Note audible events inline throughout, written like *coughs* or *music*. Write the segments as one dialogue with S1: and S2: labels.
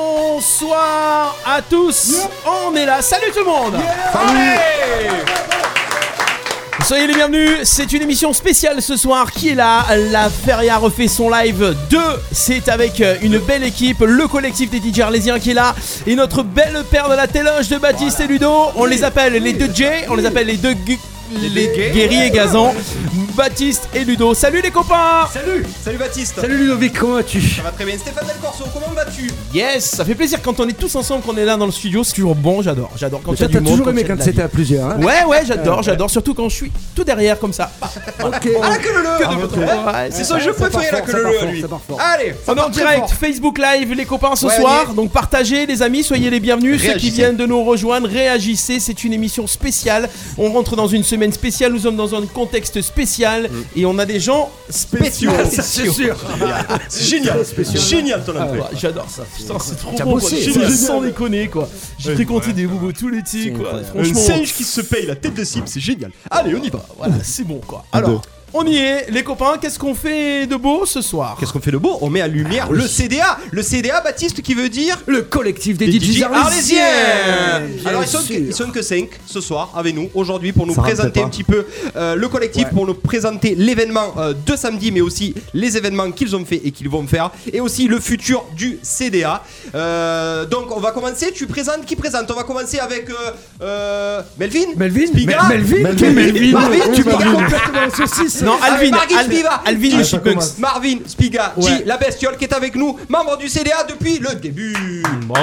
S1: Bonsoir à tous. On est là. Salut tout le monde. Soyez les bienvenus, c'est une émission spéciale ce soir qui est là, la Feria refait son live 2, c'est avec euh, une belle équipe, le collectif des DJ Arlésiens qui est là, et notre belle paire de la téloge de Baptiste et Ludo, on les appelle les deux J, on les appelle les deux gu- les guerriers gazants, Baptiste et Ludo, salut les copains
S2: Salut Salut Baptiste
S3: Salut Ludovic, comment vas-tu
S2: Ça va très bien. Stéphane Del Corso, comment vas-tu
S1: Yes, ça fait plaisir quand on est tous ensemble, qu'on est là dans le studio, c'est toujours bon, j'adore, j'adore quand il y
S3: Toi,
S1: a du
S3: t'as
S1: monde.
S3: toujours aimé
S1: il y a
S3: quand
S1: de la
S3: c'était
S1: vie.
S3: à plusieurs, hein
S1: Ouais ouais j'adore j'adore surtout quand je suis tout derrière comme ça. *laughs*
S3: Ok.
S2: Ah, que le
S1: Ah,
S2: le
S1: ok.
S2: Ouais,
S1: Ouais,
S2: C'est
S1: ouais,
S2: son jeu
S3: ça part
S2: préféré, la
S3: fort,
S2: que
S3: ça
S2: le
S3: part
S2: le,
S3: fort,
S2: lui
S3: ça part fort.
S2: Allez ça
S1: On est en
S2: part très
S1: direct
S2: fort.
S1: Facebook Live les copains ce
S2: Ouais,
S1: soir
S2: allez.
S1: donc partagez les amis soyez les bienvenus ceux qui
S2: Réagissez.
S1: viennent de nous rejoindre réagissez c'est une émission spéciale on rentre dans une semaine spéciale nous sommes dans un contexte spécial
S2: Mm.
S1: et on a des gens spéciaux *laughs*
S3: Ça, c'est sûr.
S2: C'est Génial Ah,
S3: spécial.
S2: Génial ton entrée
S1: Ouais, J'adore ça, putain, c'est trop
S3: T'as
S1: bon, quoi.
S3: bossé,
S1: J'ai
S3: c'est
S1: mis
S3: génial.
S1: sans déconner quoi. J'ai fréquenté des bobos tout l'été quoi.
S3: incroyable.
S2: Un
S1: Franchement,
S2: singe qui se paye la tête de cible, c'est génial Allez, on y va
S1: voilà, c'est bon quoi. Alors, on y est, les copains, qu'est-ce qu'on fait de beau ce soir
S2: Qu'est-ce qu'on fait de beau On met à lumière le CDA Le CDA, Baptiste, qui veut dire...
S3: Ah Le collectif des
S2: Les
S3: DJs
S2: DJ
S3: arlésiens
S2: Arlésiens
S3: Bien
S2: Alors ils sont,
S3: sûr.
S2: que, ils sont que 5 ce soir avec nous aujourd'hui pour nous
S3: Ça
S2: présenter
S3: rentrait
S2: un petit peu euh, le collectif,
S3: Ouais.
S2: pour nous présenter l'événement euh, de samedi mais aussi les événements qu'ils ont fait et qu'ils vont faire et aussi le futur du CDA. Euh, donc on va commencer, tu présentes, qui présente On va commencer avec euh, euh, Melvin
S3: Melvin
S2: Spiga
S3: Mel- Melvin
S2: Melvin, Marvin,
S3: Tu
S2: Spiga
S3: parles complètement la saucisse
S1: Non,
S2: Allez,
S1: Alvin,
S2: Margit
S1: Alvin,
S2: Spiva.
S1: Alvin
S2: Ah,
S1: les
S2: ça
S1: Chipmunks.
S2: Marvin, Spiga, J,
S3: Ouais.
S2: la bestiole qui est avec nous, membre du CDA depuis le début.
S3: oh,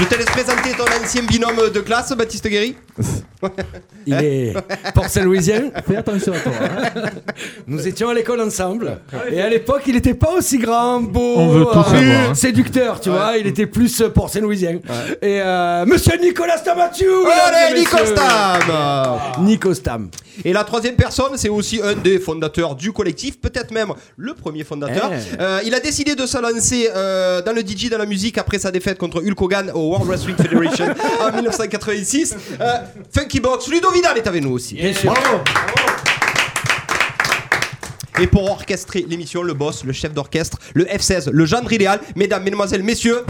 S2: Je te laisse présenter ton ancien binôme de classe, Baptiste Guéry.
S3: Il est
S4: *laughs*
S3: porcelouisien. Fais attention à toi.
S4: hein.
S3: Nous étions à l'école ensemble. Et à l'époque, il n'était pas aussi grand, beau,
S4: On veut tout
S3: euh,
S4: savoir, hein.
S3: séducteur, tu vois. Il était plus euh, porcelouisien. Et euh, monsieur Nicolas Stamathieu mesdames et
S2: Allez, Nico
S3: messieurs. Ah.
S2: Stam
S3: Nico Stam.
S2: Et la troisième personne, c'est aussi un des fondateurs du collectif, peut-être même le premier fondateur.
S3: Eh.
S2: Euh, il a décidé de se lancer euh, dans le DJ, dans la musique, après sa défaite contre Hulk Hogan au World Wrestling Federation
S3: *laughs*
S2: en 1986. Euh, Funky Box, Ludo Vidal est avec nous aussi.
S3: Bien sûr.
S2: Et pour orchestrer l'émission, le boss, le chef d'orchestre, le F16, le gendre idéal, mesdames, mesdemoiselles, messieurs,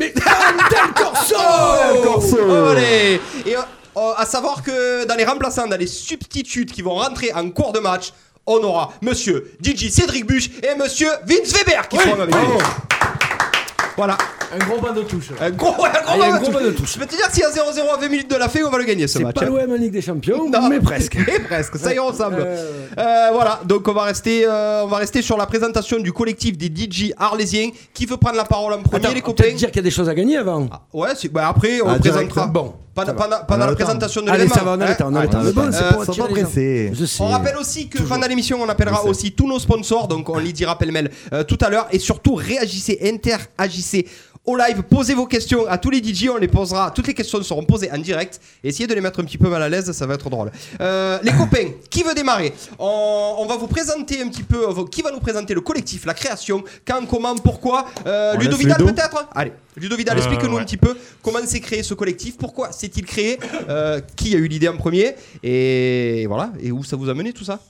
S3: Mais Del Corso
S2: Allez Et euh, euh, à savoir que dans les remplaçants, dans les substitutes qui vont rentrer en cours de match, on aura monsieur DJ Cédric Buche et monsieur Vince Weber qui seront avec nous. Voilà.
S3: Un gros bain de touche.
S2: Un gros, un gros
S3: Ah, il y a un
S2: match.
S3: gros match de touche.
S2: Je peux te dire, si à 0-0 à 20 minutes de la fin, on va le gagner ce
S3: C'est
S2: match.
S3: pas
S2: hein.
S3: l'OM en Ligue des Champions,
S2: Non.
S3: mais presque.
S2: *laughs* Et presque, ça y ressemble.
S3: Euh,
S2: Euh, voilà, donc on va rester, euh, on va rester sur la présentation du collectif des DJ arlésiens. Qui veut prendre la parole en premier,
S3: Attends,
S2: les
S3: on peut
S2: copains
S3: peut-être dire qu'il y a des choses à gagner avant.
S2: Ouais, c'est- bah après on
S5: Ah, direct,
S2: présentera.
S5: hein.
S2: Bon, pendant, pendant- pendant
S5: On a
S2: la
S5: le temps.
S2: présentation de
S3: Allez,
S2: l'événement.
S3: ça va, on a le
S2: hein.
S3: temps, on a le
S2: Ouais.
S3: temps. Mais bon, c'est
S2: Euh,
S3: pour
S5: Sans
S3: attirer
S5: pas
S3: les gens.
S5: pressé.
S3: Je sais.
S2: On rappelle aussi que pendant l'émission, on appellera aussi tous nos sponsors, donc on les dira pêle-mêle euh, tout à l'heure. Et surtout, réagissez, interagissez au live, posez vos questions à tous les DJ, on les posera. Toutes les questions seront posées en direct. Essayez de les mettre un petit peu mal à l'aise, ça va être drôle. Euh,
S5: *laughs*
S2: les copains, qui veut démarrer on, on va vous présenter un petit peu, euh, qui va nous présenter le collectif, la création, quand, comment, pourquoi. Euh,
S5: On
S2: Ludo
S5: laisse
S2: Vidal
S5: Ludo
S2: peut-être Allez, Ludo Vidal,
S4: Euh,
S2: explique-nous
S4: ouais.
S2: un petit peu comment s'est créé ce collectif, pourquoi s'est-il créé, euh, qui a eu l'idée en premier, et voilà, et où ça vous a mené tout ça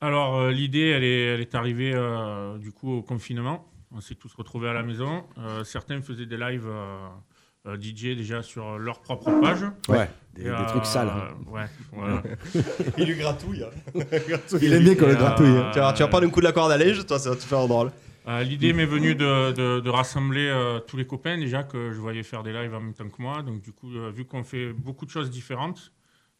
S4: Alors, euh, l'idée, elle est, elle est arrivée euh, du coup au confinement. On s'est tous retrouvés à la maison. Euh, certains faisaient des lives euh, euh, DJ déjà sur leur propre page.
S3: Ouais, des,
S4: Et,
S3: des
S4: euh,
S3: trucs sales. hein.
S4: ouais, voilà.
S2: *laughs* Il lui gratouille. hein.
S4: *laughs*
S5: Il aime bien qu'on
S4: Et,
S5: le
S4: euh,
S5: gratouille. hein.
S2: Tu vas, tu vas prendre un coup de la corde à lège, toi, ça va te faire drôle.
S4: Euh, L'idée m'est venue de, de- de rassembler euh, tous les copains déjà que je voyais faire des lives en même temps que moi. Donc du coup, euh, vu qu'on fait beaucoup de choses différentes,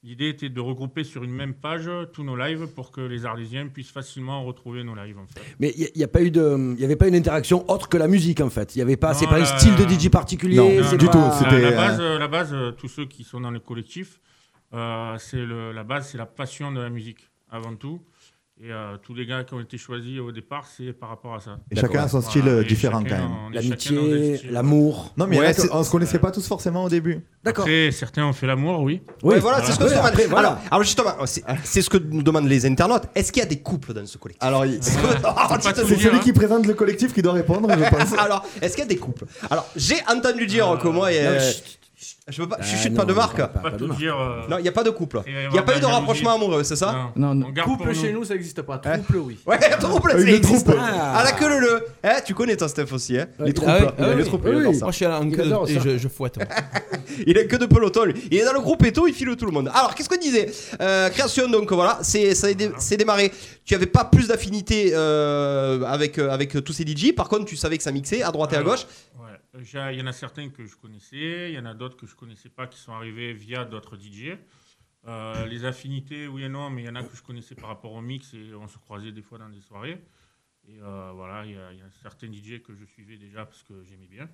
S4: l'idée était de regrouper sur une même page euh, tous nos lives pour que les Arlésiens puissent facilement retrouver nos lives. En fait.
S3: Mais il n'y a, pas eu de, il y avait pas une interaction autre que la musique en fait. Il y avait pas, c'est
S4: Non,
S3: pas un
S4: là-
S3: style de DJ particulier.
S5: Non,
S3: c'est
S5: du
S3: pas-
S5: tout,
S4: La,
S5: c'était,
S4: la
S5: euh,
S4: base, euh, la base, euh, tous ceux qui sont dans le collectif, euh, c'est le- la base, c'est la passion de la musique avant tout. Et euh, tous les gars qui ont été choisis au départ, c'est par rapport à ça.
S5: Et chacun a son
S4: Voilà,
S5: style euh,
S4: et
S5: différent
S4: chacun,
S5: quand même.
S4: on est chacun dans des
S3: L'amitié,
S4: styles.
S3: l'amour.
S5: Non, mais
S2: Ouais,
S5: il y en a qui-
S2: c'est-
S5: on se connaissait pas tous forcément
S2: *laughs*
S5: au début.
S3: D'accord.
S4: Après, certains ont fait l'amour, oui.
S3: Oui.
S2: Ouais, voilà, c'est ce que
S3: Après,
S2: je demande.
S3: après, voilà.
S2: Alors, alors justement, c'est- c'est ce que nous demandent les internautes. Est-ce qu'il y a des couples dans ce collectif
S5: Alors, il-
S2: Est-ce que- *laughs* Oh, tu
S4: pas
S2: te-
S4: tout
S5: Ah, c'est
S4: dire,
S5: celui
S4: hein.
S5: qui présente le
S2: *laughs*
S5: collectif qui doit répondre, je pense.
S2: Alors, est-ce qu'il y a des couples Alors, j'ai entendu dire que moi et.
S3: Non,
S2: euh,
S3: chut, chut, chut.
S2: Je peux pas, je
S3: Ah,
S2: chute
S3: non,
S2: pas de
S3: on
S2: marque.
S3: parle
S4: Pas
S3: de
S4: tout
S3: marque.
S4: dire. euh,
S2: Non, il n'y a pas de couple.
S4: Et
S2: Il n'y a
S4: voilà,
S2: pas eu de
S4: la jalousie.
S2: rapprochement amoureux, c'est ça
S6: Non,
S4: on
S6: non.
S4: garde
S6: Couple
S4: pour
S6: chez nous, ça n'existe pas. Trouble, oui. Ah,
S2: Ouais, *laughs*
S3: Ah,
S2: trouble,
S5: Avec
S2: ça
S5: le
S2: existe.
S5: trouble.
S2: À la queue le le. Eh, tu connais toi, Steph aussi, hein Les troupes.
S1: Ah. ouais,
S2: là. Il
S1: ah
S2: a les
S1: oui,
S2: troupes,
S3: oui,
S2: il adore ça.
S1: Moi, je suis à la- en
S6: Il
S1: queue de-
S6: adore
S1: et
S6: ça.
S1: je, je fouette.
S2: *laughs* Il a que de peloton, lui. Il est dans le groupe et tout, il file tout le monde. Alors, qu'est-ce qu'on disait Euh, Création, donc voilà, c'est, ça a dé- c'est démarré. Tu avais pas plus d'affinité euh, avec, euh, avec tous ces DJ, par contre, tu savais que ça mixait à
S3: Ah
S2: droite et à
S4: Alors,
S2: gauche.
S4: ouais. J'ai- Il y en a certains que je connaissais, il y en a d'autres que je connaissais pas qui sont arrivés via d'autres DJ. Euh, les affinités, oui et non, mais il y en a que je connaissais par rapport au mix et on se croisait des fois dans des soirées. Et euh, voilà, il y, a, il y a certains DJ que je suivais déjà parce que j'aimais bien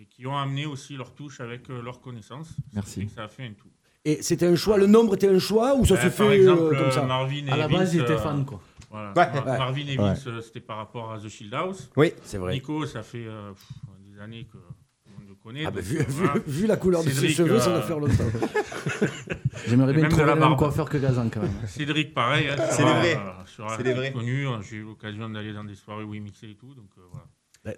S4: et qui ont amené aussi leur touche avec euh, leurs connaissances. Ça
S6: Merci.
S4: fait que Ça a fait un tout.
S3: Et c'était un choix, le nombre était un choix ou ça
S4: Ben,
S3: se
S4: par
S3: fait
S4: exemple,
S3: euh, comme
S4: euh,
S3: ça
S4: Marvin et
S6: À la base,
S4: Vince,
S6: j'étais
S4: euh,
S6: fan, quoi.
S4: voilà.
S2: Ouais.
S4: Mar- Marvin et
S5: Ouais.
S4: Vince, euh, c'était par rapport à The Shield House.
S3: C'est vrai.
S4: Nico, ça fait euh, pff, des années que tout le monde le connaît.
S3: Ah bah,
S4: donc,
S3: vu,
S4: euh,
S3: vu-
S4: voilà.
S3: vu la couleur de ses
S4: Cédric,
S3: cheveux,
S4: euh,
S3: ça va faire le temps.
S6: *laughs*
S4: *laughs*
S6: J'aimerais bien
S4: même de
S6: trouver
S4: la
S6: le même
S4: barbe.
S6: coiffeur que Gazan, quand même.
S4: Cédric, pareil. hein,
S2: C'est
S4: sera,
S2: les vrais.
S4: euh, sera
S2: C'est les vrais.
S4: connu. hein, J'ai eu l'occasion d'aller dans des soirées où il mixait et tout. Donc, euh, voilà.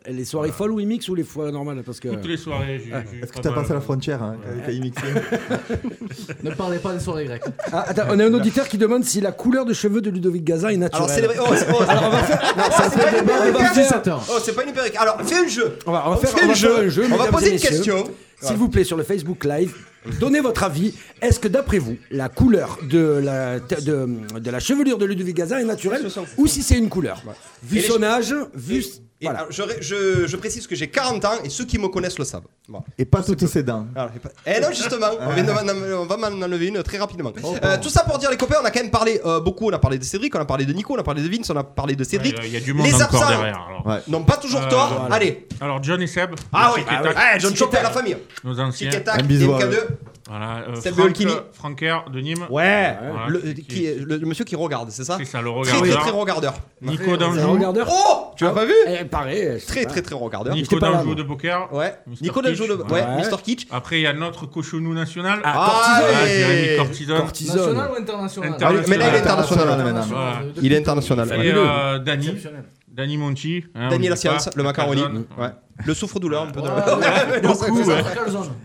S3: Les soirées folles ou ils mixent ou les fois normales hein, parce que...
S4: Toutes les soirées, j'ai j'ai eu
S5: Est-ce que
S4: pas
S5: t'as
S4: mal-
S5: passé la frontière hein,
S4: Ouais.
S5: avec iMixer
S6: *laughs* Ne parlez pas des soirées grecques.
S3: Ah, attends, on a un auditeur qui demande si la couleur de cheveux de Ludovic Gazan est
S2: Alors,
S3: naturelle.
S2: c'est les vrais- Oh, c'est, oh, c'est- Non, c'est pas une
S3: on va
S2: perruque.
S3: faire-
S6: Attends.
S2: Oh, c'est pas une perruque. Alors, fais un jeu.
S3: On va, on va
S2: On
S3: faire,
S2: fait
S3: on
S2: le
S3: va
S2: jeu.
S3: faire un jeu.
S2: On va
S3: mesdames
S2: poser
S3: et
S2: une
S3: messieurs.
S2: question.
S3: S'il vous plaît, sur le Facebook Live, donnez votre avis. Est-ce que d'après vous, la couleur de la, de, de la chevelure de Ludovic Gazan est naturelle ou si c'est une couleur Vu
S2: Et les-
S3: son âge, vu...
S2: Et
S3: voilà.
S2: alors, je, ré- je- je précise que j'ai 40 ans et ceux qui me connaissent le savent. Voilà.
S5: Et pas toutes ses dents.
S2: Alors, j'ai pas- Eh non, justement, on, vient de m'en-
S3: Ah.
S2: on va m'en enlever une très rapidement.
S3: Oh,
S2: Euh, tout ça pour dire, les copains, on a quand même parlé euh, beaucoup. On a parlé de Cédric, on a parlé de Nico, on a parlé de Vince, on a parlé de
S4: Ouais,
S2: Cédric.
S4: Il y a du monde
S2: Les
S4: encore
S2: absents.
S4: derrière. Alors,
S5: Ouais.
S2: Non, pas toujours
S4: Euh,
S2: tort.
S4: voilà.
S2: Allez.
S4: Alors, John et Seb.
S2: Ah
S4: le
S2: oui,
S4: tic et
S2: ah oui.
S4: tac,
S2: Eh, John Chopin, la famille.
S4: Nos anciens.
S2: Tic et tac,
S5: Un bisou,
S2: MK2.
S4: Voilà, euh,
S2: Seb
S4: Franck,
S2: Belkini.
S4: euh, Franker de Nîmes.
S2: Ouais.
S4: Voilà,
S2: Le,
S4: qui-
S2: qui est- le- le monsieur qui regarde, c'est ça
S4: C'est ça, le
S2: Très, très,
S4: regardeur.
S2: très regardeur.
S4: Nico
S3: C'est un
S4: d'Anjou.
S3: regardeur
S2: Oh Tu l'as pas vu
S3: Eh, pareil. je sais
S2: Très,
S3: pas.
S2: très, très regardeur.
S3: J'étais
S4: Nico
S3: pas là,
S4: d'Anjou
S3: moi.
S4: de Boker.
S2: Ouais.
S4: Mr.
S2: Nico Danjou de.
S4: Kitsch.
S2: Ouais,
S3: Ouais.
S2: Mr. Kitsch.
S4: Après, il y a notre cochonou national.
S3: Ah,
S2: Ah,
S4: Voilà, Jérémy
S2: ouais.
S4: Cortison.
S3: Cortisone.
S6: National ou international
S4: Inter-
S2: Mais là, il est international, là,
S5: maintenant.
S4: Voilà.
S2: Il est international.
S4: Et
S2: ouais.
S4: euh, Dani.
S6: Exceptionnel.
S4: Danny Monti. hein, on
S2: Daniel
S4: dit
S2: la science,
S4: pas,
S2: le macaroni.
S4: Carlson.
S2: Ouais. Le souffre-douleur, un peu de. *laughs*
S6: Beaucoup, ouais.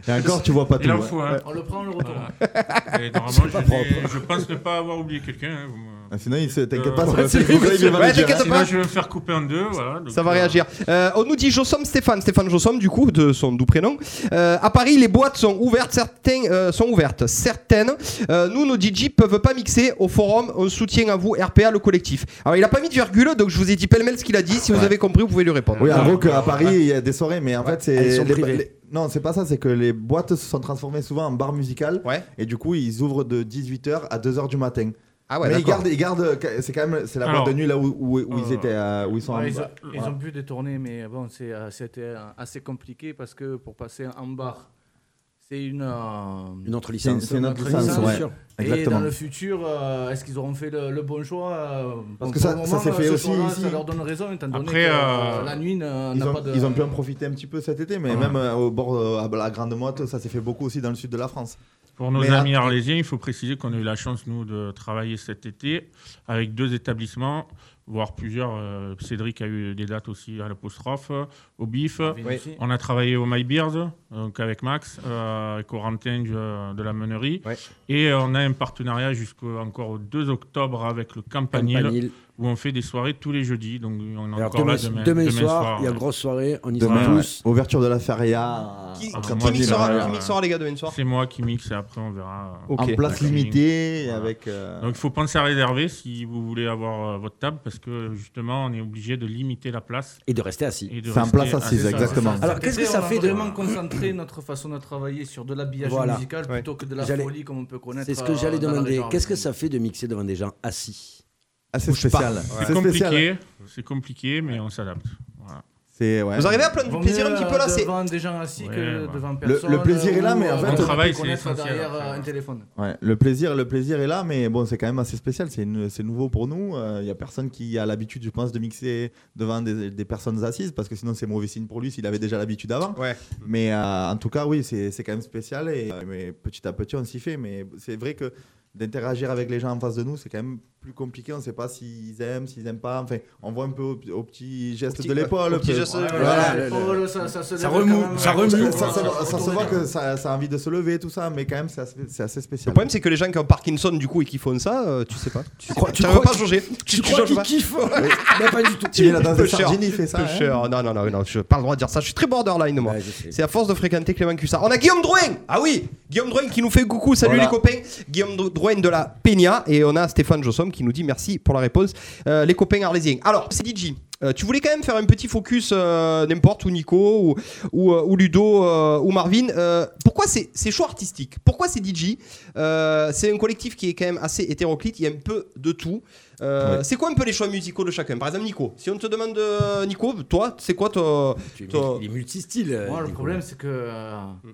S5: Et encore, tu vois pas
S4: Et
S5: tout. ouais.
S4: l'info, hein.
S6: On le prend, on le retourne.
S4: Et normalement, je, les- je pense ne pas avoir oublié quelqu'un. hein, vous me-
S5: Ah, Sinon, il se- t'inquiète
S4: Euh,
S5: pas,
S4: *laughs*
S5: sur le
S3: c'est-
S5: Facebook Live, il va
S2: Ouais,
S5: le dire,
S2: t'inquiète
S5: hein.
S2: pas.
S4: Sinon, je vais me faire couper en deux. Voilà, donc,
S2: Ça va
S4: euh,
S2: réagir. Euh, on nous dit Jossom Stéphane, Stéphane Jossom du coup, de son doux prénom. Euh, à Paris, les boîtes sont ouvertes, certaines euh, sont ouvertes, certaines. Euh, nous, nos DJ peuvent pas mixer. Au forum, on soutient à vous RPA le collectif. Alors, il a pas mis de virgule, donc je vous ai dit pêle-mêle ce qu'il a dit. Si vous avez compris, vous pouvez lui répondre.
S5: Oui, en gros, qu'à Paris, il y a des soirées, mais en fait,
S3: elles
S5: c'est.
S3: sont
S5: les-
S3: privées.
S5: les- Non, c'est pas ça, c'est que les boîtes se sont transformées souvent en bar musical.
S2: Ouais.
S5: Et du coup, ils ouvrent de 18h à 2h du matin.
S2: Ah ouais.
S5: mais ils
S2: d'accord.
S5: gardent, ils gardent c'est quand même c'est la
S4: Alors,
S5: boîte de nuit là où, où, où ils
S4: euh,
S5: étaient, euh, où ils sont. en-
S6: Ouais, ils, ont, ils
S5: voilà.
S6: ont pu détourner, mais bon, c'est, euh, c'était euh, assez compliqué parce que pour passer en bar, c'est une. euh,
S3: Une autre
S5: C'est une-
S3: licence.
S5: c'est une autre
S6: Notre
S5: licence,
S6: licence,
S5: ouais.
S3: bien sûr.
S6: et dans
S5: Exactement.
S6: le futur, euh, est-ce qu'ils auront fait le, le bon choix euh,
S5: Parce
S6: bon,
S5: que
S6: pour
S5: ça-
S6: le
S5: ça s'est
S6: euh,
S5: fait
S6: ce
S5: aussi
S6: soir-là,
S5: ici.
S6: Ça leur donne raison, étant donné
S4: Après,
S6: que
S4: euh,
S6: euh, la nuit n'a
S5: Ils
S6: n'a
S5: ont,
S6: pas de.
S5: ils ont pu en profiter un petit peu cet été, mais
S4: Ouais.
S5: même euh, au bord euh, à la Grande Motte, ça s'est fait beaucoup aussi dans le sud de la France.
S4: Pour nos
S5: Mais
S4: amis
S6: hein.
S4: arlésiens, il faut préciser qu'on a eu la chance, nous, de travailler cet été avec deux établissements, voire plusieurs. Euh, Cédric a eu des dates aussi à l'apostrophe, euh, au bif.
S6: Oui.
S4: On a travaillé au My Beers, donc avec Max, euh, avec Orantinge euh, de la Meunerie.
S2: Ouais.
S4: Et euh, on a un partenariat jusqu'encore 2 octobre avec le Campanile,
S3: Campanile.
S4: où on fait des soirées tous les jeudis. Donc on est
S3: Alors,
S4: encore
S3: demain,
S4: là demain,
S3: demain
S4: demain
S3: soir, il y a
S4: ouais.
S3: grosse soirée, on y sera
S5: Demain,
S3: tous.
S5: ouais. ouverture de la feria.
S2: Qui,
S4: Ah,
S2: qui
S4: moi,
S2: mixera,
S4: j'ai-
S2: qui mixera, les gars demain soir
S4: C'est moi qui mixe et après on verra. euh,
S2: Ok.
S5: En place
S4: D'accord.
S5: limitée,
S4: Voilà.
S5: avec. euh,
S4: Donc il faut penser à réserver si vous voulez avoir euh, votre table parce que justement on est obligé de limiter la place.
S3: Et de rester assis.
S4: et de
S5: C'est en
S4: rester
S5: place
S4: assez-
S5: assise,
S6: c'est ça,
S5: exactement.
S6: c'est ça.
S3: Alors,
S6: Cet
S3: qu'est-ce
S6: été,
S3: que ça
S6: on a
S3: fait de-
S6: vraiment *coughs* concentrer notre façon de travailler sur de l'habillage
S3: Voilà.
S6: musical plutôt que de la
S3: J'allais-
S6: folie comme on peut connaître.
S3: C'est ce que
S6: euh,
S3: j'allais
S6: dans la
S3: demander.
S6: région.
S3: Qu'est-ce que ça fait de mixer devant des gens assis
S5: Ah, c'est spécial.
S4: C'est compliqué, c'est compliqué, mais on s'adapte. Voilà.
S5: C'est ouais.
S2: Vous arrivez à prendre
S6: Vaut
S2: du plaisir un
S6: mieux,
S2: petit peu là
S6: euh,
S2: c'est...
S6: Devant des gens assis
S4: Ouais,
S6: que
S4: ouais.
S6: devant
S5: le
S6: personne.
S5: plaisir est là,
S6: ou,
S5: mais en
S6: euh,
S5: fait,
S6: on
S5: on
S4: travaille,
S6: travaille
S4: c'est
S6: connaître
S4: essentiel,
S6: derrière
S4: après.
S6: euh, un téléphone.
S5: Ouais, le plaisir, le plaisir est là, mais bon, c'est quand même assez spécial. C'est une- c'est nouveau pour nous. Il y a personne qui a l'habitude, je pense, de mixer devant des, des personnes assises, parce que sinon c'est mauvais signe pour lui s'il avait déjà l'habitude avant.
S2: Ouais.
S5: Mais euh, en tout cas, oui, c'est c'est quand même spécial. Et euh, mais petit à petit, on s'y fait. Mais c'est vrai que d'interagir avec les gens en face de nous, c'est quand même plus compliqué. On ne sait pas s'ils aiment, s'ils n'aiment pas. Enfin, on voit un peu au, au petit geste
S2: petit-
S5: de l'épaule.
S2: au petit
S5: peu-
S2: geste de
S5: Voilà.
S2: l'épaule.
S5: Voilà.
S3: le-
S6: l'épaule, ça, ça, se
S3: ça
S6: lève
S3: remue,
S6: quand même.
S3: ça
S5: Ça,
S3: remue.
S5: ça- ça- ça se voit que ça, ça a envie de se lever, tout ça, mais quand même, c'est assez, c'est assez
S2: Le
S5: spécial.
S2: problème, c'est que les gens qui ont Parkinson du coup et qui font ça, euh, tu sais pas. Tu, sais
S3: crois-
S2: pas.
S3: tu
S2: Ça
S3: crois
S2: veut pas
S3: qu'il-
S2: changer.
S3: Tu crois
S2: changes
S3: qu'il
S2: pas.
S3: kiffe *laughs* Non, pas du tout.
S5: Il est là dans
S2: Peu
S5: des
S2: cher.
S5: sardines, il fait ça.
S2: Peu
S5: hein.
S2: cher. Non, non, non, non, je n'ai pas le droit de dire ça. Je suis très borderline, moi.
S3: Ouais, je sais.
S2: c'est à force de fréquenter Clément Cussard. On a Guillaume Drouin Ah oui Guillaume Drouin qui nous fait coucou. Salut
S5: Voilà.
S2: les copains. Guillaume Dr- Drouin de la Peña. Et on a Stéphane Jossom qui nous dit merci pour la réponse. Euh, les copains arlésiens. Alors, c'est DJ. euh, tu voulais quand même faire un petit focus euh, n'importe où Nico ou, ou, euh, ou Ludo euh, ou Marvin. Euh, pourquoi ces ces choix artistiques Pourquoi c'est DJ Euh, C'est un collectif qui est quand même assez hétéroclite, il y a un peu de tout. Euh,
S5: Ouais.
S2: C'est quoi un peu les choix musicaux de chacun Par exemple Nico, si on te demande euh, Nico, toi, c'est quoi ton...
S3: Tu es
S2: Toi-
S3: mul- Il est multistyle. euh,
S6: Moi, le
S3: Nico.
S6: problème, c'est que euh,
S3: Mm.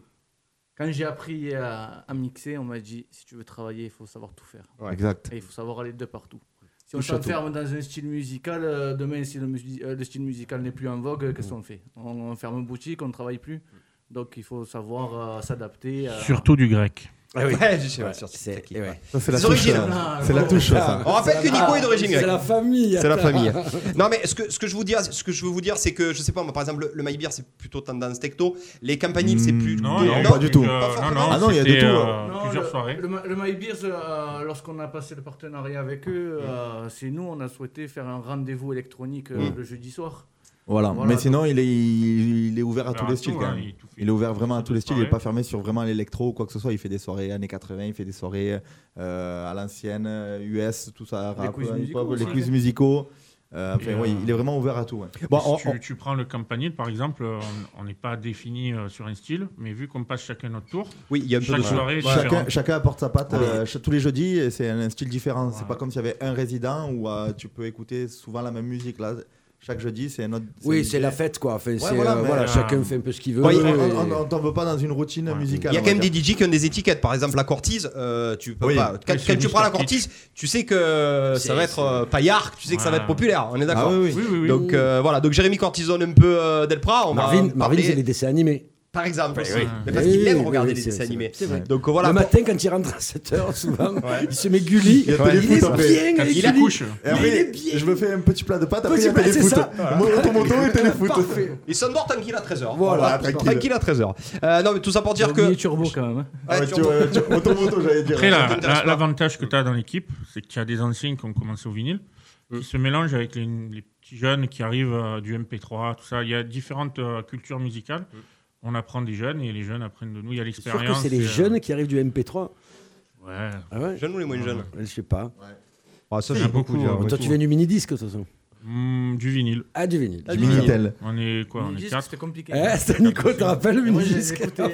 S6: quand j'ai appris à, à mixer, on m'a dit si tu veux travailler, il faut savoir tout faire.
S5: Exact.
S6: Et il faut savoir aller de partout. Si
S5: Tout
S6: on
S5: château.
S6: s'enferme dans un style musical, euh, demain, si le, musi- euh, le style musical n'est plus en vogue, euh, qu'est-ce
S3: Mm.
S6: qu'on fait on, on ferme une boutique, on ne travaille plus. Donc, il faut savoir euh, s'adapter. euh,
S4: Surtout du grec.
S3: Ah oui.
S2: Ouais, je sais pas,
S3: Ouais,
S2: sur-
S3: c'est-
S2: qui-
S3: ouais.
S5: Ça, C'est la
S2: Les
S5: touche.
S2: origines.
S5: euh,
S6: Ah,
S5: C'est la
S6: bon.
S5: touche, ça.
S2: On rappelle que Nico est d'origine
S3: C'est
S2: grecque.
S3: la famille.
S2: C'est la famille. Non mais ce que, ce que je vous dis, ce que je veux vous dire, c'est que je sais pas, moi par exemple le, le My Beer, c'est plutôt tendance techno, les Campanile c'est plus.
S5: Mm,
S4: Non, il y a
S5: non, pas du tout.
S4: euh,
S2: pas
S4: non,
S2: forcément.
S4: non,
S5: Ah non, il y a de
S4: c'était,
S5: tout,
S4: euh,
S6: Non,
S4: plusieurs
S6: le,
S4: soirées.
S6: le Ma- le My Beers, euh, lorsqu'on a passé le partenariat avec eux, euh, c'est nous, on a souhaité faire un rendez-vous électronique euh,
S2: Mm.
S6: le jeudi soir.
S5: Voilà.
S6: Voilà,
S5: Mais sinon, il est, il, il est ouvert à tous les styles,
S4: tout,
S5: quand
S4: hein,
S5: même.
S4: il tout fait.
S5: Il est ouvert vraiment à tous les styles, il n'est
S4: Ouais.
S5: pas fermé sur vraiment l'électro ou quoi que ce soit. Il fait des soirées années 80, il fait des soirées euh, à l'ancienne, euh, US, tout ça, rap, euh,
S6: quiz
S5: hip-hop,
S6: musicaux
S5: les
S6: aussi.
S5: quiz musicaux. Euh, enfin,
S4: Et,
S5: ouais,
S4: euh,
S5: il est vraiment ouvert à tout. ouais.
S2: Bon,
S4: Si
S2: on- on-
S4: tu, tu prends le campanile, par exemple, euh, on on n'est pas défini euh, sur un style, mais vu qu'on passe chacun notre tour,
S2: oui, il y a un peu
S4: chaque
S2: de
S4: soirée est
S5: Chacun,
S4: différente.
S5: chacun apporte sa
S3: Ah,
S5: patte. euh, ch- tous les jeudis, et c'est un, un style différent. C'est pas comme s'il y avait un résident où euh, tu peux écouter souvent la même musique. Là, chaque jeudi, c'est un autre.
S3: Oui,
S5: une-
S3: c'est la fête quoi. Enfin, c'est, euh,
S5: voilà,
S3: voilà,
S5: mais,
S4: euh,
S3: chacun fait un peu ce qu'il veut.
S5: Ouais,
S3: Et-
S5: on- on- on t'en veut pas dans une routine
S4: Ouais.
S5: musicale.
S2: Il y a
S5: on
S2: quand
S5: va
S2: même des
S5: dire.
S2: DJ qui ont des étiquettes. Par exemple, la Cortise, euh, tu peux
S5: Oui.
S2: pas. Quand,
S4: Oui,
S2: quand
S4: c'est
S2: tu prends la
S4: Mr.
S2: Cortise, tu sais que ça
S3: C'est-
S2: va être euh, paillard, tu sais que ça va
S4: Ouais.
S2: être populaire. On est
S5: Ah
S2: d'accord.
S5: oui, oui.
S4: Oui, oui, oui.
S2: Donc euh, voilà. Donc Jérémy Cortison un peu euh, Delpra. On
S3: Marvin,
S2: va en
S3: Marvin,
S2: parler,
S3: c'est les dessins animés.
S2: Par exemple. aussi.
S4: oui.
S2: Mais parce
S3: Ah bah Oui,
S2: qu'il aime
S3: oui,
S2: regarder
S3: oui,
S2: les
S3: c'est-
S2: dessins
S3: c'est
S2: animés.
S3: vrai, c'est vrai.
S2: Donc voilà.
S3: le
S2: pour-
S3: matin, quand il rentre à 7h, souvent, il se met Gulli.
S5: Il y a
S3: il,
S5: téléfoot,
S3: est
S5: après.
S3: bien,
S4: Quand
S3: avec
S4: il
S3: Gulli.
S4: accouche.
S5: Et
S3: Mais il est
S5: après,
S3: bien.
S5: je me fais un petit plat de pâtes, après
S3: Petit
S5: il y a
S3: plat, c'est
S5: téléfoot.
S3: ça.
S5: Mon automoto et téléfoot.
S3: Parfait.
S2: Il s'endort tranquille à 13h.
S3: Voilà,
S5: tranquille.
S2: Tranquille à 13h. Euh, non, mais tout ça pour dire
S6: J'ai oublié
S2: que.
S6: Turbo quand même. hein.
S5: Ah ouais,
S2: Ouais,
S5: tu
S2: tu-
S5: vois, tu- automoto, j'allais dire.
S4: Après, la-
S2: ça t'intéresse
S4: la-
S2: pas.
S4: l'avantage que tu as dans l'équipe, c'est que tu as des anciens qui ont commencé au vinyle,
S2: Mm.
S4: qui se mélangent avec les, les petits jeunes qui arrivent euh, du MP3, tout ça. Il y a différentes euh, cultures musicales.
S2: Mm.
S4: On apprend des jeunes et les jeunes apprennent de nous. Il y a
S3: Sûr
S4: l'expérience.
S3: que c'est les
S4: et, euh,
S3: jeunes qui arrivent du MP3.
S4: Ouais.
S3: Ah ouais
S2: Jeunes ou les moins jeunes
S3: Je sais pas.
S2: Ah, ça,
S4: Il y
S2: j'ai
S4: a beaucoup,
S2: déjà,
S4: euh,
S2: ouais,
S3: Toi,
S2: tout.
S3: tu viens du mini-disque, de toute façon.
S4: Mm, du vinyle.
S3: Ah, du vinyle.
S5: Du Minitel.
S4: On est quoi On
S6: Ils
S4: est
S6: disent que
S4: quatre.
S6: C'était compliqué.
S3: Eh, c'est Nico, te rappelles le
S6: Et Moi, j'ai
S3: mini-disque
S6: écouté, hein.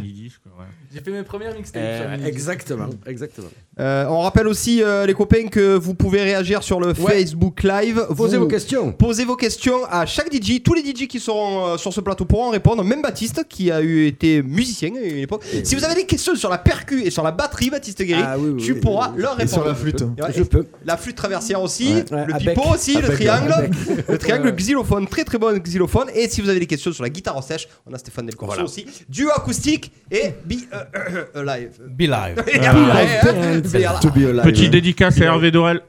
S4: on est dix, quoi, ouais.
S6: J'ai fait mes premières mixtapes. sur
S3: Euh,
S6: mini-disque.
S3: Exactement, exactement.
S5: Ah,
S2: Euh, on rappelle aussi euh, les copains que vous pouvez réagir sur le
S3: Ouais.
S2: Facebook Live.
S3: Posez
S2: Vous
S3: vos questions.
S2: Posez vos questions à chaque DJ. Tous les DJ qui seront euh, sur ce plateau pourront répondre. Même Baptiste qui a eu été musicien à une époque. si vous avez des questions sur la percu et sur la batterie, Baptiste Guéry,
S3: Eh Ah oui, oui,
S2: tu
S3: oui,
S2: pourras
S3: oui, oui.
S2: leur
S5: Et sur
S2: répondre.
S5: la flûte.
S2: Ouais,
S3: Je
S2: et
S3: peux.
S2: La flûte traversière aussi,
S3: Ouais. Ouais,
S2: le
S3: à
S2: pipeau
S3: bec.
S2: aussi,
S5: À
S2: le
S5: bec,
S2: triangle,
S3: à bec.
S2: le triangle, le xylophone, très très bon xylophone. Et si vous avez des questions sur la guitare en sèche, on a Stéphane Del Corso aussi, duo acoustique et bi euh, euh, euh, live. *laughs*
S1: Be live.
S2: Et après, hein, be alive.
S5: To be alive.
S4: Petite dédicace à Hervé Dorel.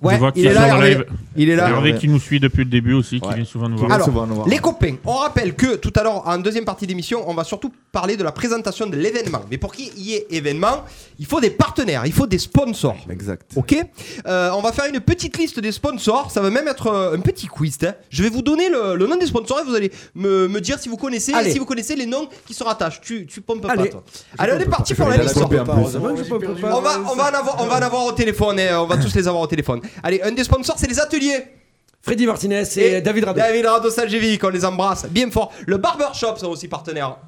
S2: Ouais,
S4: Je vois
S2: il
S4: qu'il
S2: est là,
S4: est en
S2: Hervé.
S4: live.
S2: Il est là.
S4: Hervé qui nous suit depuis le début aussi, qui
S5: Ouais.
S4: vient souvent nous
S5: Qui
S4: voir.
S5: vient
S2: Alors,
S5: souvent nous voir.
S2: Les copains, on rappelle que tout à l'heure, en deuxième partie d'émission, on va surtout parler de la présentation de l'événement. Mais pour qu'il y ait événement, il faut des partenaires, il faut des sponsors.
S5: Exact.
S2: Ok Euh, On va faire une petite liste des sponsors. Ça va même être euh, un petit quiz. hein. Je vais vous donner le, le nom des sponsors et vous allez me, me dire si vous connaissez
S3: Allez.
S2: et si vous connaissez les noms qui se rattachent. Tu, tu pompes pas,
S3: Allez.
S2: toi. Allez, on est parti pour
S5: Je
S2: la
S5: vais
S2: liste.
S5: la pomper en plus.
S3: Heureusement que je peux
S6: perdu.
S3: pas.
S2: On va, on, va en avoir, on va en avoir au téléphone. hein. On va tous les avoir au téléphone. Allez, un des sponsors, c'est les ateliers.
S3: Freddy Martinez et David Rabé.
S2: David Rado Saljevic, on les embrasse bien fort. Le Barbershop sont aussi partenaires.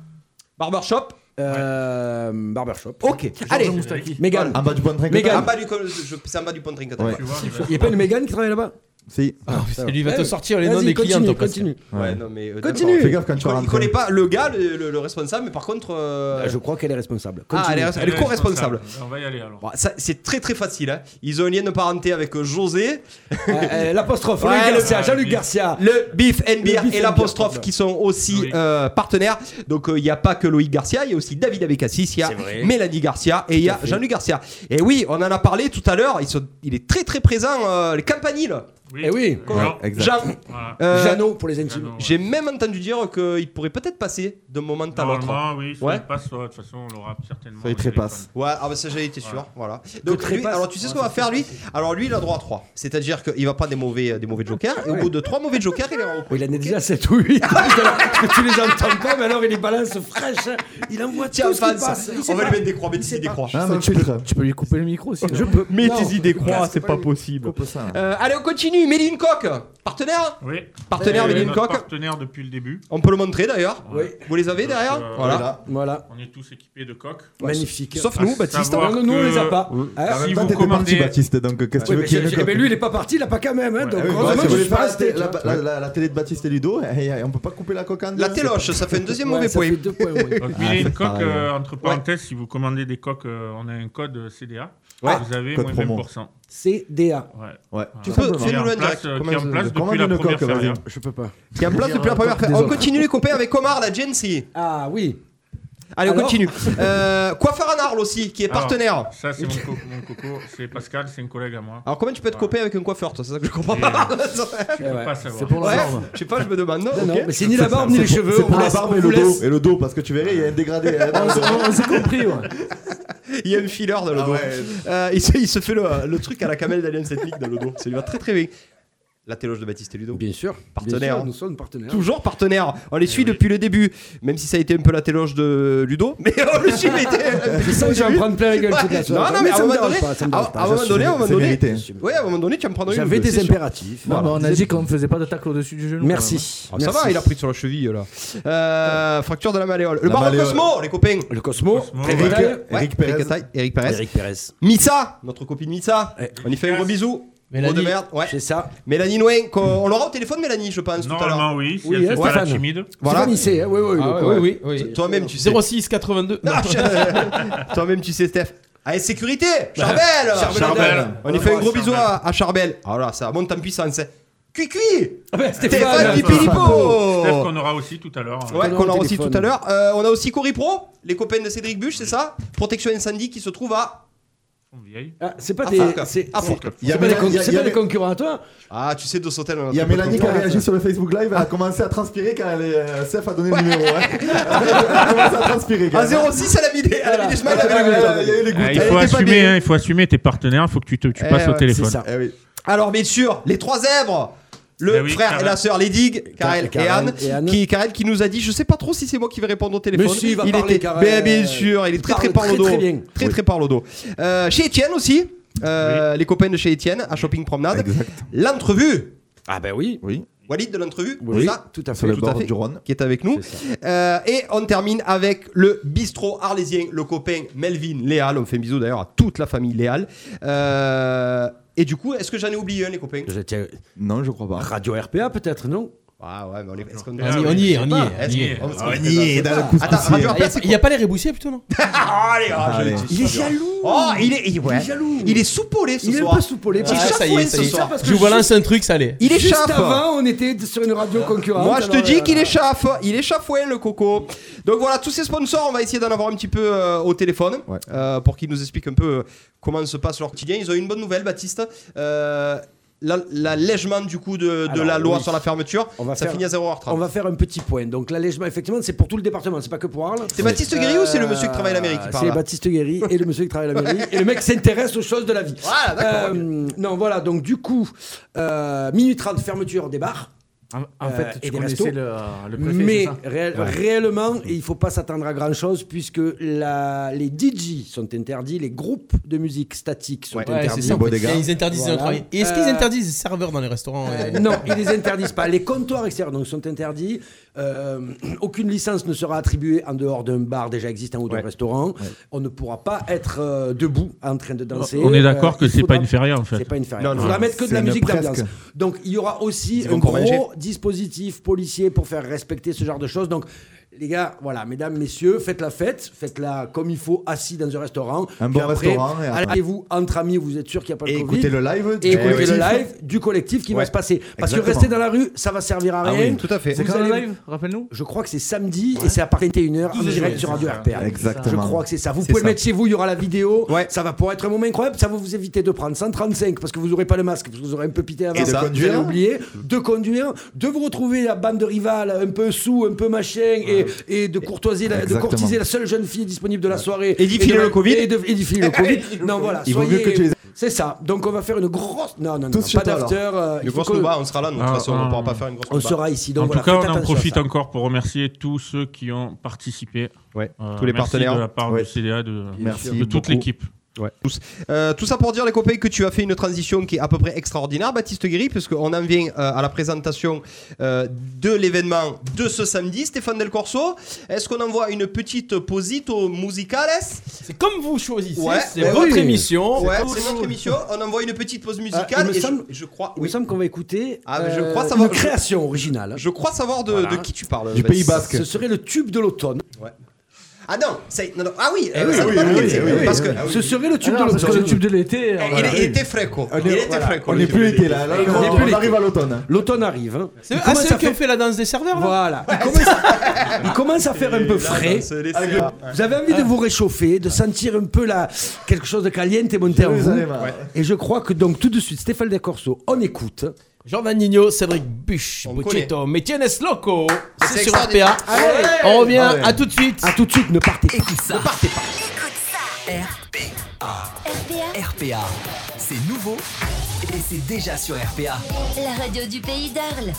S2: Barbershop,
S3: Euh, Barbershop.
S2: ok. Allez,
S6: Georges Moustaki.
S3: Mégane.
S5: En bas du point de trinquetage.
S2: en
S3: Mégane.
S2: bas du, col- je- c'est en bas du pont de Trinquetage.
S5: Ouais.
S4: Tu vois, il va-
S3: Il n'y a pas une Mégane qui travaille là-bas
S5: Si.
S1: Ah, putain, lui va te
S3: Ouais.
S1: sortir les
S3: Vas-y,
S1: noms des
S3: continue,
S1: clients de ton podcast.
S3: continue.
S5: Ouais.
S2: Ouais, non, mais, euh,
S3: Continue.
S2: d'accord.
S5: Fais gaffe quand
S2: Il
S5: tu
S2: connaît-
S5: vas
S2: il
S5: rentrer.
S2: connaît pas le gars, le, le- le responsable, mais par contre. euh,
S3: Ah, Je crois qu'elle est responsable.
S2: Ah, elle est,
S3: Continue.
S2: res- elle est co-responsable.
S4: On va y aller alors.
S2: Bon, ça, c'est très très facile. hein. Ils ont un lien de parenté avec euh, José,
S3: Euh,
S2: *laughs*
S3: euh, L'apostrophe,
S2: Ouais,
S3: Luc
S2: le-
S3: Garcia,
S4: ouais,
S3: Jean-Luc
S4: oui.
S3: Garcia.
S2: le Beef and Beer
S3: Le Beef
S2: et
S3: and
S2: l'apostrophe
S3: Beer,
S2: qui sont aussi
S4: Oui.
S2: euh, partenaires. Donc euh, il n'y a pas que Loïc Garcia, il y a aussi David Abécassis, il y a Mélanie Garcia et il y a Jean-Luc Garcia. Et oui, on en a parlé tout à l'heure. ils sont- il est très très présent euh, les campaniles.
S4: Oui.
S3: Eh oui,
S4: Voilà.
S5: Ouais, exact.
S2: Jean,
S4: Voilà.
S2: euh,
S3: Jeannot pour les intimes.
S4: Jeannot, ouais.
S2: J'ai même entendu dire qu'il pourrait peut-être passer d'un moment à l'autre.
S4: Normalement, oui, ça
S2: Ouais.
S4: y passe, ouais, de toute façon, on l'aura certainement.
S5: Ça y
S4: au
S5: trépasse.
S2: Ouais, ah bah ça j'avais été sûr, voilà. Donc
S3: trépasse.
S2: lui, alors tu sais ce qu'on va faire lui Alors lui il a droit à 3. C'est-à-dire qu'il va prendre des mauvais, des mauvais jokers et au bout de 3 mauvais jokers il est en
S3: Oh, il en est déjà 7 ou *laughs* 8. que tu les entends pas, mais alors il les balance fraîche. hein. Il envoie
S2: Tiens,
S3: tout ce
S2: Vance,
S3: qui passe. Il sait
S2: on va
S3: pas.
S2: lui mettre des croix, mets des croix.
S5: Ah, mais tu peux.
S6: Tu peux lui couper le micro si
S3: Je peux.
S2: Mets
S3: Non.
S2: tes idées croix,
S5: c'est pas possible.
S3: hein.
S2: Euh, allez, on continue. Méline Coq, partenaire
S4: téléphone. Oui.
S2: Partenaire,
S4: Euh,
S2: Méline
S4: notre
S2: Coq.
S4: Partenaire depuis le début.
S2: On peut le montrer d'ailleurs.
S3: Oui,
S2: Vous les avez derrière
S4: Euh,
S2: Voilà.
S3: voilà.
S4: On est tous équipés de coques.
S3: Magnifique.
S2: Sauf nous,
S4: À
S2: Baptiste.
S4: savoir
S3: Non, nous, on
S4: que-
S3: les a pas. Hein
S4: Si
S5: Si
S4: vous
S5: vous t'étais
S4: commandez-
S5: parti, Baptiste, donc qu'est-ce que
S3: Ouais,
S5: tu veux
S3: mais
S5: qu'il y ait
S3: j'ai-
S5: le coq
S3: mais lui, il est pas parti, il a pas quand même. Hein,
S5: Ah
S3: donc,
S5: oui,
S3: heureusement que
S5: bah, si
S3: je
S5: vous voulez
S3: suis pas
S5: pas
S3: resté.
S5: la, la, la, la- la télé de Baptiste et Ludo, eh, eh, on peut pas couper la coque en deux.
S2: La téloche, ça fait un deuxième
S3: Ouais,
S2: mauvais
S3: ça
S2: point.
S3: fait deux points, ouais.
S4: Donc,
S5: Ah,
S4: il y a
S5: c'est
S4: une coque,
S5: pareil.
S4: euh, entre parenthèses, si vous commandez des coques, euh, on a un code euh, CDA.
S2: Ouais.
S4: Vous avez
S5: Code
S4: moins
S5: promo.
S4: 20%.
S3: CDA.
S4: Ouais.
S5: Ouais.
S4: Voilà.
S2: Tu
S5: Tout
S2: peux-
S5: simplement.
S4: Qui est
S2: fais-nous
S4: en
S2: le
S4: place,
S2: direct,
S4: euh, qui
S2: comment
S4: est en place
S5: commande
S4: depuis la
S5: une
S4: première hein.
S5: coque, vas-y.
S4: ferrière.
S3: Je peux pas.
S2: Qui est en place depuis la première fois.
S3: des
S2: On
S3: autres.
S2: continue les copains avec Omar, la Gency.
S3: Ah oui.
S2: Allez, on
S3: Alors *laughs*
S2: continue. Euh, Coiffeur en Arles aussi, qui est
S4: Alors,
S2: partenaire.
S4: Ça, c'est mon, co- mon coco. C'est Pascal, c'est un collègue à moi.
S2: Alors comment tu peux être copain avec un coiffeur toi C'est ça que je comprends
S4: Et- *laughs*
S2: pas.
S4: Je peux
S3: ouais.
S4: pas savoir.
S6: C'est pour la
S2: Ouais,
S6: barbe.
S2: je sais pas, je me demande. Non,
S3: Non, non,
S2: ok.
S3: mais c'est ni la barbe ni les cheveux.
S5: C'est
S3: on
S5: pour la
S3: laisse-
S5: barbe
S3: on
S5: et le
S3: laisse-
S5: dos. Et le dos, parce que tu verrais, il y a un dégradé.
S3: Ah,
S5: hein, dans le-
S6: On s'est compris, ouais.
S2: euh, *laughs* Il y a un filler dans le
S5: Ah
S2: dos.
S5: ouais.
S2: Euh, il, se, il se fait le, le truc à la camel d'Alien Ethnic dans le dos. Ça lui va très très bien. La téloge de Baptiste et Ludo.
S3: Bien sûr.
S2: Partenaire,
S3: Bien sûr,
S2: hein.
S3: Nous sommes partenaires.
S2: Toujours partenaire. On
S5: Eh
S2: les suit depuis le début. Même si ça a été un peu la téloge de Ludo. *laughs* Mais on le suit. mais-
S3: *laughs* Tu sens que je vais me prendre plein la gueule toute la
S2: Ouais.
S3: soirée.
S2: Non, non, mais à un
S3: ça me
S2: moment
S3: dérange
S2: donné-
S3: pas, ça me dérange
S2: à-
S3: pas,
S2: à un moment
S3: j'assume.
S2: donné, on va
S5: C'est
S2: donner-
S5: vérité.
S2: Ouais, à un moment donné, tu vas me prendre une.
S3: J'avais
S2: deux,
S3: des
S2: c'est sûr.
S3: impératifs.
S6: Non, mais on a dit qu'on ne faisait pas d'attaque au-dessus du genou. hein,
S3: Merci.
S2: Ah, ça va, il a pris sur la cheville là. Euh, Fracture de la malléole. Le
S5: La
S2: bar de
S5: malléole.
S2: Cosmo, les copains.
S3: Le Cosmo.
S4: Cosmo,
S3: Eric-
S5: ouais.
S3: Eric-
S2: Ouais,
S5: Eric Perez.
S2: Ataï, Eric Perez.
S3: Eric Pérez.
S2: Missa, notre copine Missa.
S3: Ouais.
S2: On y fait un gros bisou. Gros de
S1: Mélanie.
S2: merde. Ouais.
S3: C'est ça.
S2: Mélanie Nouin, qu'on- on l'aura au téléphone, Mélanie, je pense, tout à l'heure.
S4: Normalement, oui. Si
S3: Oui,
S4: elle
S3: hein,
S4: fait pas la
S3: Stéphane.
S4: timide.
S2: Voilà.
S3: Voilà. Oui, oui,
S1: Ah
S3: oui.
S1: ouais, oui, oui, oui.
S2: Toi-même, tu sais.
S1: 06 82. Non.
S2: Ah, je- *laughs* Toi-même, tu sais, Steph. Allez, sécurité Charbel
S4: Charbel.
S2: On y fait un gros bisou
S4: Charbel.
S2: à, à Charbel. Ah là, ça monte en puissance. hein. Cui-cui
S3: Ah ben,
S2: Stéphane
S3: Stéphane.
S4: Di
S2: Pipilipo
S4: Steph qu'on aura aussi tout à l'heure.
S2: Ouais, qu'on a
S3: Au
S2: aussi tout
S3: téléphone.
S2: à l'heure. Euh, on a aussi Cori Pro, les copains de Cédric Buche, c'est ça Protection incendie qui se trouve à.
S4: On vieille.
S3: Ah, C'est pas
S2: à
S3: des.
S2: Fourques.
S3: C'est
S2: À Fourques.
S5: Il y a
S3: c'est pas des
S5: Mélanie-
S3: con-
S5: il y a-
S3: c'est
S5: il y
S3: pas
S5: a-
S3: des concurrents à toi
S2: Ah, tu sais, de sauter
S5: Il y a Mélanie qui
S2: *laughs*
S5: a réagi *laughs* sur le Facebook Live, elle a commencé à transpirer quand elle est, euh, Steph a donné le numéro. hein. Elle *laughs* a commencé à transpirer. quand
S2: À
S5: même.
S2: 06, elle a mis des, elle a mis des smiles, elle
S5: Ouais,
S2: avait la-
S5: ouais, Il y a eu
S4: Ah, il
S5: les
S2: Elle
S5: gouttes.
S4: faut
S2: était pas
S4: assumer,
S2: bien.
S4: hein, il faut assumer tes partenaires. Il faut que tu, te, tu
S2: Eh
S4: passes
S2: ouais,
S4: au téléphone.
S3: c'est ça.
S5: Eh oui.
S2: Alors, bien sûr, les trois zèbres le
S4: Eh oui,
S2: frère et
S4: Karel.
S2: la sœur, les digues, Karel,
S3: Karel
S2: et Anne,
S3: et Anne.
S2: Qui, Karel qui nous a dit, je sais pas trop si c'est moi qui vais répondre au téléphone.
S3: Mais si, il va
S2: il
S3: parler,
S2: était,
S3: Karel.
S2: bien, bien sûr, il est
S3: Il
S2: très très
S3: parle
S2: parlodo.
S3: très, très bien.
S2: Très très parlodo. Euh, chez Étienne aussi, euh, les copains de chez Étienne à Shopping Promenade.
S5: Exact.
S2: L'entrevue,
S3: Ah ben oui.
S5: Oui.
S2: Walid de l'entrevue,
S3: Oui,
S2: c'est ça
S3: tout à
S5: Sur
S3: fait.
S5: le
S2: Tout à
S5: bord
S2: fait.
S5: du Rhône.
S2: qui est avec nous. Euh, et on termine avec le bistrot arlésien, le copain Melvin Léal. On fait un bisou d'ailleurs à toute la famille Léal. Euh, et du coup, est-ce que j'en ai oublié un, les copains
S3: Je tiens-
S5: Non, je crois pas.
S3: Radio RPA peut-être, non
S2: Ah ouais, mais on est- est-ce qu'on est-
S4: Ah
S1: On y-
S4: oui,
S1: on y est,
S4: je
S1: on y
S2: Ah,
S1: est. on
S2: est-ce
S1: y
S2: qu'on-
S1: est.
S2: est-ce qu'on-
S5: On y est, dans le coup de
S2: Attends,
S5: poussière.
S2: Radio
S1: Ah, il y a
S2: RPA,
S1: pas-
S2: c'est
S1: Il n'y a pas les réboussiers
S2: *laughs*
S1: plutôt, non
S2: Ah, les gars, je
S5: Allez.
S2: le dis.
S3: Il est jaloux.
S2: Oh, il est, il, ouais.
S3: Il est jaloux.
S2: Il est soupolé ce
S3: Il est un
S2: soir.
S3: peu soupolé.
S2: Ah,
S3: parce que
S2: ça y est, ça y est.
S3: soir, parce que
S1: Je vous
S3: juste-
S1: lance un truc, ça l'est.
S2: Il
S3: Juste
S2: échappe.
S3: avant, on était sur une radio concurrente.
S2: Moi, je te
S3: alors,
S2: dis
S3: euh,
S2: qu'il échappe. Il échappe, ouais, le coco. Donc voilà, tous ces sponsors, on va essayer d'en avoir un petit peu euh, au téléphone
S5: Ouais.
S2: euh, pour qu'ils nous expliquent un peu euh, comment se passe leur quotidien. Ils ont une bonne nouvelle, Baptiste. Euh, la- L'allègement du coup de, de
S3: Alors,
S2: la loi
S3: oui.
S2: sur la fermeture,
S3: On va
S2: ça
S3: faire-
S2: finit à 0h30.
S3: On va faire un petit point. Donc l'allègement, effectivement, c'est pour tout le département, c'est pas que pour Arles.
S2: C'est Baptiste Guéry ou c'est le monsieur qui travaille à la mairie qui
S3: Euh,
S2: parle
S3: C'est
S2: là
S3: Baptiste Guéry et le monsieur qui travaille à la mairie. Et le mec s'intéresse aux choses de la vie.
S2: *laughs* Voilà, d'accord,
S3: Euh, non, voilà, donc du coup, euh, minuit 30, fermeture des bars.
S6: En, en
S3: euh,
S6: fait,
S3: et
S6: tu
S3: des
S6: connaissais
S3: restos.
S6: le, le préfet,
S3: Mais
S6: c'est ça
S3: réel-
S7: Ouais.
S3: réellement, il ne faut pas s'attendre à grand-chose puisque la- les DJ sont interdits, les groupes de musique statique sont
S2: Ouais.
S1: Ouais, c'est
S3: interdits.
S1: ça. en
S5: beau
S1: fait.
S5: dégât.
S1: Ils interdisent
S3: Voilà.
S1: les travail. Et est-ce qu'ils
S3: Euh,
S1: interdisent les serveurs dans les restaurants
S3: Euh,
S1: et- *laughs*
S3: non, ils les interdisent pas. Les comptoirs extérieurs donc, sont interdits. Euh, aucune licence ne sera attribuée en dehors d'un bar déjà existant ou d'un
S2: Ouais.
S3: restaurant. On ne pourra pas être euh, debout en train de danser.
S4: On est d'accord
S3: Euh,
S4: que
S3: il
S4: c'est pas
S3: faudra-
S4: une feria en fait.
S3: C'est pas une feria.
S2: Non,
S3: Il
S2: non,
S3: faudra mettre que de
S5: c'est
S3: la
S5: une
S3: musique
S5: presque.
S3: d'ambiance. Donc il y aura aussi
S2: Ils
S3: un
S2: vont
S3: gros
S2: corriger.
S3: dispositif policier pour faire respecter ce genre de choses. Donc les gars, voilà, mesdames, messieurs, faites la fête, faites-la comme il faut, assis dans un restaurant.
S5: Un
S3: Puis
S5: bon
S3: après,
S5: restaurant, et après-
S3: Allez-vous entre amis, vous êtes sûr qu'il n'y a pas de
S5: Et
S3: Covid.
S5: écoutez le live. eh
S3: Et
S5: du
S3: écoutez
S5: collectif.
S3: le live du collectif qui va
S2: Ouais,
S3: se passer. Parce que
S5: exactement.
S3: rester dans la rue, ça va servir à
S2: Ah
S3: rien.
S2: oui, tout à fait.
S6: C'est
S3: Vous
S6: quand le
S3: allez-
S6: live Rappelle-nous.
S3: Je crois que c'est samedi et c'est à partir de 21h en direct sur Radio RPA. Je
S5: Exactement.
S3: crois que c'est ça. Vous
S5: C'est
S3: pouvez le
S5: ça.
S3: mettre chez vous, il y aura la vidéo.
S2: Ouais.
S3: Ça va pouvoir être un moment incroyable. Ça va vous éviter de prendre 135 parce que vous n'aurez pas le masque, parce que vous aurez un peu pité avant.
S5: Et de
S3: Vous allez
S5: conduire.
S3: oublier, de conduire, de vous retrouver la bande rivale un peu sous, un peu machin, et, et de, courtoiser la- de
S5: Exactement.
S3: courtiser la seule jeune fille disponible de la soirée.
S2: Et d'y filer
S3: de-
S2: le Covid.
S3: Et, de, et d'y
S5: *laughs*
S3: filer le Covid. non, voilà.
S5: Il vaut mieux
S3: soyez-
S5: que tu les-
S3: C'est ça. Donc on va faire une grosse. Non, non, non.
S5: Tous chez
S3: pas
S5: toi, alors.
S3: d'after. euh, il
S2: Une
S3: faut
S2: grosse
S3: que-
S2: nouba, on sera là, de toute
S4: Ah,
S2: façon, on
S4: ah.
S2: pourra pas faire une grosse
S3: On
S2: nouba.
S3: sera ici.
S4: en
S3: Donc voilà,
S4: tout cas,
S3: faites
S4: on en
S3: attention à
S4: profite
S3: ça.
S4: encore pour remercier tous ceux qui ont participé.
S2: Ouais,
S4: Euh,
S2: tous les
S4: merci
S2: partenaires.
S4: de la part
S5: Ouais.
S4: du CDA, de,
S5: Merci
S4: de toute
S5: beaucoup.
S4: l'équipe.
S2: Euh, tout ça pour dire, les copains, que tu as fait une transition qui est à peu près extraordinaire, Baptiste Guéry, puisqu'on en vient euh, à la présentation euh, de l'événement de ce samedi. Stéphane Del Corso, est-ce qu'on envoie une petite posito musicales
S1: C'est comme vous choisissez.
S2: Ouais,
S1: c'est
S2: eh
S1: votre
S3: oui.
S1: émission.
S2: Ouais, c'est notre émission. On envoie une petite pause
S3: Ah, il
S2: musicale
S3: me
S2: et
S3: semble-
S2: je, je crois.
S3: Il me
S2: oui.
S3: semble qu'on va écouter euh,
S2: Ah, mais je crois
S3: une
S2: savoir-
S3: création originale.
S2: Je crois savoir de,
S3: Voilà.
S2: de qui tu parles.
S5: Du
S2: Baptiste.
S5: Pays Basque.
S3: Ce serait le tube de l'automne.
S2: Ah non, c'est- non, non, ah oui, euh,
S5: Eh oui,
S2: ça
S5: oui,
S2: dépend de
S5: oui,
S2: quel-
S5: oui,
S2: c'est-
S5: oui,
S2: parce que euh, Eh,
S3: Ce serait le tube
S6: Ah non,
S3: de
S6: parce que
S3: l'automne.
S6: le tube de l'été. euh,
S2: il, il était fréco. Il était fréco.
S5: On n'est plus l'été là. Là,
S3: on est
S5: on
S3: plus l'été.
S5: arrive à l'automne.
S3: L'automne arrive. hein.
S1: C'est
S3: Il
S1: ah,
S3: commence
S1: c'est eux
S3: à
S1: qui ont
S3: faire...
S1: fait la danse des serveurs là
S3: Voilà.
S5: Ah,
S3: Il commence, à... il commence à faire un peu frais.
S5: Avec le-
S3: Vous avez envie de vous réchauffer, de sentir un peu la... quelque chose de caliente monter en vous.
S5: Jérusalem, hein.
S3: Et je crois que donc tout de suite, Stéphane Decorso, on écoute.
S1: Jordan Nino, Cédric Buche,
S2: On
S1: Bocchetto, Métienes Loco.
S2: C'est
S1: C'est sur RPA.
S2: extraordinaire.
S1: On revient
S5: Ah ouais.
S1: à tout de suite.
S3: À tout de suite, ne partez pas.
S8: Écoute ça.
S9: Ah.
S8: RPA,
S9: RPA. C'est nouveau et c'est déjà sur RPA.
S8: la radio du pays d'Arles.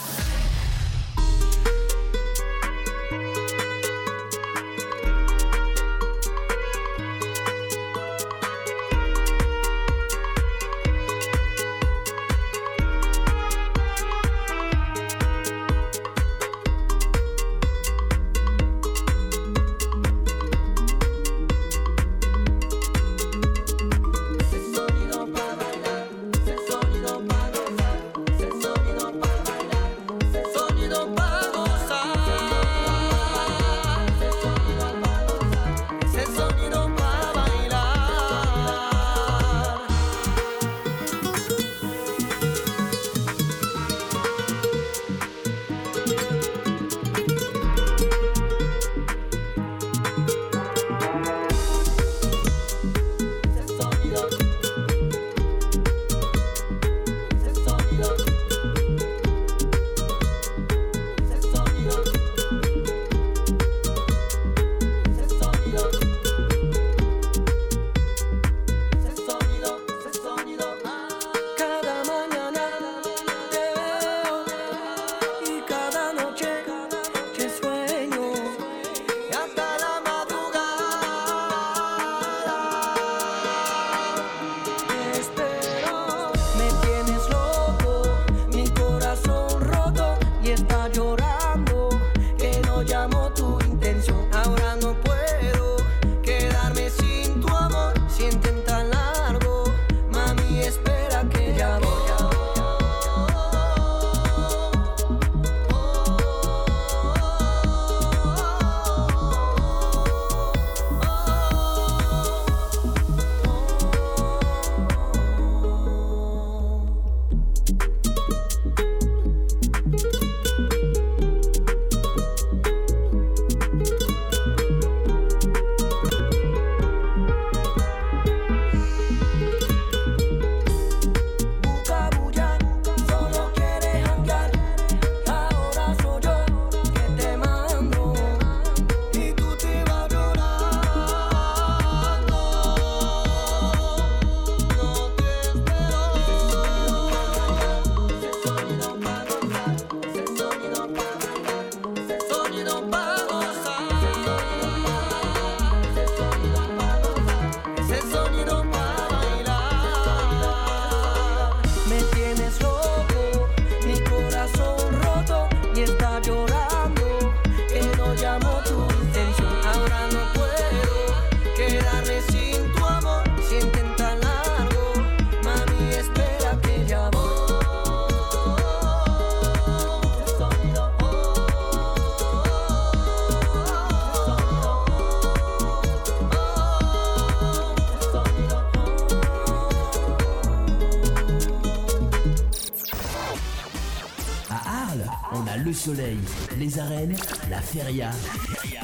S9: Arles, on a le soleil, les arènes, la feria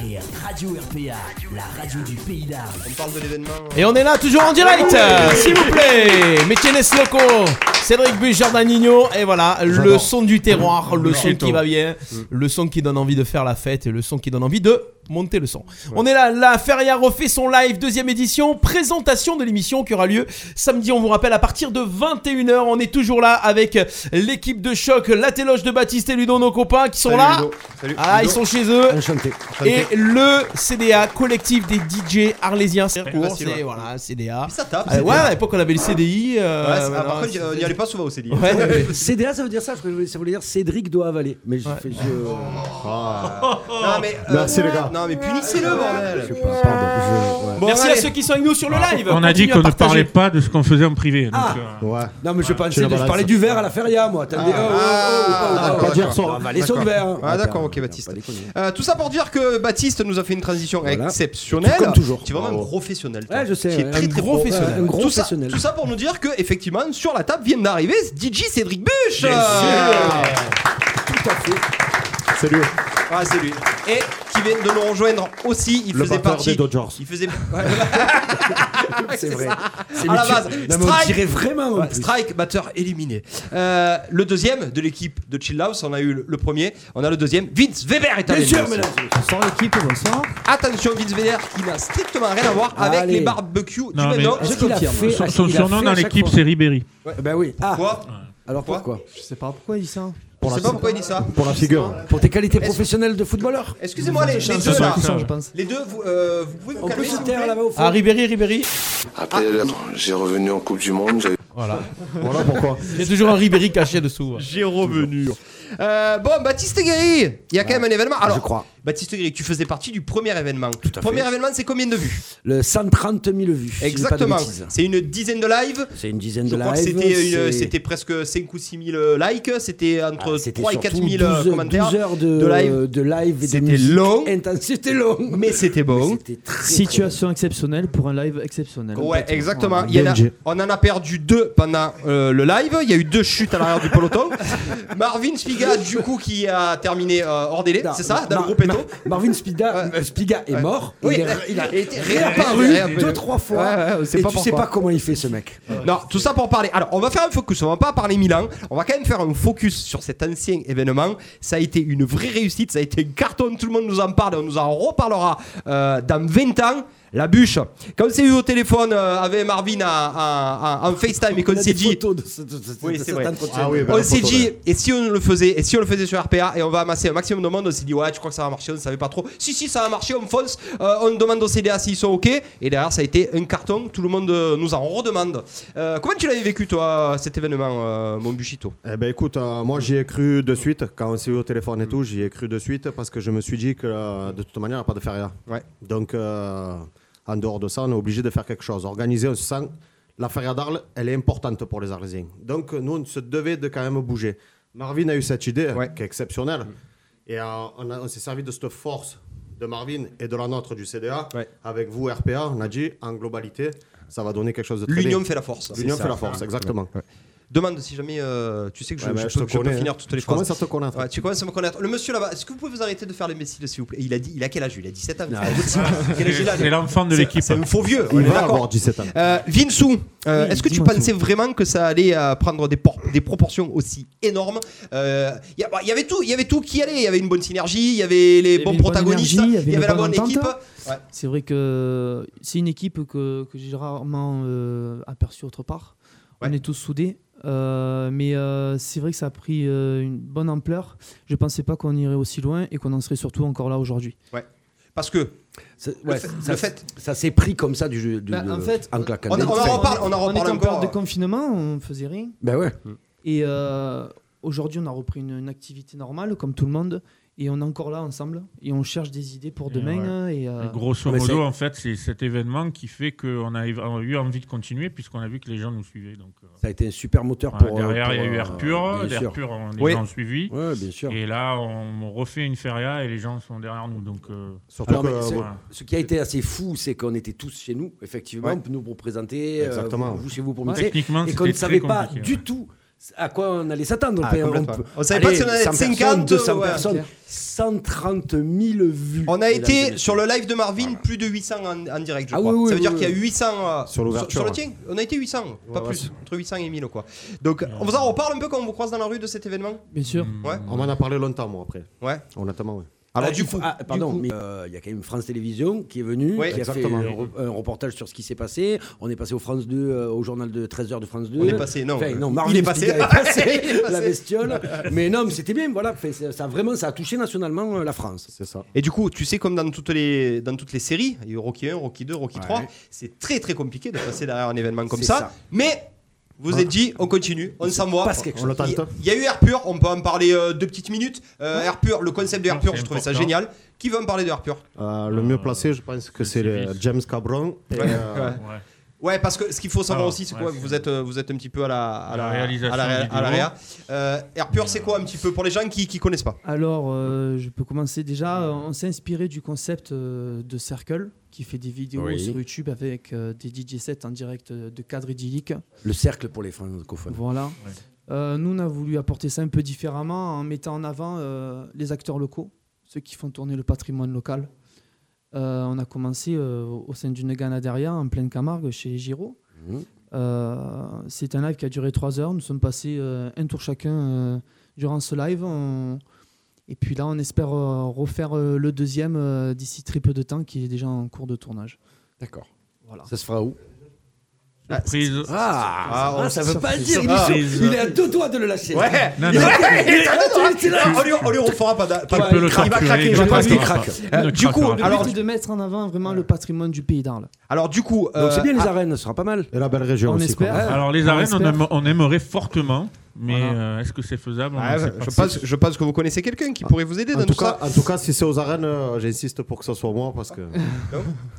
S9: et Radio RPA, la radio du pays d'Arles.
S2: On parle de l'événement.
S1: Et on est là toujours en direct, euh, s'il vous plaît. Métiennes Loco, Cédric Buch, Jordan Nino, et voilà, le
S2: J'adore. Mm.
S1: son du terroir, le son
S4: Magnéto.
S1: qui va bien, le son qui donne envie de faire la fête et le son qui donne envie de monter le son. On est là, la Feria refait son live, deuxième édition, présentation de l'émission qui aura lieu samedi, on vous rappelle, à partir de 21h. On est toujours là avec l'équipe de choc, la téloge de Baptiste et Ludo, nos copains qui sont
S2: Salut,
S1: là.
S2: Ludo. Salut,
S1: Ah, ils
S2: Ludo.
S1: sont chez eux.
S3: Enchanté.
S1: Et le CDA, collectif des DJ arlésiens. C'est court,
S2: facile,
S1: c'est
S2: ouais.
S1: voilà, CDA.
S2: Ça tape.
S1: Ah, ouais, à l'époque on avait le CDI. euh,
S2: Ouais, c'est- ah,
S1: maintenant,
S2: par contre,
S1: c'est-
S2: il n'y allait pas souvent au CDI.
S1: Ouais, mais-
S3: CDA, ça veut dire ça, je crois que ça voulait dire Cédric doit avaler. Mais j'ai fait. je-
S1: Ah.
S2: Non, mais,
S1: Bah,
S2: euh,
S5: Merci, les gars.
S2: Non, mais punissez-le,
S3: Je sais
S2: bordel.
S3: pas, pardon, je- ouais.
S1: Merci
S2: allez.
S1: à ceux qui sont avec nous sur le live.
S4: Ah, On a dit
S1: Continuez à
S4: qu'on ne
S1: partager.
S4: parlait pas de ce qu'on faisait en privé. donc,
S3: Ah.
S4: euh,
S5: Ouais.
S3: Non, mais je pensais,
S5: la
S3: je
S5: balance.
S3: parlais du verre à la feria, moi. T'as dit, oh, oh, oh, oh, oh,
S5: Ah,
S3: oh,
S5: pas
S3: oh,
S5: dire
S3: oh,
S5: ça.
S3: on va avaler son verre. hein.
S2: Ah, d'accord,
S3: Attends,
S2: ok,
S3: on va
S2: Baptiste.
S3: pas déconner.
S2: Euh, tout ça pour dire que Baptiste nous a fait une transition
S3: Voilà.
S2: exceptionnelle.
S3: Comme toujours.
S2: Tu es vraiment un
S5: Bravo.
S2: professionnel. toi.
S3: Ouais, je sais.
S2: Tu es
S3: ouais.
S2: très, très
S3: gros euh,
S2: professionnel.
S3: Un gros
S2: tout, ça,
S3: professionnel.
S2: tout ça pour nous dire que, effectivement, sur la table viennent d'arriver DJ Cédric Buch.
S3: Tout à fait.
S5: C'est lui.
S2: Ah, c'est lui. Et qui vient de nous rejoindre aussi. Il
S5: Le
S2: faisait
S5: batteur
S2: partie.
S5: des Dodgers.
S2: Il faisait.
S3: C'est vrai. C'est
S2: À la
S3: mutuel.
S2: base,
S3: Non, mais on
S2: strike.
S3: dirait vraiment. en
S2: Ouais,
S3: plus.
S2: Strike, batteur éliminé. Euh, le deuxième de l'équipe de Chill House, on a eu le- le premier. On a le deuxième. Vince Weber est
S3: Bien
S2: avec
S3: sûr,
S2: nous.
S3: mesdames.
S5: Bonsoir l'équipe, bonsoir.
S2: Attention, Vince Weber qui n'a strictement rien à voir avec
S3: Allez.
S2: les barbecues du
S4: Non,
S2: même
S4: mais-
S2: nom.
S3: Est-ce qu'il a fait
S4: son,
S3: à-
S4: son
S3: il a
S4: surnom
S3: fait
S4: dans
S3: à chaque
S4: l'équipe,
S3: fois
S4: c'est Ribéry.
S3: Ben oui. Ah,
S2: Quoi
S3: alors
S2: Quoi
S3: pourquoi
S5: Je sais pas pourquoi il dit ça.
S2: Je sais pas pourquoi il dit ça.
S5: Pour la figure.
S3: Pour tes qualités professionnelles de footballeur
S2: Excusez-moi les, les
S5: C'est
S2: deux là.
S5: ça, je pense.
S2: Les deux, vous, euh, vous pouvez vous
S3: On peut
S2: calmer s'il
S3: se
S2: vous
S3: taire
S2: plaît
S3: là-bas au fond.
S1: Ah, Ribéry, Ribéry.
S7: Après,
S2: Ah.
S7: j'ai revenu en Coupe du Monde. j'avais-
S1: Voilà.
S2: Oh.
S5: Voilà
S1: *laughs*
S5: pourquoi.
S1: Il y a toujours un Ribéry caché dessous. ouais.
S2: J'ai revenu. Euh, bon, Baptiste Guéry, il y a quand même un événement. Alors,
S3: je crois.
S2: Baptiste Guéry, tu faisais partie du premier événement. premier événement, c'est combien de vues
S3: Le 130 000 vues. si je dis pas de
S2: Exactement.
S3: bêtises.
S2: C'est une dizaine de lives.
S3: C'est une dizaine
S2: Je
S3: de
S2: crois que
S3: lives.
S2: c'était une-
S3: c'est-
S2: c'était presque 5 ou 6 000 likes. C'était entre
S3: Ah, c'était
S2: 3 et
S3: surtout
S2: 4 000
S3: 12 heures-
S2: commentaires.
S3: 12 heures de,
S2: de live.
S3: de live et de
S2: C'était
S3: musique
S2: long.
S3: intense. C'était long.
S2: Mais c'était bon.
S3: C'était très,
S10: Situation exceptionnelle pour un live exceptionnel. Ah,
S2: Ouais,
S10: hein.
S2: exactement. Il y en a- on en a perdu deux pendant euh, le live. Il y a eu deux chutes à l'arrière du
S3: *laughs*
S2: peloton. Marvin Spiga, du coup, qui a terminé euh, hors délai,
S3: très long.
S2: c'est ça,
S3: Non,
S2: dans
S3: Mar-
S2: le groupe Eto.
S3: Mar- Marvin Spiga, euh, Spiga est mort.
S2: Oui,
S3: il, est, il a été
S2: il est
S3: réapparu
S2: réapparu.
S3: deux, trois fois.
S2: Ouais, ouais, on sait
S3: et
S2: pas
S3: tu sais
S2: pourquoi.
S3: pas comment il fait ce mec.
S2: Non, tout ça pour parler. Alors, on va faire un focus. On va pas parler Milan. On va quand même faire un focus sur cet ancien événement. Ça a été une vraie réussite. Ça a été un carton. Tout le monde nous en parle. et On nous en reparlera euh, dans 20 ans. La bûche. Quand on s'est eu au téléphone euh, avec Marvin en- en- en- en FaceTime et qu'on
S3: a
S2: s'est
S3: des
S2: dit.
S3: photos de ce- de ce-
S2: Oui,
S3: de
S2: c'est
S3: cet
S2: vrai.
S3: entretien.
S5: Ah oui, ben
S2: on
S5: la
S2: s'est
S5: photo,
S2: dit,
S5: ouais.
S2: et si on le faisait, et si on le faisait sur RPA, et on va amasser un maximum de monde, on s'est dit, ouais, tu crois que ça va marcher, on savait pas trop. Si, si, ça va marcher, on fonce, euh, on demande aux CDA s'ils sont OK, et derrière, ça a été un carton, tout le monde euh, nous en redemande. Euh, comment tu l'avais vécu, toi, cet événement, euh, mon Buchito
S11: Eh ben écoute, euh, moi j'y ai cru de suite, quand on s'est eu au
S2: Mm.
S11: téléphone et tout, j'y ai cru de suite parce que je me suis dit que euh, de toute manière, il n'y a pas de feria.
S2: Ouais.
S11: Donc euh, en dehors de ça, on est obligé de faire quelque chose. Organiser, on se sent, la feria d'Arles, elle est importante pour les Arlésiens. Donc nous, on se devait de quand même bouger. Marvin a eu cette idée
S5: euh,
S2: Ouais.
S11: qui est exceptionnelle.
S2: Mm.
S11: Et euh, on, a- on s'est servi de cette force de Marvin et de la nôtre du CDA.
S2: Ouais.
S11: Avec vous, RPA, on a dit en globalité, ça va donner quelque chose de très
S2: L'union
S11: bien.
S2: fait la force.
S11: L'union fait la force, exactement.
S2: Demande si jamais euh, tu sais que je,
S11: Ouais,
S2: je
S11: mais
S2: peux, je peux finir toutes les
S11: je commence
S2: phrases.
S11: à te connaître.
S2: Ouais, tu commences à me connaître. Le monsieur là-bas, est-ce que vous pouvez vous arrêter de faire les messiles, s'il vous plaît Il a dit, il a quel âge Il a 17 ans. mais Ah, c'est
S1: *laughs*
S2: pas possible. Quel âge il a, lui
S4: C'est l'enfant de
S2: C'est-
S4: l'équipe.
S2: C'est un faux vieux. on
S11: Il
S2: est
S11: va
S2: d'accord.
S11: avoir 17 ans.
S2: Euh, Vinsou, euh,
S10: Oui,
S2: est-ce que tu
S10: dis-moi
S2: pensais vraiment que ça allait euh, prendre des, por- des proportions aussi énormes Euh, Il y, a- bah, il y avait tout, il y avait tout qui allait. Il y avait une bonne synergie, il y avait les
S10: y
S2: bons
S10: avait une bonne
S2: protagonistes,
S10: énergie,
S2: il y avait,
S10: une
S2: la bonne
S10: bonne entente.
S2: équipe.
S10: C'est vrai que c'est une équipe que, que j'ai rarement euh, aperçue autre part. On
S2: Ouais.
S10: est tous soudés. euh, mais euh, c'est vrai que ça a pris euh, une bonne ampleur. Je pensais pas qu'on irait aussi loin et qu'on en serait surtout encore là aujourd'hui.
S2: Parce que
S3: C'est-
S2: le
S3: ouais,
S2: fait-
S3: ça-
S2: le fait,
S3: Ça s'est pris comme ça du jeu. du-
S10: Bah,
S3: de-
S10: en fait,
S3: en claquant.
S2: on a-
S3: des
S2: on
S3: doigts.
S2: en reparle, Ah, on en
S10: On était
S2: reparle
S10: en période de
S2: encore.
S10: confinement, on faisait rien.
S3: Ben ouais.
S10: Et euh, aujourd'hui, on a repris une, une activité normale, comme tout le monde. Et on est encore là ensemble. Et on cherche des idées pour
S4: Et
S10: demain. Et, euh,
S4: Grosso
S3: mais
S4: modo,
S3: c'est-
S4: en fait, c'est cet événement qui fait qu'on a éva- eu envie de continuer puisqu'on a vu que les gens nous suivaient. Donc, euh,
S3: Ça a été un super moteur
S4: voilà,
S3: pour. euh,
S4: derrière, il y a
S3: pour,
S4: eu
S3: euh,
S4: Air Pur.
S3: bien
S4: Air
S3: sûr.
S4: Pur, on- les
S2: Oui.
S4: gens ont suivi.
S3: Ouais, bien sûr.
S4: Et là, on refait une feria et les gens sont derrière nous. Donc, euh,
S11: Surtout
S3: Alors,
S11: que,
S3: Ah, mais c'est-
S11: ouais,
S4: voilà.
S3: ce qui a été assez fou, c'est qu'on était tous chez nous, effectivement,
S11: Ouais.
S3: nous pour présenter, euh,
S11: Exactement.
S3: vous, vous chez vous pour
S4: Ouais.
S3: mixer,
S4: Techniquement,
S3: et
S4: c'était
S3: qu'on ne
S4: très
S3: savait pas
S4: compliqué,
S3: du
S4: ouais.
S3: tout à quoi on allait s'attendre.
S2: Ah, complètement. On savait pas
S3: allez,
S2: si on allait être
S3: 100 personnes,
S2: 50,
S3: 200
S2: ouais.
S3: personnes, 130 000 vues.
S2: On a
S3: mesdames et
S2: été
S3: messieurs.
S2: sur le live de Marvin plus de 800 en, en direct, je
S3: Ah
S2: crois.
S3: oui, oui,
S2: ça veut
S3: oui,
S2: dire
S3: oui,
S2: qu'il y a
S3: oui.
S2: 800 euh,
S11: Sur l'ouverture,
S2: Sur, le
S11: ouais.
S2: tien, on a été 800, pas
S11: Ouais,
S2: plus,
S11: ouais.
S2: entre 800 et 1000 quoi. Donc on vous en reparle un peu quand on vous croise dans la rue de cet événement.
S10: Bien sûr.
S2: Ouais.
S11: On m'en a parlé longtemps, moi, après.
S2: Ouais.
S11: Honnêtement, ouais.
S3: Alors du coup, ah, pardon, mais, euh, il y a quand même France Télévisions qui est venue,
S11: Ouais,
S3: qui a
S11: exactement.
S3: fait un re- un, reportage sur ce qui s'est passé. On est passé au France 2, euh, au journal de 13h de France 2.
S2: On est passé, non.
S3: Enfin, non,
S2: Il
S3: Marvin
S2: est passé.
S3: Spiteri est passé,
S2: *laughs* Il est passé.
S3: *laughs* la bestiole. mais non, mais c'était bien, voilà. Enfin, ça, ça a vraiment, ça a touché nationalement euh, la France.
S11: C'est ça.
S2: Et du coup, tu sais, comme dans toutes les, dans toutes les séries, il y a eu Rocky 1, Rocky 2, Rocky 3, c'est très très compliqué de passer derrière un événement comme
S3: C'est
S2: ça.
S3: ça.
S2: Mais vous
S11: Voilà.
S2: êtes dit, on continue, on s'envoie.
S11: passe quelque
S2: Il
S11: chose. On le tente.
S2: il y a eu Air Pur, on peut en parler euh, deux petites minutes. Euh, Air Pur, le concept de Air Pur,
S11: C'est
S2: j'ai trouvé ça
S11: important.
S2: génial. Qui veut me parler de Air Pur
S11: Euh, le mieux placé, je pense que c'est le James Cabron. et,
S2: Ouais.
S11: euh,
S2: Ouais. Ouais, parce que ce qu'il faut savoir
S11: Alors,
S2: aussi, c'est
S11: ouais,
S2: quoi
S11: c'est-
S2: Vous êtes, euh, vous êtes un petit peu à la, à
S4: La réalisation
S2: à la, ré-
S4: vidéo.
S2: à la réa. Euh, Air Pur, c'est quoi un petit peu pour les gens qui qui connaissent pas
S10: Alors, euh, je peux commencer déjà. Euh, On s'est inspiré du concept euh, de Circle, qui fait des vidéos
S3: Oui.
S10: sur YouTube avec euh, des DJ sets en direct euh, de cadres idylliques.
S3: Le cercle pour les francophones.
S10: Voilà. Euh, nous, on a voulu apporter ça un peu différemment en mettant en avant euh, les acteurs locaux, ceux qui font tourner le patrimoine local. Euh, on a commencé euh, au sein d'une ganaderia en pleine Camargue, chez les Giraud.
S3: Mhm.
S10: Euh, c'est un live qui a duré trois heures. Nous sommes passés euh, un tour chacun euh, durant ce live. On- Et puis là, on espère euh, refaire euh, le deuxième euh, d'ici très peu de temps, qui est déjà en cours de tournage.
S3: D'accord.
S10: Voilà.
S3: Ça se fera où
S4: Surprise.
S3: Ah,
S4: Ah,
S3: ah,
S4: on-
S3: ça veut pas
S4: surprise.
S3: dire. Michel.
S4: Surprise.
S3: Il est à deux doigts de le lâcher.
S2: Ouais.
S3: Il
S2: Non,
S3: est-
S2: non.
S3: il
S4: *laughs*
S3: est- il est là.
S2: On lui- on lui refera pas d'a- pas
S3: Tu
S2: d'a-
S3: peux le
S2: il craque, il va
S3: torturer,
S2: craquer,
S3: il
S2: je
S3: va
S2: pense
S3: craquer,
S2: qu'il
S3: il
S2: craque.
S3: craque.
S2: Euh,
S3: Il
S2: Du coup, alors,
S10: Alors, de mettre en avant vraiment le patrimoine du euh, pays d'Arles.
S2: alors du coup,
S3: Donc c'est bien les
S2: ah,
S3: arènes, ce sera pas mal.
S11: Et la belle région
S10: On
S11: aussi.
S10: espère.
S11: quoi.
S4: Alors les
S10: On
S4: arènes, on,
S10: espère.
S4: aime- on aimerait fortement, mais euh, est-ce que c'est faisable On
S2: ah,
S4: ne
S2: je,
S4: sait pas.
S2: pense, je pense que vous connaissez quelqu'un qui pourrait vous aider dans
S11: En tout,
S2: ça.
S11: cas, en tout cas, si c'est aux arènes, euh, j'insiste pour que ce soit moi
S2: *laughs*
S11: parce que.
S3: *laughs*
S11: Bah,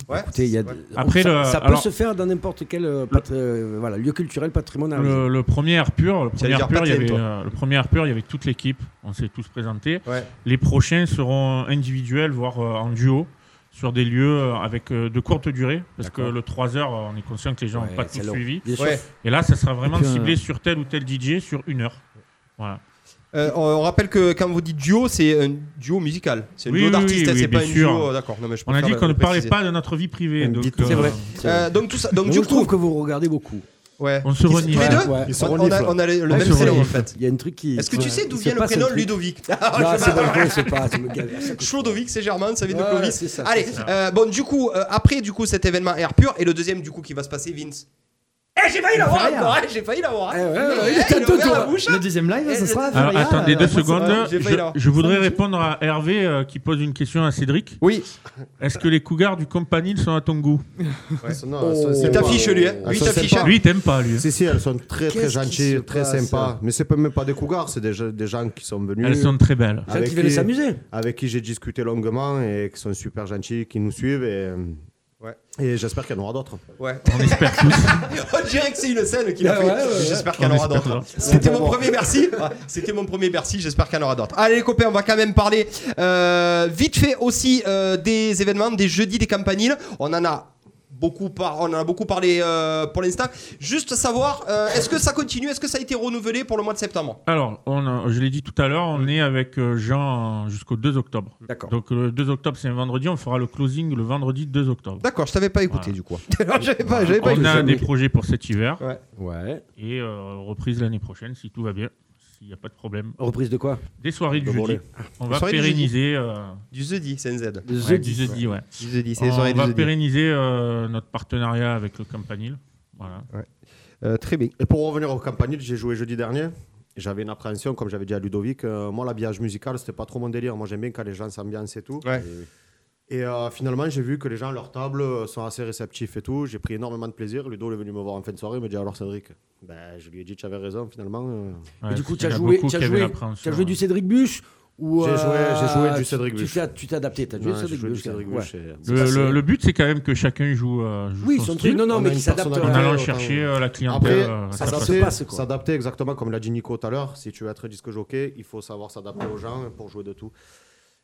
S2: Ouais.
S3: Écoutez, il y a-
S4: Après,
S3: ça,
S4: le-
S3: ça peut
S4: alors-
S3: se faire dans n'importe quel euh, patri- euh, voilà, lieu culturel patrimonial.
S4: Le, le premier air pur, le premier
S2: dire
S4: air pur, il y
S2: Patlène,
S4: avait,
S2: toi.
S4: euh, le premier air pur, il y avait toute l'équipe. On s'est tous présentés.
S2: Ouais.
S4: Les prochains seront individuels, voire euh, en duo, sur des lieux euh, avec euh, de courtes durées, parce que
S3: D'accord.
S4: le 3 heures, euh, on est conscient que les gens n'ont
S3: Ouais,
S4: pas
S3: c'est
S4: tout
S3: long.
S4: suivi.
S3: Bien sûr. Ouais.
S4: Et là, ça sera vraiment
S3: Et puis, euh,
S4: ciblé sur tel ou tel DJ sur une heure. Voilà.
S2: Euh, on on rappelle que quand vous dites duo, c'est un duo musical. C'est un
S4: Oui,
S2: duo
S4: oui,
S2: d'artistes,
S4: oui,
S2: hein,
S4: oui,
S2: c'est
S4: bien
S2: pas un
S4: sûr.
S2: duo. euh, D'accord. Non, mais je
S4: On a
S2: préfère
S4: dit
S2: le-
S4: qu'on
S2: le
S4: ne parlait
S2: préciser.
S4: pas de notre vie privée. donc,
S3: C'est
S4: euh,
S3: vrai.
S2: Euh, donc tout ça, donc
S3: Moi,
S2: du
S3: je trouve
S2: coup,
S3: que vous regardez beaucoup.
S2: ouais.
S4: On se
S2: Tous
S4: renie.
S2: les deux,
S3: Ouais.
S11: Ils se
S2: on, on
S11: reniflent.
S2: a, on a le, le
S4: Ouais,
S2: même
S4: ils se
S2: prénom en
S4: reniflent.
S2: fait.
S3: Il y a un truc qui.
S2: Est-ce que tu sais d'où
S3: il se
S2: vient le
S3: passe un
S2: prénom
S3: truc. *laughs*
S2: Ludovic *laughs*
S3: Non, c'est pas vrai, c'est pas. ça me gave.
S2: Chlodovic, c'est Germain, ça vient de
S3: Ouais,
S2: Clovis.
S3: c'est ça,
S2: Allez,
S3: c'est ça.
S2: euh, bon, du coup, euh, après du coup cet événement Air Pur et le deuxième du coup qui va se passer, Vince. Eh, j'ai failli l'avoir
S10: Ferrière.
S2: encore, eh, j'ai failli l'avoir.
S3: Eh ouais,
S2: Mais,
S3: ouais,
S2: eh,
S3: il est à
S2: il a
S3: deux
S2: ouvert la
S3: doigts.
S2: bouche.
S10: ah, Le deuxième live,
S2: Eh,
S10: ça sera à
S4: Alors
S10: Feria,
S4: attendez
S10: euh,
S4: deux
S10: moi, c'est
S4: secondes.
S10: vrai.
S2: j'ai failli
S4: Je-
S2: l'avoir.
S4: Je, voudrais répondre à Hervé euh, qui pose une question à Cédric.
S2: Oui.
S4: Est-ce que les cougars du Campanile sont à ton goût
S11: Non, ça, c'est
S2: Il
S11: pas-
S2: t'affiche lui, hein.
S11: Ah,
S2: Lui, il
S11: ça, c'est
S2: t'affiche.
S11: pas-
S4: Lui, il t'aime pas, lui. hein.
S11: Si, si, elles sont très,
S3: Qu'est-ce
S11: très
S3: qui
S11: gentilles,
S3: se
S11: très
S3: passe,
S11: sympas.
S3: là
S11: Mais c'est pas- même pas des cougars, c'est des, gens- des gens qui sont venus.
S4: Elles sont très belles.
S3: gens qui viennent s'amuser.
S11: Avec qui j'ai discuté longuement et qui sont super gentils, qui nous suivent. Et,
S2: Ouais.
S11: et j'espère qu'il y en aura d'autres.
S2: Ouais.
S4: On
S2: *laughs*
S4: espère tous.
S2: On dirait que c'est une scène qu'il a
S3: Ouais,
S2: fait.
S3: ouais, ouais.
S2: J'espère qu'il y en aura
S4: On espère
S2: d'autres.
S4: pas.
S2: C'était
S3: Ouais,
S2: mon
S3: bon.
S2: premier merci. Ouais, C'était mon premier merci. J'espère qu'il y en aura
S1: *laughs*
S2: d'autres. Allez, les copains, on va quand même parler euh, vite fait aussi euh, des événements, des jeudis des campaniles. On en a. Beaucoup par... On en a beaucoup parlé euh, pour l'instant. Juste savoir, euh, est-ce que ça continue Est-ce que ça a été renouvelé pour le mois de septembre
S4: Alors, on a- je l'ai dit tout à l'heure, on est avec euh, Jean jusqu'au 2 octobre.
S3: D'accord.
S4: Donc le 2 octobre, c'est un vendredi, on fera le closing le vendredi 2 octobre.
S2: D'accord, je t'avais pas écouté
S4: Voilà.
S2: du coup. *laughs* j'avais pas, j'avais pas
S4: On a
S2: écouté.
S4: des projets pour cet hiver
S2: Ouais.
S3: Ouais.
S4: et euh, reprise l'année prochaine si tout va bien, s'il n'y a pas de problème.
S3: Reprise de quoi
S4: Des soirées du
S11: De
S4: jeudi.
S11: voler.
S4: On
S2: Des
S4: va
S2: soirées du jeudi.
S4: pérenniser. euh,
S2: Du jeudi, c'est un Z.
S3: Le
S4: ouais, du
S3: jeudi.
S4: jeudi, ouais.
S2: Du jeudi, c'est les soirées
S4: On
S2: du
S4: va
S2: jeudi.
S4: pérenniser euh, notre partenariat avec le Campanile. Voilà.
S2: Euh, très bien.
S11: Et pour revenir au campanile, j'ai joué jeudi dernier. J'avais une appréhension, comme j'avais dit à Ludovic. euh, moi, l'habillage musical, c'était pas trop mon délire. Moi, j'aime bien quand les gens s'ambiancent et tout.
S2: Ouais.
S11: Et euh, finalement, j'ai vu que les gens à leur table euh, sont assez réceptifs et tout. J'ai pris énormément de plaisir. Ludo est venu me voir en fin de soirée. Il me dit Alors, Cédric ben, Je lui ai dit Tu avais raison, finalement. euh.
S4: Ouais,
S3: Et du coup,
S4: parce
S3: tu as
S4: qu'il y en a
S3: joué,
S4: beaucoup
S3: tu as
S4: qui avaient hein.
S3: joué,
S4: l'appréhension,
S3: tu as joué du Cédric Buche ou
S11: J'ai
S3: euh,
S11: joué- j'ai joué du
S3: tu-
S11: Cédric
S3: tu
S11: Buche.
S3: t'as- Tu t'es adapté, tu as joué
S11: Ouais, j'ai
S3: Cédric
S11: joué du
S3: Buche.
S11: Cédric
S3: ouais.
S11: Buche, et-
S4: Le, le- le but, c'est quand même que chacun joue, euh, joue
S3: Oui,
S4: son
S3: son
S4: style.
S3: truc. Non, non,
S11: On
S3: mais
S11: a
S3: qui
S11: une
S3: s'adapte.
S4: en
S11: personnalité.
S3: à-
S4: allant
S11: autant-
S4: chercher euh, la clientèle.
S11: Après,
S4: euh,
S3: ça
S4: à sa
S3: se
S4: façon.
S11: s'adapter,
S3: passe, quoi.
S11: s'adapter exactement comme l'a dit Nico tout à l'heure. Si tu veux être disque jockey, il faut savoir s'adapter aux gens pour jouer de tout.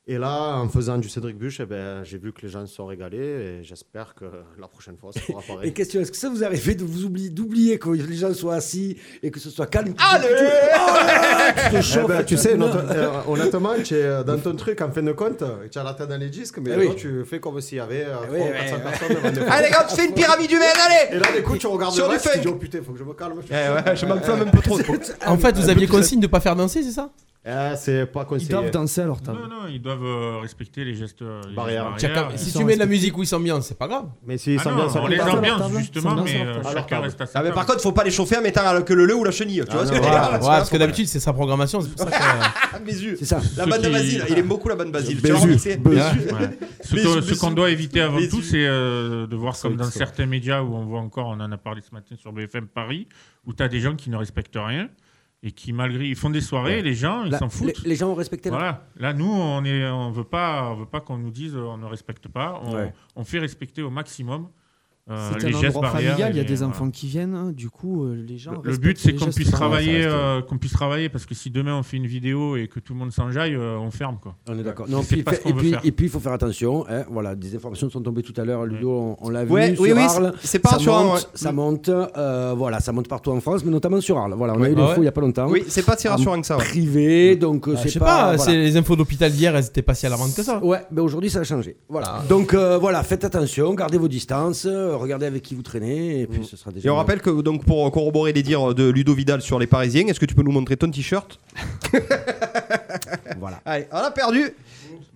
S11: Et là, en faisant du Cédric Buche, eh ben, j'ai vu que les gens se sont régalés et j'espère que la prochaine fois, ça sera
S3: *laughs*
S11: pareil.
S3: Et question, est-ce que ça vous arrive de vous oublier, d'oublier que les gens soient assis et que ce soit calme oh,
S2: Allez *laughs*
S11: Ah, tu te chauffes,
S3: Eh ben,
S11: tu sais,
S3: non.
S11: notre- euh, honnêtement, tu es dans ton truc, en fin de compte, tu as la tête dans les disques, mais
S2: Eh oui. Eh
S11: toi, tu fais comme s'il y avait euh, 300
S2: ouais, ouais.
S11: personnes devant nous.
S2: eh Allez, gars, on te fait une pyramide humaine, allez
S11: Et là, du coup, tu regardes
S2: Sur
S11: le
S2: du
S11: match, tu
S2: funk.
S11: dis, oh putain, faut que je me calme.
S2: Eh ouais, je m'enflamme un peu trop.
S1: En fait, vous
S11: Un
S1: aviez
S11: peu tout
S1: consigne de pas faire danser, c'est ça
S11: Ah, c'est pas conseillé.
S1: euh,
S10: alors,
S4: Non, non, ils doivent euh, respecter les gestes euh, les
S11: Barrière.
S4: gestes
S1: Tiens,
S4: barrières. euh,
S1: Si tu mets de la musique où ils s'ambiancent, c'est pas grave.
S11: Mais si
S4: Ah non, on les ambiance, justement, mais euh, chacun reste à sa
S2: Ah, mais
S4: table.
S2: par contre, faut pas les chauffer en mettant euh, que le le ou la chenille. Tu vois ce que je veux dire
S1: Ah, Ouais, parce que d'habitude, c'est sa programmation, c'est pour ça que. Ah,
S2: Ah, mes yeux.
S3: C'est ça.
S2: La
S4: Ceux
S2: bande de
S4: qui-
S2: Basile, il aime beaucoup la bande Basile. Tu
S4: Bézu.
S2: l'as remarqué
S4: Bézu.
S2: Ouais.
S4: Ouais. Ce
S2: Bézu,
S4: que- Ce
S2: Bézu.
S4: qu'on doit éviter avant
S2: Bézu.
S4: tout, c'est euh, de voir comme
S2: Soïk,
S4: dans
S2: soïk.
S4: certains médias où on voit encore, on en a parlé ce matin sur BFM Paris, où tu as des gens qui ne respectent rien et qui, malgré. Ils font des soirées,
S3: Ouais.
S4: les gens, ils
S3: Là,
S4: s'en foutent.
S3: les- les gens ont respecté la-
S4: Voilà. Là, nous, on est, on veut pas, on veut pas qu'on nous dise euh, on ne respecte pas. On,
S3: Ouais.
S4: on fait respecter au maximum euh,
S10: C'est
S4: les
S10: un
S4: gestes
S10: endroit
S4: barrières.
S10: familial, il y a
S4: et les-
S10: des
S4: voilà.
S10: enfants qui viennent, hein, du coup, euh, les gens.
S4: Le
S10: respectent
S4: but, c'est
S10: les
S4: qu'on
S10: gestes
S4: puisse
S10: barrières.
S4: travailler, euh, qu'on puisse travailler, parce que si demain on fait une vidéo et que tout le monde s'enjaille, euh, on ferme quoi.
S3: On est d'accord.
S4: Et
S3: Non,
S4: c'est
S3: puis-
S4: pas ce qu'on
S3: et,
S4: veut
S3: puis,
S4: faire.
S3: et puis, il faut faire attention. hein, voilà, des informations sont tombées tout à l'heure. Ludo, on, on l'a
S2: Ouais,
S3: vu.
S2: oui,
S3: sur
S2: oui,
S3: Arles.
S2: c'est- c'est pas
S3: Ça
S2: rassurant,
S3: monte,
S2: ouais. Mm.
S3: Ça monte. euh, voilà, ça monte partout en France, mais notamment sur Arles. Voilà, on a
S1: Ouais.
S3: eu
S1: Ah
S3: l'info
S1: ouais.
S3: il n'y a pas longtemps.
S2: Oui, c'est pas si
S3: En
S2: rassurant que ça, ouais.
S3: Privé, donc euh,
S4: Bah,
S1: Ah,
S3: c'est
S1: je sais pas,
S3: voilà.
S1: c'est les infos d'hôpital d'hier, elles étaient pas si alarmantes que ça.
S3: Ouais, mais aujourd'hui ça a changé.
S2: Ah.
S3: Voilà. Donc euh, voilà, faites attention, gardez vos distances, euh, regardez avec qui vous traînez, et puis ce sera
S2: Mmh.
S3: déjà.
S2: Et on rappelle que donc pour corroborer les dires de Ludo Vidal sur les Parisiens, est-ce que tu peux nous montrer ton t-shirt
S3: Voilà.
S2: Allez, on a perdu.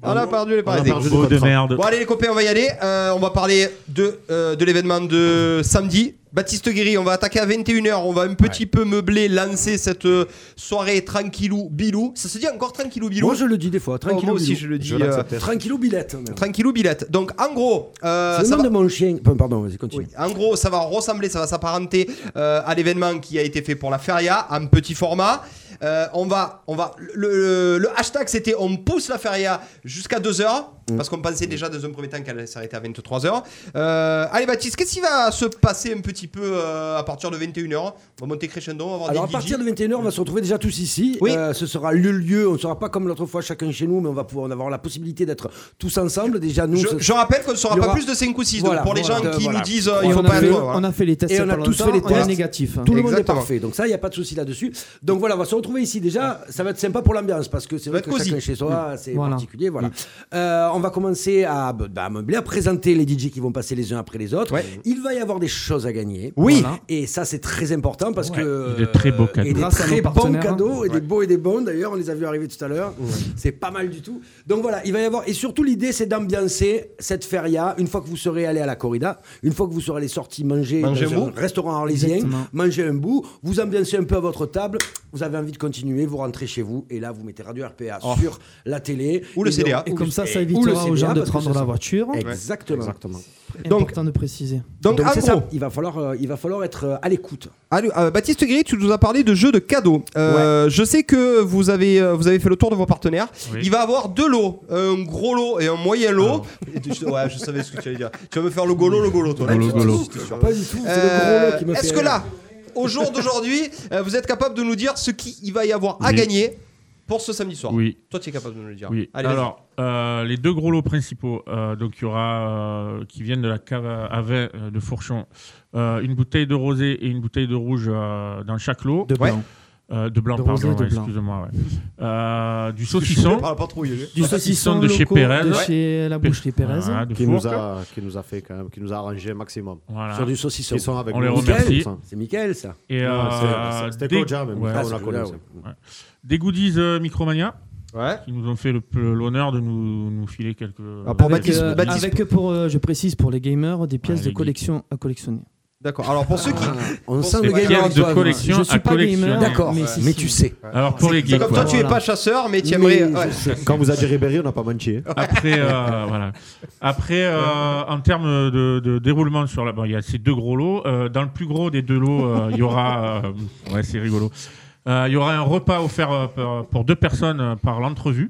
S2: Ah, On a perdu les
S4: On a
S2: Parisiens.
S4: perdu le Beau de contrat. merde.
S2: Bon allez les copains, on va y aller. Euh, on va parler de, euh, de l'événement de samedi. Baptiste Guéry, on va attaquer à 21h. On va un petit peu meubler, lancer cette euh, soirée tranquillou bilou. Ça se dit encore tranquillou bilou Oh,
S3: Moi je le dis des fois, tranquillou.
S2: moi aussi,
S3: bilou.
S2: je le dis, Je l'accepte. euh,
S3: tranquillou billette. même.
S2: Tranquillou billette. Donc en gros, euh,
S3: c'est le
S2: ça
S3: nom
S2: va-
S3: de mon chien. Pardon, Pardon, vas-y, continue.
S2: En gros, ça va ressembler, ça va s'apparenter euh, à l'événement qui a été fait pour la feria en petit format. Euh, on va, on va. Le, le- le hashtag c'était on pousse la feria jusqu'à 2 heures
S3: Mm.
S2: parce qu'on pensait déjà dans un premier temps qu'elle allait s'arrêter à 23 heures. Euh, allez Baptiste, qu'est-ce qui va se passer un petit peu euh, à partir de 21 heures On va monter crescendo, on va avoir
S3: Alors à
S2: des DJ.
S3: partir de 21h, on va se retrouver déjà tous ici.
S2: Oui.
S3: Euh, ce sera le lieu, on ne sera pas comme l'autre fois chacun chez nous, mais on va pouvoir avoir la possibilité d'être tous ensemble. Déjà nous.
S2: Je-
S3: ce-
S2: je rappelle qu'on ne sera
S3: il y
S2: pas plus de cinq ou six, donc pour les gens qui nous disent, euh,
S10: il faut
S3: on a
S10: pas
S3: fait-
S10: être- on a fait les tests il y
S3: Et
S10: a
S3: on
S10: pas
S3: a tous
S10: longtemps,
S3: fait les
S10: on est
S3: tests.
S10: négatif, hein.
S3: Tout le monde est
S2: Exactement.
S3: parfait. Donc ça, il n'y a pas de souci là-dessus. Donc voilà, on va se retrouver ici déjà. Ça va être sympa pour l'ambiance parce que c'est vrai
S2: être
S3: que chacun
S2: cosy.
S3: chez soi, c'est
S10: Voilà.
S3: particulier. Voilà. Euh, on va commencer à, bah, à meubler, à présenter les DJ qui vont passer les uns après les autres.
S2: Ouais.
S3: Il va y avoir des choses à gagner.
S2: Oui.
S3: Voilà. Et ça, c'est très important parce que
S4: Et des très beaux cadeaux.
S3: euh, et des
S10: Grâce à
S3: très
S10: nos
S3: bons
S10: partenaires. hein.
S3: cadeaux et des beaux et des bons d'ailleurs on les a vus arriver tout à l'heure c'est pas mal du tout donc voilà il va y avoir et surtout l'idée c'est d'ambiancer cette feria une fois que vous serez allé à la corrida une fois que vous serez allé sorti manger
S2: Manger un
S3: dans un
S2: bout.
S3: restaurant arlésien
S10: Exactement.
S3: manger un bout vous ambiancez un peu à votre table vous avez envie de continuer vous rentrez chez vous et là vous mettez Radio RPA
S2: Oh.
S3: sur la télé
S2: Ou le
S3: Et
S2: CDA.
S10: Et comme ça,
S3: ou
S10: ça
S3: le
S10: évitera aux
S3: CDA,
S10: gens de
S3: parce que
S10: prendre
S3: ça-
S10: la voiture.
S3: exactement,
S11: Exactement.
S2: Donc-
S10: Important de préciser.
S2: Donc,
S3: donc
S2: en
S3: c'est
S2: gros,
S3: ça il va falloir euh, il va falloir être euh, à l'écoute
S2: Allô, euh, Baptiste Guéry, tu nous as parlé de jeux de cadeaux. Euh, Je sais que vous avez, euh, vous avez fait le tour de vos partenaires.
S4: Oui.
S2: Il va avoir deux lots, euh, un gros lot et un moyen lot.
S4: Ah.
S2: Et tu- je- ouais, je savais ce que tu allais dire. Tu vas me faire le golo, le golo, toi. là.
S4: Golo,
S2: Tu-
S4: golo.
S2: tu- tu- tu-
S3: pas du tout c'est le gros lot qui
S2: Euh,
S3: m'a fait
S2: Est-ce que là, au jour d'aujourd'hui, euh, vous êtes capable de nous dire ce qu'il va y avoir à
S4: Oui.
S2: gagner pour ce samedi soir
S4: Oui.
S2: Toi, tu es capable de nous le dire.
S4: Oui.
S2: Allez,
S4: Alors, euh, les deux gros lots principaux, euh, donc il y aura euh, qui viennent de la cave à à vin euh, de Fourchon, euh, une bouteille de rosé et une bouteille de rouge euh, dans chaque lot.
S10: De
S2: Ouais.
S10: blanc.
S4: Euh, de blanc,
S10: De
S4: pardon,
S10: rosé et de
S4: ouais,
S10: blanc.
S4: excusez-moi. ouais. Euh, du
S2: vas-y. Je suis
S4: saucisson.
S2: par la patrouille, lui.
S10: Du
S11: Bah,
S4: Saucisson
S10: saucisson
S4: de chez
S10: locaux,
S4: Pérez.
S10: De
S4: Ouais.
S10: chez la boucherie Pérez.
S4: Voilà, de
S11: Qui nous,
S4: Fourques.
S11: a, qui nous a fait quand même, qui nous a arrangé maximum.
S4: Voilà.
S3: sur du saucisson
S11: Ils sont avec
S4: On
S11: nous.
S4: les
S11: Nickel.
S4: remercie.
S3: c'est Mickaël ça
S4: Et
S11: Non,
S4: euh,
S11: c'est- C'était
S4: des-
S11: Claudia, mais
S4: ouais.
S11: ça,
S3: Ah,
S11: on
S3: c'est
S11: l'a connu.
S3: Claudia,
S11: ça.
S3: ouais.
S4: des goodies euh, Micromania
S2: Ouais.
S4: qui nous ont fait le- l'honneur de nous, nous filer quelques.
S2: Ah, pour
S10: Avec,
S2: Baptiste-
S10: euh,
S2: Baptiste-
S10: avec, pour, euh, je précise pour les gamers, des pièces
S4: Ouais,
S10: de
S4: les
S10: collection à collectionner.
S2: D'accord. Alors, pour ceux qui.
S3: Ah, on sent
S2: Des
S3: le
S2: pièces
S3: gagnant
S4: de
S3: Antoine.
S4: collection
S10: Je suis
S4: à
S10: pas gamer,
S4: collectionner.
S3: D'accord,
S10: mais,
S3: mais,
S10: si, si.
S3: tu sais.
S4: Alors pour les
S2: C'est
S4: geeks,
S2: comme toi,
S4: voilà.
S2: tu es
S10: Voilà.
S2: pas chasseur, mais tu aimerais.
S3: Mais
S2: ouais.
S3: je sais.
S11: Quand vous a dit Ribéry, on n'a pas menti. *laughs* hein.
S4: Après, euh, voilà. Après, euh, en termes de, de déroulement sur la, bon, il y a ces deux gros lots. Euh, dans le plus gros des deux lots, euh, il y aura, euh, ouais, c'est rigolo. Euh, Il y aura un repas offert euh, par- pour deux personnes euh, par l'entrevue.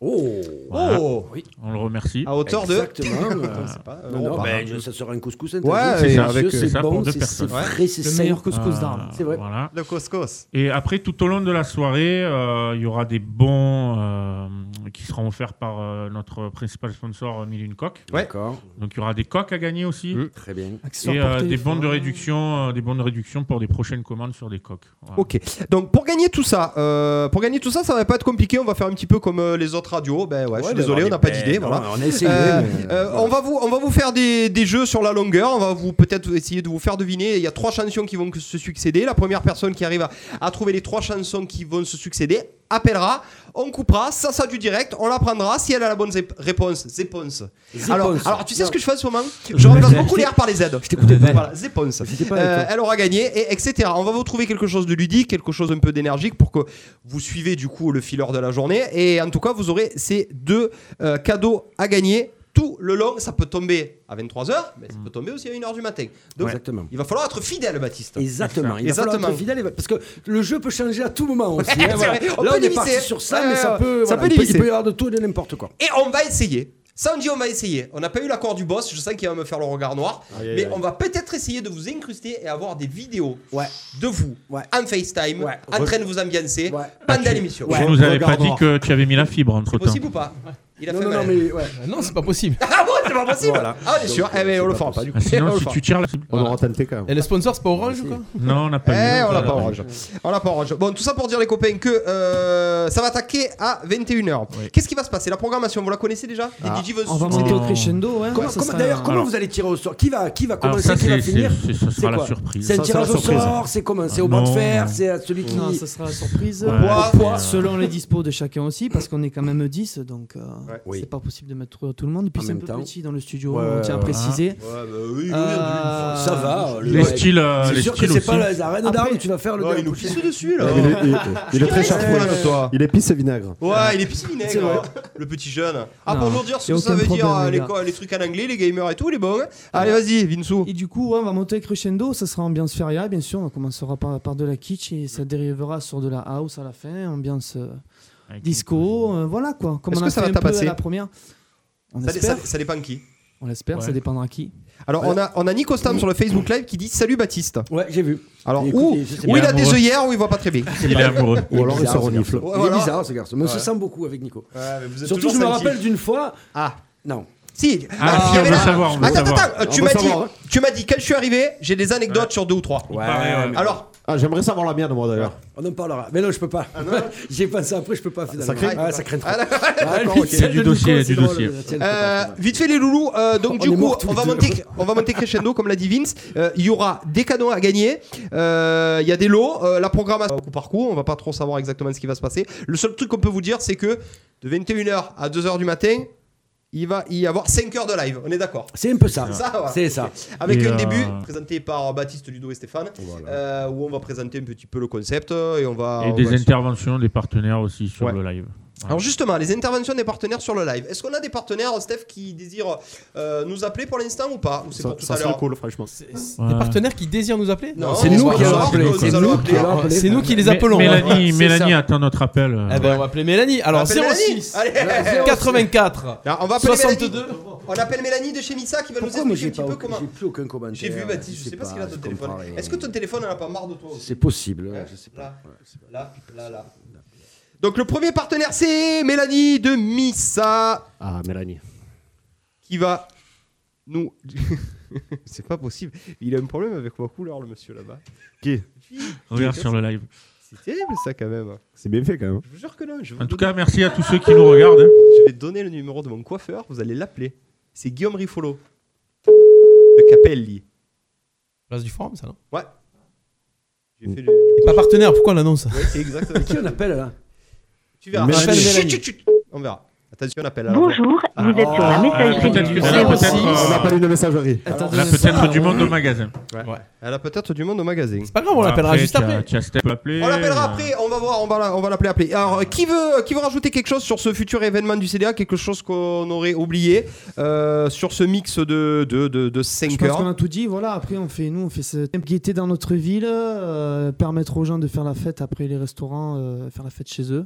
S3: Oh
S2: Oh
S4: On le remercie.
S2: À hauteur de.
S4: *laughs*
S3: Exactement. euh,
S2: C'est pas, euh,
S3: non, non,
S2: on
S3: bah,
S2: parle.
S3: je- ça sera un couscous
S2: Ouais,
S3: intégral.
S2: c'est
S3: c'est délicieux,
S4: ça, avec- euh, c'est
S3: c'est
S4: ça
S3: bon,
S4: pour deux
S3: c'est c'est
S4: personnes.
S3: frais, c'est
S10: Le
S3: sain.
S10: meilleur couscous
S4: Euh,
S10: d'Arles.
S3: c'est vrai.
S4: Voilà.
S2: Le couscous.
S4: Et après, tout au long de la soirée, euh, il y aura des bons, euh, qui seront offerts par euh, notre principal sponsor, euh, Mille et une Coque.
S3: D'accord.
S4: Donc il y aura des coques à gagner aussi.
S2: Mmh.
S3: Très bien.
S4: Et
S3: Accessoires
S4: euh,
S3: portés,
S4: des bons de
S3: enfin.
S4: réduction, euh, des bons de réduction pour des prochaines commandes sur des coques. Voilà.
S2: Ok. Donc pour gagner tout ça, euh, pour gagner tout ça, ça va pas être compliqué. On va faire un petit peu comme euh, les autres radios. Ben ouais, je suis
S3: ben,
S2: désolé,
S3: on
S2: on
S3: est
S2: n'a pas
S3: bête,
S2: d'idée.
S3: non,
S2: Voilà.
S3: on a essayé,
S2: Euh,
S3: mais,
S2: euh, On va vous, on va vous faire des, des jeux sur la longueur. On va vous peut-être essayer de vous faire deviner. Il y a trois chansons qui vont se succéder. La première personne qui arrive à, à trouver les trois chansons qui vont se succéder appellera. On coupera, ça, ça du direct, on la prendra. Si elle a la bonne zép- réponse, zéponce.
S3: Zéponce.
S2: Alors, alors, tu sais
S3: Non.
S2: ce que je fais en ce moment Je remplace beaucoup les R par les Z. Je
S3: t'écoutais pas.
S2: Voilà, zéponce.
S3: pas avec
S2: Euh,
S3: toi.
S2: elle aura gagné, et etc. On va vous trouver quelque chose de ludique, quelque chose un peu d'énergique pour que vous suivez du coup le fileur de la journée. Et en tout cas, vous aurez ces deux euh, cadeaux à gagner tout le long. Ça peut tomber à 23h, mais ça peut tomber aussi à 1h du matin. Donc,
S3: Exactement.
S2: il va falloir être fidèle, Baptiste.
S3: Exactement. Il va falloir
S2: Exactement.
S3: être fidèle. et- Parce que le jeu peut changer à tout moment aussi. hein,
S2: C'est
S3: voilà.
S2: vrai, on
S3: Là,
S2: peut
S3: on est
S2: lisser.
S3: parti sur ça,
S2: Ouais,
S3: mais ça
S2: ouais,
S3: peut.
S2: ça
S3: voilà,
S2: peut
S3: il peut-
S2: lisser.
S3: Il peut y avoir de tout et de n'importe quoi.
S2: Et on va essayer. Ça, on dit, on va essayer. On n'a pas eu l'accord du boss. Je sais qu'il va me faire le regard noir.
S3: Aïe, aïe,
S2: mais
S3: aïe.
S2: on va peut-être essayer de vous incruster et avoir des vidéos de vous en FaceTime, en train de vous ambiancer pendant l'émission.
S4: Tu nous avais pas dit que tu avais mis la fibre entre
S2: C'est
S4: temps.
S2: possible ou pas Il a
S3: Non,
S2: fait
S3: non, non,
S2: mal.
S3: mais ouais.
S1: Euh, Non, c'est pas possible.
S2: *laughs* Ah bon, c'est pas possible
S3: Voilà.
S2: Ah, bien sûr. Eh ben, on le fera pas du
S4: Ah,
S2: coup. *laughs* On le fera.
S11: On aura tenté quand même.
S1: Et le sponsor, c'est pas Orange ou quoi
S4: Non, on n'a
S2: Eh, on l'a pas orange. On l'a pas orange. Bon, tout ça pour dire les copains que euh, ça va attaquer à 21h. Qu'est-ce qui va se passer La programmation, vous la connaissez déjà Les
S3: Ah,
S2: DJ veulent
S3: on
S2: se
S3: va
S2: succéder.
S3: monter au crescendo, hein.
S10: ouais.
S3: Comment-
S10: Ouais, ça
S3: comment-
S10: sera-
S3: D'ailleurs, comment
S4: Alors-
S3: vous allez tirer au sort Qui va, qui va
S4: Alors
S3: commencer
S4: ça,
S3: Qui va
S4: c'est-
S3: finir
S4: c'est- c'est- ce sera
S3: C'est
S4: la
S3: quoi
S4: surprise.
S3: C'est le
S4: Ça, ça sera
S3: tirage au
S4: surprise.
S3: sort C'est comment C'est au
S4: Ah,
S3: banc de
S4: non.
S3: fer C'est à celui qui.
S10: Non, ça sera la surprise.
S4: Au poids.
S10: Au
S4: poids.
S10: Selon les dispos de chacun aussi, parce qu'on est quand même 10, donc euh,
S3: Oui.
S10: c'est pas possible de mettre tout le monde. Et puis
S3: En
S10: c'est un
S3: même
S10: peu
S3: temps.
S10: petit dans le studio,
S3: Ouais,
S10: on tient à
S3: ouais.
S10: préciser.
S3: Ah. Ouais, bah oui, oui,
S10: Euh,
S3: oui, ça va, le-
S10: les-
S3: Ouais. styles, euh, C'est les sûr que styles c'est pas aussi. la- la reine
S10: Après-
S3: d'Arles où tu vas faire le Ouais, dernier. il nous pisse dessus, là.
S11: Il est, il est- il est très
S2: Je dirais,
S11: charpeux,
S2: c'est- toi.
S11: Il est pisse et vinaigre.
S2: Ouais, il est pisse
S11: C'est vrai.
S2: vinaigre, hein, le petit jeune. Ah,
S11: Non,
S2: pour nous dire ce
S11: y a
S2: que ça
S11: aucun
S2: veut dire euh,
S11: problème, les
S2: les,
S11: gars. Ah.
S2: co- les trucs en anglais, les gamers et tout, les bons. hein. Allez, vas-y, Vinsou.
S10: Et du coup, ouais, on va monter crescendo, ça sera ambiance feria, bien sûr. On commencera par, par de la kitsch et
S2: Mm.
S10: ça dérivera sur de la house à la fin, ambiance euh, disco, euh, voilà quoi. Comme
S2: Est-ce
S10: on a
S2: que ça
S10: fait
S2: va
S10: un peu
S2: tabasser
S10: à la première. On
S2: Ça,
S10: espère.
S2: ça- ça dépend qui.
S10: On l'espère,
S2: Ouais.
S10: ça dépendra qui.
S2: Alors, on a, on a Nico Stam sur le Facebook Live qui dit Salut Baptiste.
S3: Ouais, j'ai vu.
S2: Alors,
S3: Et
S2: ou,
S3: écoutez, je sais
S2: ou
S3: pas.
S2: il a des
S3: Amoureux.
S2: œillères ou il voit pas très bien.
S3: C'est pas-
S11: Ou alors il
S3: bizarre,
S11: se
S3: ce
S11: renifle.
S3: garçon.
S2: Voilà.
S3: Il est bizarre ce garçon. Mais on se
S2: Ouais.
S3: sent beaucoup avec Nico.
S2: Ouais, mais vous êtes
S3: Surtout,
S2: toujours
S3: je me
S2: sensitif.
S3: rappelle d'une fois.
S2: Ah.
S3: Non.
S2: Si.
S3: Ah,
S2: il
S3: si,
S2: y
S3: on
S2: avait
S3: veut
S2: la-
S3: savoir, on veut
S2: Attends,
S3: savoir.
S2: attends, euh, tu
S11: On
S2: m'as
S11: veut
S2: dit,
S11: savoir, hein.
S2: tu m'as dit quand je suis arrivé, j'ai des anecdotes sur deux ou trois.
S11: Ouais, mais-
S2: Alors,
S11: Ah, J'aimerais savoir la mienne, moi d'ailleurs.
S3: On en parlera. Mais non, je peux pas. *laughs* J'ai pensé après, je peux pas finalement.
S11: Ça craint.
S3: Ah, ça craint trop.
S2: Ah, d'accord. *laughs*
S3: Ah,
S2: D'accord,
S3: lui,
S2: ok.
S3: celle de Nico, c'est drôle, la tienne, c'est pas
S2: Euh,
S3: grave.
S2: vite fait les loulous. euh, donc
S3: On
S2: du
S3: est
S2: coup,
S3: morts tous
S2: on va,
S3: les deux.
S2: monter, on va monter crescendo comme l'a dit Vince. Euh, Il y aura des cadeaux à gagner. Euh, Il y a des lots. Euh, la programmation coup par coup. On va pas trop savoir exactement ce qui va se passer. Le seul truc qu'on peut vous dire, c'est que de 21h à 2h du matin. Il va y avoir 5 heures de live, on est d'accord.
S3: C'est un peu ça.
S2: C'est ça. ouais.
S3: C'est ça.
S2: Avec
S3: Et,
S2: un
S3: euh,
S2: début présenté par Baptiste Ludo et Stéphane, euh, où on va présenter un petit peu le concept euh, et on va.
S4: Et
S2: on
S4: des
S2: va-
S4: interventions des partenaires aussi sur
S2: Ouais.
S4: le live.
S2: alors justement, les interventions des partenaires sur le live. Est-ce qu'on a des partenaires, Steph, qui désirent euh, nous appeler pour l'instant ou pas Ou c'est pour tout à l'heure
S11: franchement.
S1: Des partenaires qui désirent nous appeler
S2: Non, c'est nous qui allons appeler. Nous
S1: C'est nous
S2: allons
S1: qui allons
S2: appeler.
S1: appeler. C'est nous qui les
S4: Mé-
S1: appelons. hein.
S4: Mélanie,
S1: Ouais, c'est
S4: Mélanie
S1: ça.
S4: attend notre appel. euh,
S1: Eh ben, on va appeler Mélanie.
S2: On
S1: Alors,
S2: appelle Mélanie
S1: 06
S2: Allez.
S1: 84
S2: Ah. Alors, on va appeler
S1: 62.
S2: Mélanie. On appelle Mélanie de chez Missa qui va
S3: Pourquoi
S2: nous
S3: moi
S2: expliquer
S3: j'ai
S2: un petit
S3: pas
S2: peu
S3: aucun-
S2: comment.
S3: j'ai plus aucun commentaire
S2: J'ai vu Baptiste, je
S3: sais
S2: sais pas ce qu'il a
S3: pas,
S2: ton
S3: je
S2: téléphone.
S3: comprends rien.
S2: Est-ce que ton téléphone elle a pas marre de toi aussi
S3: C'est possible. ouais, je sais pas.
S2: Là, là, là, là. Donc le premier partenaire c'est Mélanie de Missa
S11: Ah, Mélanie.
S2: qui va nous. *laughs* c'est pas possible. Il a un problème avec ma couleur le monsieur là-bas.
S11: Qui
S4: Regarde sur le live.
S2: C'est terrible ça quand même.
S11: C'est bien fait quand même.
S2: Je vous jure que non. Je vous
S4: En tout
S2: donne-
S4: cas, merci à tous ceux qui nous regardent. hein.
S2: Je vais donner le numéro de mon coiffeur, vous allez l'appeler. C'est Guillaume Rifolo. De Capelli.
S1: Place du forum, ça non
S2: Ouais. J'ai fait
S1: Il est
S2: le.
S1: Pas partenaire, pourquoi on l'annonce
S2: Ouais, c'est exactement.
S3: Qui on appelle là
S2: Tu verras.
S1: Mélanie.
S2: Chut,
S1: Mélanie.
S2: chut, chut. On verra. Attention, on appelle. Ah.
S3: Bonjour, vous êtes sur la
S4: Ah,
S3: messagerie
S2: peut-être que
S3: du
S2: c'est-
S3: 06.
S11: On n'a pas lu de messagerie.
S4: Là, euh, peut-être du monde au magasin.
S2: Ouais. Elle a peut-être du monde au magasin. C'est
S1: pas grave, on l'appellera juste après.
S2: On l'appellera après, on va voir, on va la- on va l'appeler après. Alors, euh, qui veut, qui veut rajouter quelque chose sur ce futur événement du CDA Quelque chose qu'on aurait oublié euh, sur ce mix de, de, de, de 5
S10: Je pense
S2: heures
S10: qu'on a tout dit. Voilà, après, on fait, nous, on fait cette gaieté dans notre ville, euh, permettre aux gens de faire la fête après les restaurants, euh, faire la fête chez eux.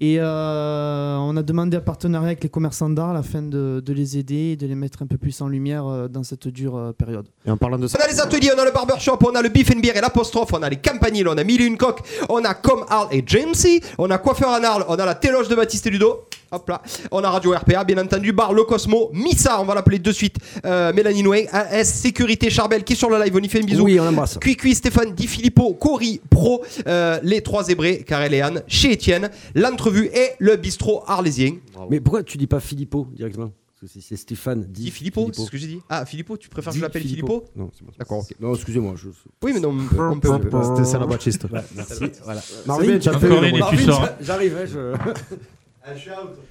S10: Et euh, on a demandé un partenariat avec les commerçants d'art afin de, de les aider et de les mettre un peu plus en lumière euh, dans cette dure euh, période.
S11: Et en parlant de ça.
S2: On a les ateliers, on a le barbershop, on a le beef and beer et l'apostrophe, on a les campaniles, on a Mille et une coque, on a Comme Arles et Jamesy, on a Coiffeur en Arles, on a la téloge de Baptiste et Ludo. Hop là. On a Radio RPA, bien entendu, Bar Le Cosmo, Missa, on va l'appeler de suite. euh, Mélanie Noué, AS Sécurité, Charbel qui est sur le live, on y fait un bisou.
S3: Oui, on l'embrasse.
S2: Cuicui, Stéphane, Di Filippo, Cory, Pro, euh, les trois zébrés, Karel et Anne, chez Étienne, l'entrevue et le bistrot arlésien.
S3: Mais pourquoi tu dis pas Filippo directement Parce que c'est- c'est Stéphane. Di,
S2: Di Filippo, c'est ce que j'ai dit. Ah, Filippo, tu préfères que
S3: Di
S2: je l'appelle
S3: Filippo.
S2: Filippo
S3: Non, c'est bon. D'accord, Non, excusez-moi. je-
S2: Oui, mais non, on peut. on peut.
S11: C'était ça la baptiste.
S3: Oh. Ouais, merci. Voilà.
S11: C'est
S3: Marvin,
S11: bien, tu as
S3: Marvin,
S11: fait une bonne-
S3: Marvin,
S11: Marvin,
S3: j'a- J'arrive, hein, je.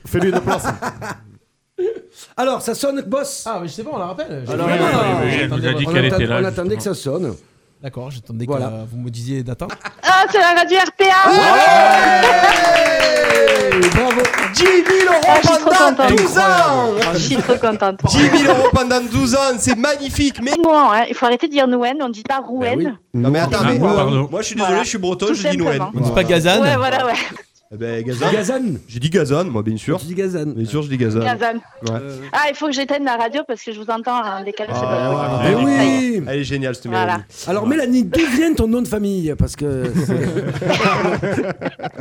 S11: Fais-lui une place.
S3: *laughs* Alors, ça sonne, boss
S1: Ah, mais je sais pas, on la rappelle.
S3: Alors,
S1: J'ai-
S3: non, non, non,
S4: oui, elle
S3: on
S4: nous a dit
S3: attend-
S4: qu'elle était
S3: On
S4: là,
S3: attendait que ça sonne.
S1: D'accord, j'attendais que
S3: Voilà.
S1: euh, vous me disiez d'atteindre.
S12: Ah, c'est la radio RPA
S3: Bravo
S2: 10 000
S12: Ah, je suis trop
S2: euros pendant
S12: contente.
S2: 12 ans
S12: Je suis trop contente.
S2: 10 000 euros pendant 12 ans, c'est magnifique. Mais
S12: Bon, hein, il faut arrêter de dire Nouen, on dit pas Rouen.
S2: Non mais attends,
S1: Ah,
S2: mais
S1: pardon.
S2: moi, euh, moi, je suis désolé,
S12: Voilà.
S2: je suis breton,
S12: Tout
S2: je dis Noël.
S1: On
S12: simplement.
S1: dit pas Gazan
S12: Ouais, voilà, ouais.
S2: Eh ben, Gazan.
S3: Gazan
S2: J'ai dit Gazan, moi bien sûr.
S3: Tu dis Gazan.
S2: Bien sûr, je dis Gazan. Euh.
S12: Kazan.
S2: Ouais.
S12: Ah, il faut que j'éteigne la radio parce que je vous entends en décalé. c'est pas possible.
S2: Ah,
S3: Mais
S2: elle est-
S3: oui
S2: Elle est géniale cette
S12: Voilà.
S2: mélodie.
S3: Alors, Mélanie, d'où vient ton nom de famille Parce
S11: *laughs*
S3: que. c'est-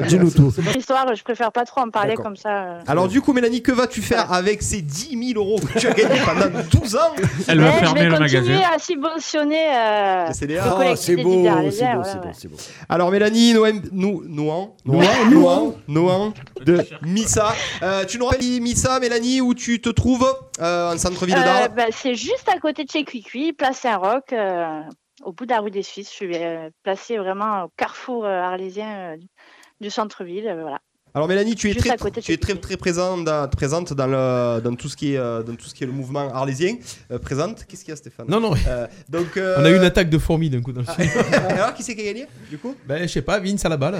S3: Dis-nous tout.
S12: Cette Histoire, je préfère pas trop en parler
S3: D'accord.
S12: comme ça. euh.
S2: Alors du coup, Mélanie, que vas-tu faire avec ces 10 000 euros que tu as gagnés pendant 12 ans
S4: Elle va
S12: Eh, je
S4: fermer
S12: vais
S4: le
S12: continuer
S4: magasin.
S12: à subventionner euh,
S2: Le CDA.
S12: le
S2: Ah,
S12: collectif
S3: c'est
S12: des
S3: beau,
S12: Didar Lézard,
S3: c'est beau,
S12: ouais,
S3: c'est beau,
S12: ouais.
S3: c'est beau.
S2: *laughs* Alors Mélanie, Noël, nou, Nouan,
S3: Nouan,
S2: Nouan, Nouan de Missa. Euh, tu nous rappelles Missa, Mélanie, où tu te trouves euh, en centre-ville
S12: Euh,
S2: d'Arles
S12: bah, C'est juste à côté de chez Cuicui, place Saint-Roch, euh, au bout de la rue des Suisses. Je suis euh, placée vraiment au carrefour euh, arlésien euh, du centre-ville. euh, voilà.
S2: Alors Mélanie, tu es
S12: Juste
S2: très,
S12: à côté de
S2: tu es
S12: chez
S2: très,
S12: Piquet.
S2: très présente, dans, présente dans, le, dans, tout ce qui est, euh, dans tout ce qui est le mouvement arlésien. Euh, présente, qu'est-ce qu'il y a Stéphane
S1: Non, non,
S2: Euh, donc, euh, *laughs*
S1: on a eu une attaque de fourmis d'un coup
S2: Ah.
S1: dans le film.
S2: Alors qui c'est qui a gagné du coup
S1: Ben, je sais pas, Vince à
S2: *laughs*
S1: la balle.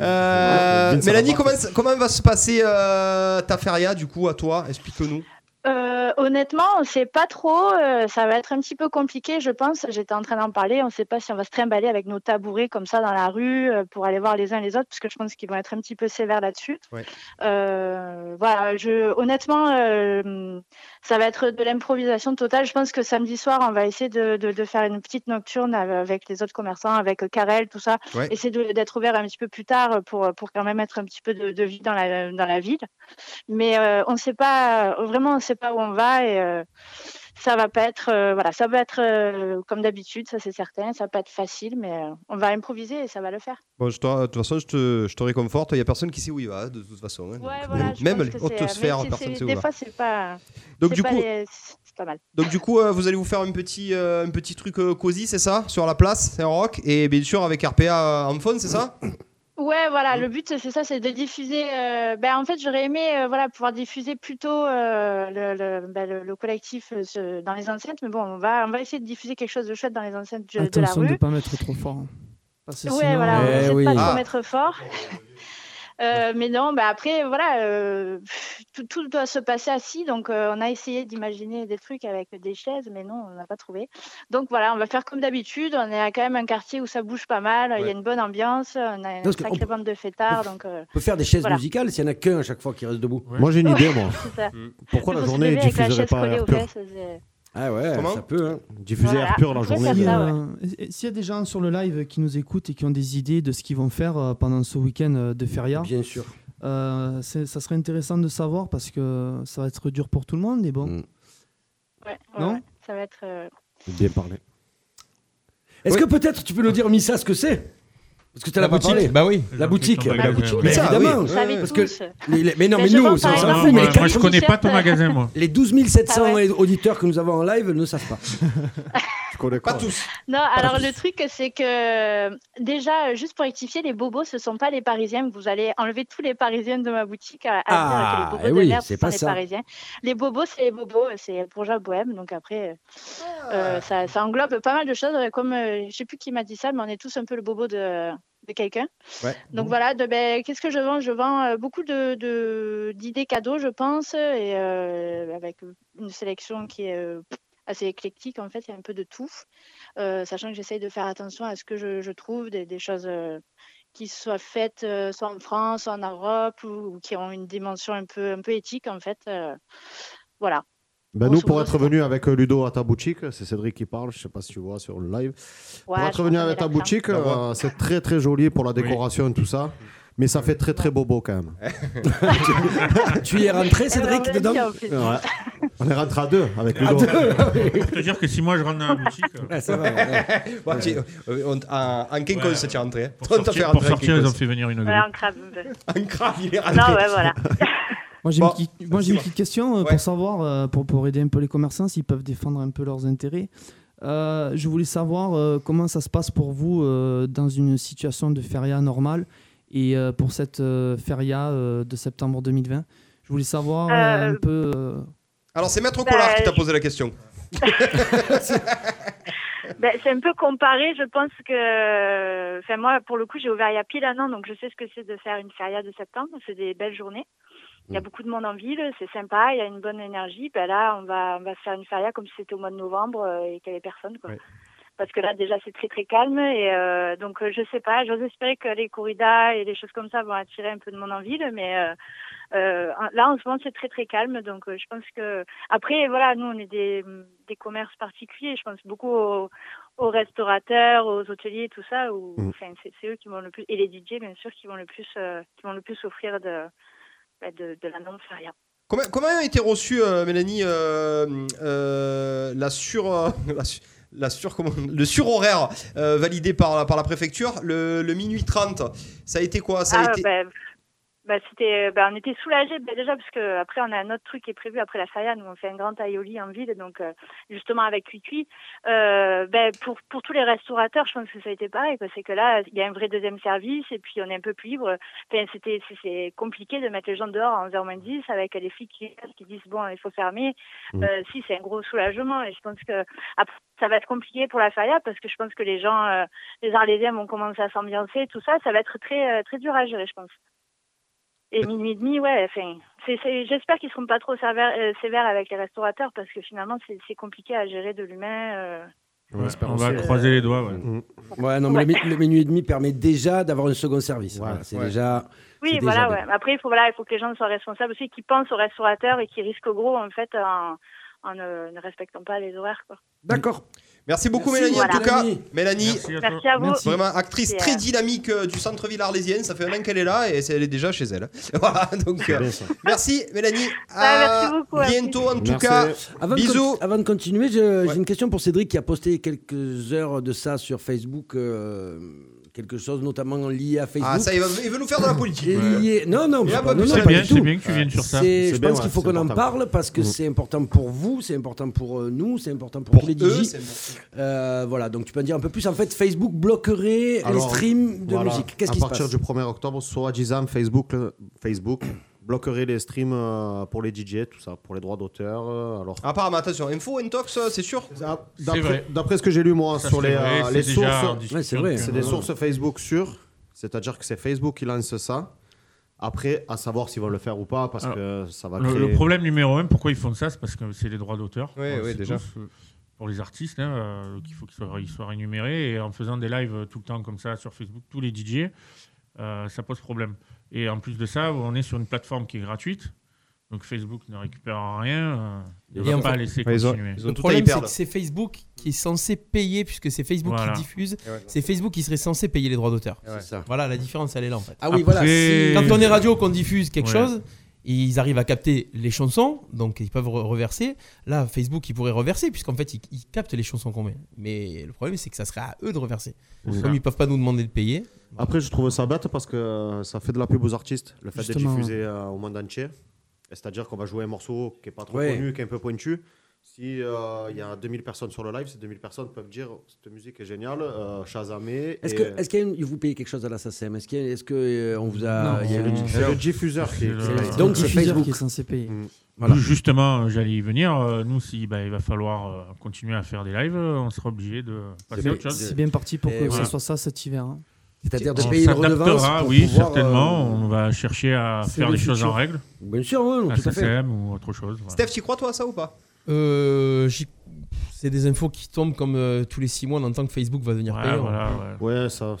S2: Euh,
S11: Vincent
S2: Mélanie,
S11: Lamarck.
S2: comment, comment va se passer euh, ta feria du coup à toi Explique-nous.
S12: Euh, honnêtement, on ne sait pas trop. euh, ça va être un petit peu compliqué, je pense. J'étais en train d'en parler. On ne sait pas si on va se trimballer avec nos tabourets comme ça dans la rue euh, pour aller voir les uns les autres, parce que je pense qu'ils vont être un petit peu sévères là-dessus.
S2: Ouais.
S12: Euh, voilà. Je, honnêtement, euh, ça va être de l'improvisation totale. Je pense que samedi soir, on va essayer de, de- de faire une petite nocturne av- avec les autres commerçants, avec Karel, tout ça.
S2: Ouais.
S12: Essayer de- d'être ouvert un petit peu plus tard pour, pour quand même être un petit peu de, de vie dans la, dans la ville mais euh, on ne sait pas euh, vraiment on ne sait pas où on va et euh, ça va pas être euh, voilà ça va être euh, comme d'habitude ça c'est certain ça va pas être facile mais euh, on va improviser et ça va le faire
S2: Bon, je te- de toute façon, je te, je te réconforte. Il n'y a personne qui sait où il va, de toute façon. hein. Donc, même même les hautes sphères, personne ne sait où il
S12: des
S2: va.
S12: fois euh, c'est pas
S2: Donc
S12: c'est
S2: du,
S12: pas
S2: coup,
S12: les- c'est pas mal
S2: donc, du coup, euh, vous allez vous faire un petit, euh, un petit truc euh, cosy, c'est ça Sur la place, c'est un rock. Et bien sûr, avec RPA euh, en fun, c'est ça
S12: Ouais, voilà, le but c'est ça, c'est de diffuser. euh, ben, en fait, j'aurais aimé euh, voilà, pouvoir diffuser plus tôt euh, le, le, ben, le- le collectif euh, ce- dans les enceintes, mais bon, on va, on va essayer de diffuser quelque chose de chouette dans les enceintes de, de la
S10: Attention
S12: rue.
S10: de ne pas mettre trop fort. hein. Parce que
S12: Ouais,
S10: sinon,
S12: voilà, on
S10: euh,
S3: Eh
S12: essaie de
S3: oui.
S12: pas trop
S2: Ah.
S12: mettre fort. *laughs* Euh, mais non, bah après, voilà, euh, tout, tout doit se passer assis. Donc, euh, on a essayé d'imaginer des trucs avec des chaises, mais non, on n'a pas trouvé. Donc, voilà, on va faire comme d'habitude. On est à quand même un quartier où ça bouge pas mal. Il y a une bonne ambiance. On a une
S3: Parce que
S12: sacrée
S3: on-
S12: bande de fêtards. Donc, euh,
S3: On peut faire des chaises
S12: Voilà.
S3: musicales s'il y en a qu'un à chaque fois qui reste debout.
S11: Moi j'ai une idée, moi.
S12: c'est ça.
S3: Mm.
S11: Pourquoi
S12: Plus
S11: la
S12: on se
S11: journée
S12: levait avec la
S11: diffuserait
S12: chaise
S11: pas
S12: collée
S11: Air
S12: aux
S11: Pur
S12: fesses, c'est-
S3: Ah ouais,
S2: Comment
S3: ça peut, hein.
S11: Diffuser
S12: Voilà.
S11: Air Pur la
S12: On pourrait
S11: journée.
S12: faire
S11: euh,
S12: ça, ouais.
S10: Euh, et- et S'il y a des gens sur le live qui nous écoutent et qui ont des idées de ce qu'ils vont faire euh, pendant ce week-end euh, de feria,
S3: Bien sûr.
S10: euh, c'est- ça serait intéressant de savoir parce que ça va être dur pour tout le monde. Mais bon,
S3: Mm.
S12: Ouais, ouais,
S10: Non
S12: ouais, ça va être. euh,
S11: Bien parlé.
S3: Est-ce
S2: Oui.
S3: que peut-être tu peux nous dire, Missa, ce que c'est Parce que tu l'as pas parlé.
S1: bah oui.
S3: La boutique.
S4: La boutique.
S3: Mais
S2: Ah,
S3: évidemment.
S2: oui.
S12: Vous savez
S3: parce
S12: tous.
S3: Mais, les- mais non,
S12: Mais
S3: mais
S12: je
S3: nous, on
S12: pense
S3: s'en
S12: par
S3: s'en
S12: exemple-
S3: fout. Mais
S4: moi,
S12: les
S4: moi, je
S12: quatre
S4: connais pas
S12: t-shirts.
S4: ton magasin, moi.
S3: les 12 700
S12: Ah ouais.
S3: auditeurs que nous avons en live ne savent pas.
S11: Tu connais
S2: Pas
S11: quoi
S2: tous.
S12: Non, alors le truc, c'est que euh, déjà, euh, juste pour rectifier, les bobos, ce sont pas les Parisiens. Vous allez enlever tous les Parisiens de ma boutique à, à
S3: Ah,
S12: dire que
S3: eh
S12: les bobos
S3: oui,
S12: de merde,
S3: c'est
S12: ce
S3: pas
S12: sont les
S3: ça.
S12: Parisiens. Les bobos, c'est les bobos, euh, c'est bourgeois bohème. Donc après, euh, euh, ça, ça englobe pas mal de choses. euh, Comme euh, je sais plus qui m'a dit ça, mais on est tous un peu le bobo de, de quelqu'un.
S2: Ouais.
S12: Donc voilà, de, ben, qu'est-ce que je vends Je vends euh, beaucoup de, de- d'idées cadeaux, je pense, et euh, avec une sélection qui est euh, assez éclectique en fait, il y a un peu de tout. Euh, sachant que j'essaye de faire attention à ce que je, je trouve, des, des choses euh,
S13: qui soient faites euh, soit en France, soit en Europe, ou, ou qui ont une dimension un peu, un peu éthique, en fait. euh, voilà.
S11: Ben nous, pour être venus avec euh, Ludo à ta boutique, c'est Cédric qui parle, je sais pas si tu vois sur le live.
S13: Ouais,
S11: pour
S13: je
S11: être
S13: pense
S11: venus
S13: qu'on est
S11: avec ta
S13: là-dedans.
S11: boutique, euh, c'est très très joli pour la décoration et tout ça. Mais ça fait très très bobo quand même.
S3: tu y es rentré, Cédric, dedans
S11: Ouais. On est rentré à deux avec Ludo.
S4: Je peux te dire que si moi je rentre dans la boutique. euh,
S3: Ah, ça va,
S2: *laughs* Bon, tu- euh, on- en en quinconce,
S4: Ouais.
S2: tu es rentré. hein. *laughs*
S4: Pour
S2: On t'a
S4: sortir-
S2: fait
S4: pour
S2: rentrer en
S4: sortir, ils ont
S2: quinconce.
S4: fait venir une
S13: Voilà, un crabe.
S2: *laughs*
S13: un
S2: crabe, il est
S13: Non,
S2: rentré.
S13: ouais, voilà.
S10: Moi j'ai une
S3: Bah,
S2: Bon,
S10: petite- moi, j'ai une,
S2: dis-moi.
S10: petite question euh,
S2: Ouais.
S10: pour savoir, euh, pour, pour aider un peu les commerçants, s'ils peuvent défendre un peu leurs intérêts. Euh, je voulais savoir euh, comment ça se passe pour vous euh, dans une situation de feria normale et euh, pour cette euh, feria euh, de septembre 2020. Je voulais savoir euh,
S13: Euh,
S10: un peu. euh,
S2: Alors, c'est Maître
S13: Bah,
S2: Collard qui t'a
S13: je-
S2: posé la
S13: *laughs*
S2: question.
S13: *laughs* Ben, c'est un peu comparé, je pense que. Enfin, moi, pour le coup, j'ai ouvert il y a pile un an, donc je sais ce que c'est de faire une feria de septembre. C'est des belles journées. Il y a beaucoup de monde en ville, c'est sympa, il y a une bonne énergie. Ben là, on va, on va se faire une feria comme si c'était au mois de novembre euh, et qu'il n'y avait personne, quoi. Parce que là, déjà, c'est très très calme et euh, donc euh, je sais pas. J'ose espérer que les corridas et les choses comme ça vont attirer un peu de monde en ville, mais euh, euh, en- là, en ce moment, c'est très très calme. Donc, euh, je pense que après, voilà, nous, on est des, des commerces particuliers. Je pense beaucoup aux, aux restaurateurs, aux hôteliers, tout ça. Où, enfin, c'est, c'est eux qui vont le plus et les DJ, bien sûr, qui vont le plus, euh, qui vont le plus offrir de bah, de, de la non feria.
S2: Comment, comment a été reçue, euh, Mélanie, euh, euh, la sur. euh, *laughs* la su- la sur- comment- le surhoraire euh, validé par la, par la préfecture, le, le minuit 30, ça a été quoi ça a
S13: Ah,
S2: été...
S13: ben, ben, c'était, ben, on était soulagés ben, déjà parce que après on a un autre truc qui est prévu après la Faya, nous on fait un grand aioli en ville, donc euh, justement avec Cuicui. Euh, ben, pour pour tous les restaurateurs, je pense que ça a été pareil, quoi. c'est que là il y a un vrai deuxième service et puis on est un peu plus libre. Enfin, c'était c'est- c'est compliqué de mettre les gens dehors à 11h moins 10 avec les flics qui, qui disent bon il faut fermer.
S2: Mm.
S13: Euh, si c'est un gros soulagement et je pense que après, ça va être compliqué pour la Faya parce que je pense que les gens, euh, les Arlésiens vont commencer à s'ambiancer, tout ça, ça va être très euh, très dur à gérer, je pense. Et minuit et demi, ouais, enfin, c'est- c'est- j'espère qu'ils seront pas trop sévères, euh, sévères avec les restaurateurs parce que finalement, c'est c'est compliqué à gérer de l'humain. euh.
S4: Ouais, on va croiser les doigts. Ouais.
S3: Ouais, non, mais le mi- Le, minuit et demi permet déjà d'avoir un second service. Voilà, c'est
S4: ouais.
S3: déjà.
S13: Oui,
S3: c'est
S13: voilà,
S3: déjà
S13: ouais. Après, il faut, voilà, il faut que les gens soient responsables aussi, qu'ils pensent aux restaurateurs et qu'ils risquent gros, en fait, en, en euh, ne, ne respectant pas les horaires, quoi.
S3: D'accord.
S2: Merci beaucoup
S13: Merci,
S2: Mélanie en tout cas.
S13: Mélanie.
S2: Mélanie,
S13: Merci à toi. Merci à vous. Merci.
S2: Vraiment actrice
S13: Et, euh,
S2: très dynamique euh, du centre-ville arlésien. Ça fait un an qu'elle est là et c'est- elle est déjà chez elle. *laughs* Voilà, donc euh, merci Mélanie.
S13: Bah,
S2: À
S3: merci beaucoup,
S2: bientôt en tout
S3: Merci.
S2: cas.
S3: Avant de
S2: Bisous.
S3: con- avant de continuer, je- j'ai une question pour Cédric qui a posté quelques heures de ça sur Facebook. euh, quelque chose notamment lié à Facebook.
S2: Ah, ça, il va- il veut nous faire de la politique.
S3: Et
S2: Ouais.
S3: lié- Non, non,
S2: Il
S3: c'est
S2: a
S3: pas,
S2: pas
S3: non,
S2: pu-
S3: non,
S2: C'est
S3: pas
S2: bien,
S3: du
S2: c'est
S3: tout.
S2: bien que tu viennes sur ça.
S3: C'est-
S2: C'est
S3: Je
S2: bien,
S3: pense
S2: ouais,
S3: qu'il faut
S2: c'est
S3: qu'on en
S2: important.
S3: parle parce que
S2: Mm.
S3: c'est important pour vous, c'est important pour euh, nous, c'est important pour, tous les
S2: eux,
S3: DJ.
S2: c'est important.
S3: Euh, voilà, donc tu peux en dire un peu plus. En fait, Facebook bloquerait les
S11: Alors,
S3: streams de
S11: voilà,
S3: musique. Qu'est-ce
S11: à
S3: qui se passe
S11: partir du 1er octobre, soi-disant, Facebook, le- Facebook bloquerait les streams euh, pour les DJ, tout ça, pour les droits d'auteur. euh, alors,
S2: Apparemment, Ah, attention, info, intox, euh, c'est sûr.
S11: D'après d'après ce que j'ai lu moi
S2: Ça,
S11: sur
S2: c'est
S11: les,
S2: vrai,
S11: euh,
S2: c'est
S11: les
S2: déjà en
S11: sources,
S2: discussion Ouais, c'est vrai. depuis un euh,
S11: des
S2: moment.
S11: sources Facebook sûres, c'est-à-dire que c'est Facebook qui lance ça. Après, à savoir s'ils vont le faire ou pas, parce
S4: Alors,
S11: que ça va
S4: le,
S11: créer.
S4: le problème numéro un, pourquoi ils font ça, c'est parce que c'est les droits d'auteur.
S11: Ouais,
S4: Voilà,
S11: ouais,
S4: c'est
S11: déjà.
S4: tout. C'est Pour les artistes, hein, euh, qu'il faut qu'ils soient, ils soient rémunérés. Et en faisant des lives euh, tout le temps comme ça sur Facebook, tous les DJ, euh, ça pose problème. Et en plus de ça, on est sur une plateforme qui est gratuite. Donc Facebook ne récupère rien. euh,
S1: Et
S4: ne va
S1: en
S4: pas
S1: fait-
S4: laisser
S1: Ouais, ils ont-
S4: continuer.
S1: Le problème, c'est que c'est Facebook qui est censé payer, puisque c'est Facebook
S4: Voilà.
S1: qui diffuse,
S4: Et ouais.
S1: c'est Facebook qui serait censé payer les droits d'auteur.
S4: C'est ça.
S1: Voilà, la différence, elle est là en fait.
S4: Ah oui, Après- voilà, si-
S1: Quand on est radio, qu'on diffuse quelque
S4: Ouais.
S1: chose, ils arrivent à capter les chansons, donc ils peuvent re- reverser. Là, Facebook, ils pourraient reverser, puisqu'en fait, ils, ils captent les chansons qu'on met. Mais le problème, c'est que ça serait à eux de reverser.
S11: C'est
S1: Comme
S11: ça.
S1: ils peuvent pas nous demander de payer.
S11: Après, je trouve ça bête parce que euh, ça fait de la pub aux artistes, le fait d'être
S1: Justement.
S11: diffusé euh, au monde entier. Et C'est-à-dire qu'on va jouer un morceau qui n'est pas trop
S3: Ouais.
S11: connu, qui est un peu pointu. Si euh, il y a 2000 personnes sur le live, ces 2000 personnes peuvent dire oh, cette musique est géniale, euh, Shazamé.
S3: Est-ce
S11: et-
S3: que, est-ce qu'il y a une- vous payez quelque chose à la SACEM Est-ce que, est-ce que euh, on vous
S11: Non,
S3: a il y a
S11: c'est
S3: eu-
S11: le- c'est le diffuseur qui- qui-
S3: C'est-
S11: qui-
S3: donc
S11: qui-
S3: c'est
S11: diffuseur
S3: Facebook Mm.
S10: qui est censé payer.
S3: Voilà.
S4: Ju- Justement, euh, j'allais y venir. Euh, Nous, si bah, il va falloir euh, continuer à faire des lives, euh, on sera obligé de passer à autre chose.
S10: C'est bien parti pour que
S4: Voilà.
S10: ça soit ça cet hiver. hein.
S3: C'est-à-dire de
S4: On
S3: payer une
S4: s'adaptera,
S3: redevance pour
S4: oui,
S3: pouvoir,
S4: certainement.
S3: euh,
S4: On va chercher à
S3: c'est
S4: faire
S3: le
S4: des choses en
S3: futur.
S4: règle.
S3: Bien sûr, oui, non, tout à fait.
S4: SSM ou autre chose. voilà.
S2: Steph, tu crois toi à ça ou pas
S1: Euh, j'y- c'est des infos qui tombent comme euh, tous les six mois, on entend que Facebook va devenir
S4: Ouais,
S1: payant.
S4: voilà,
S11: Ouais, ça.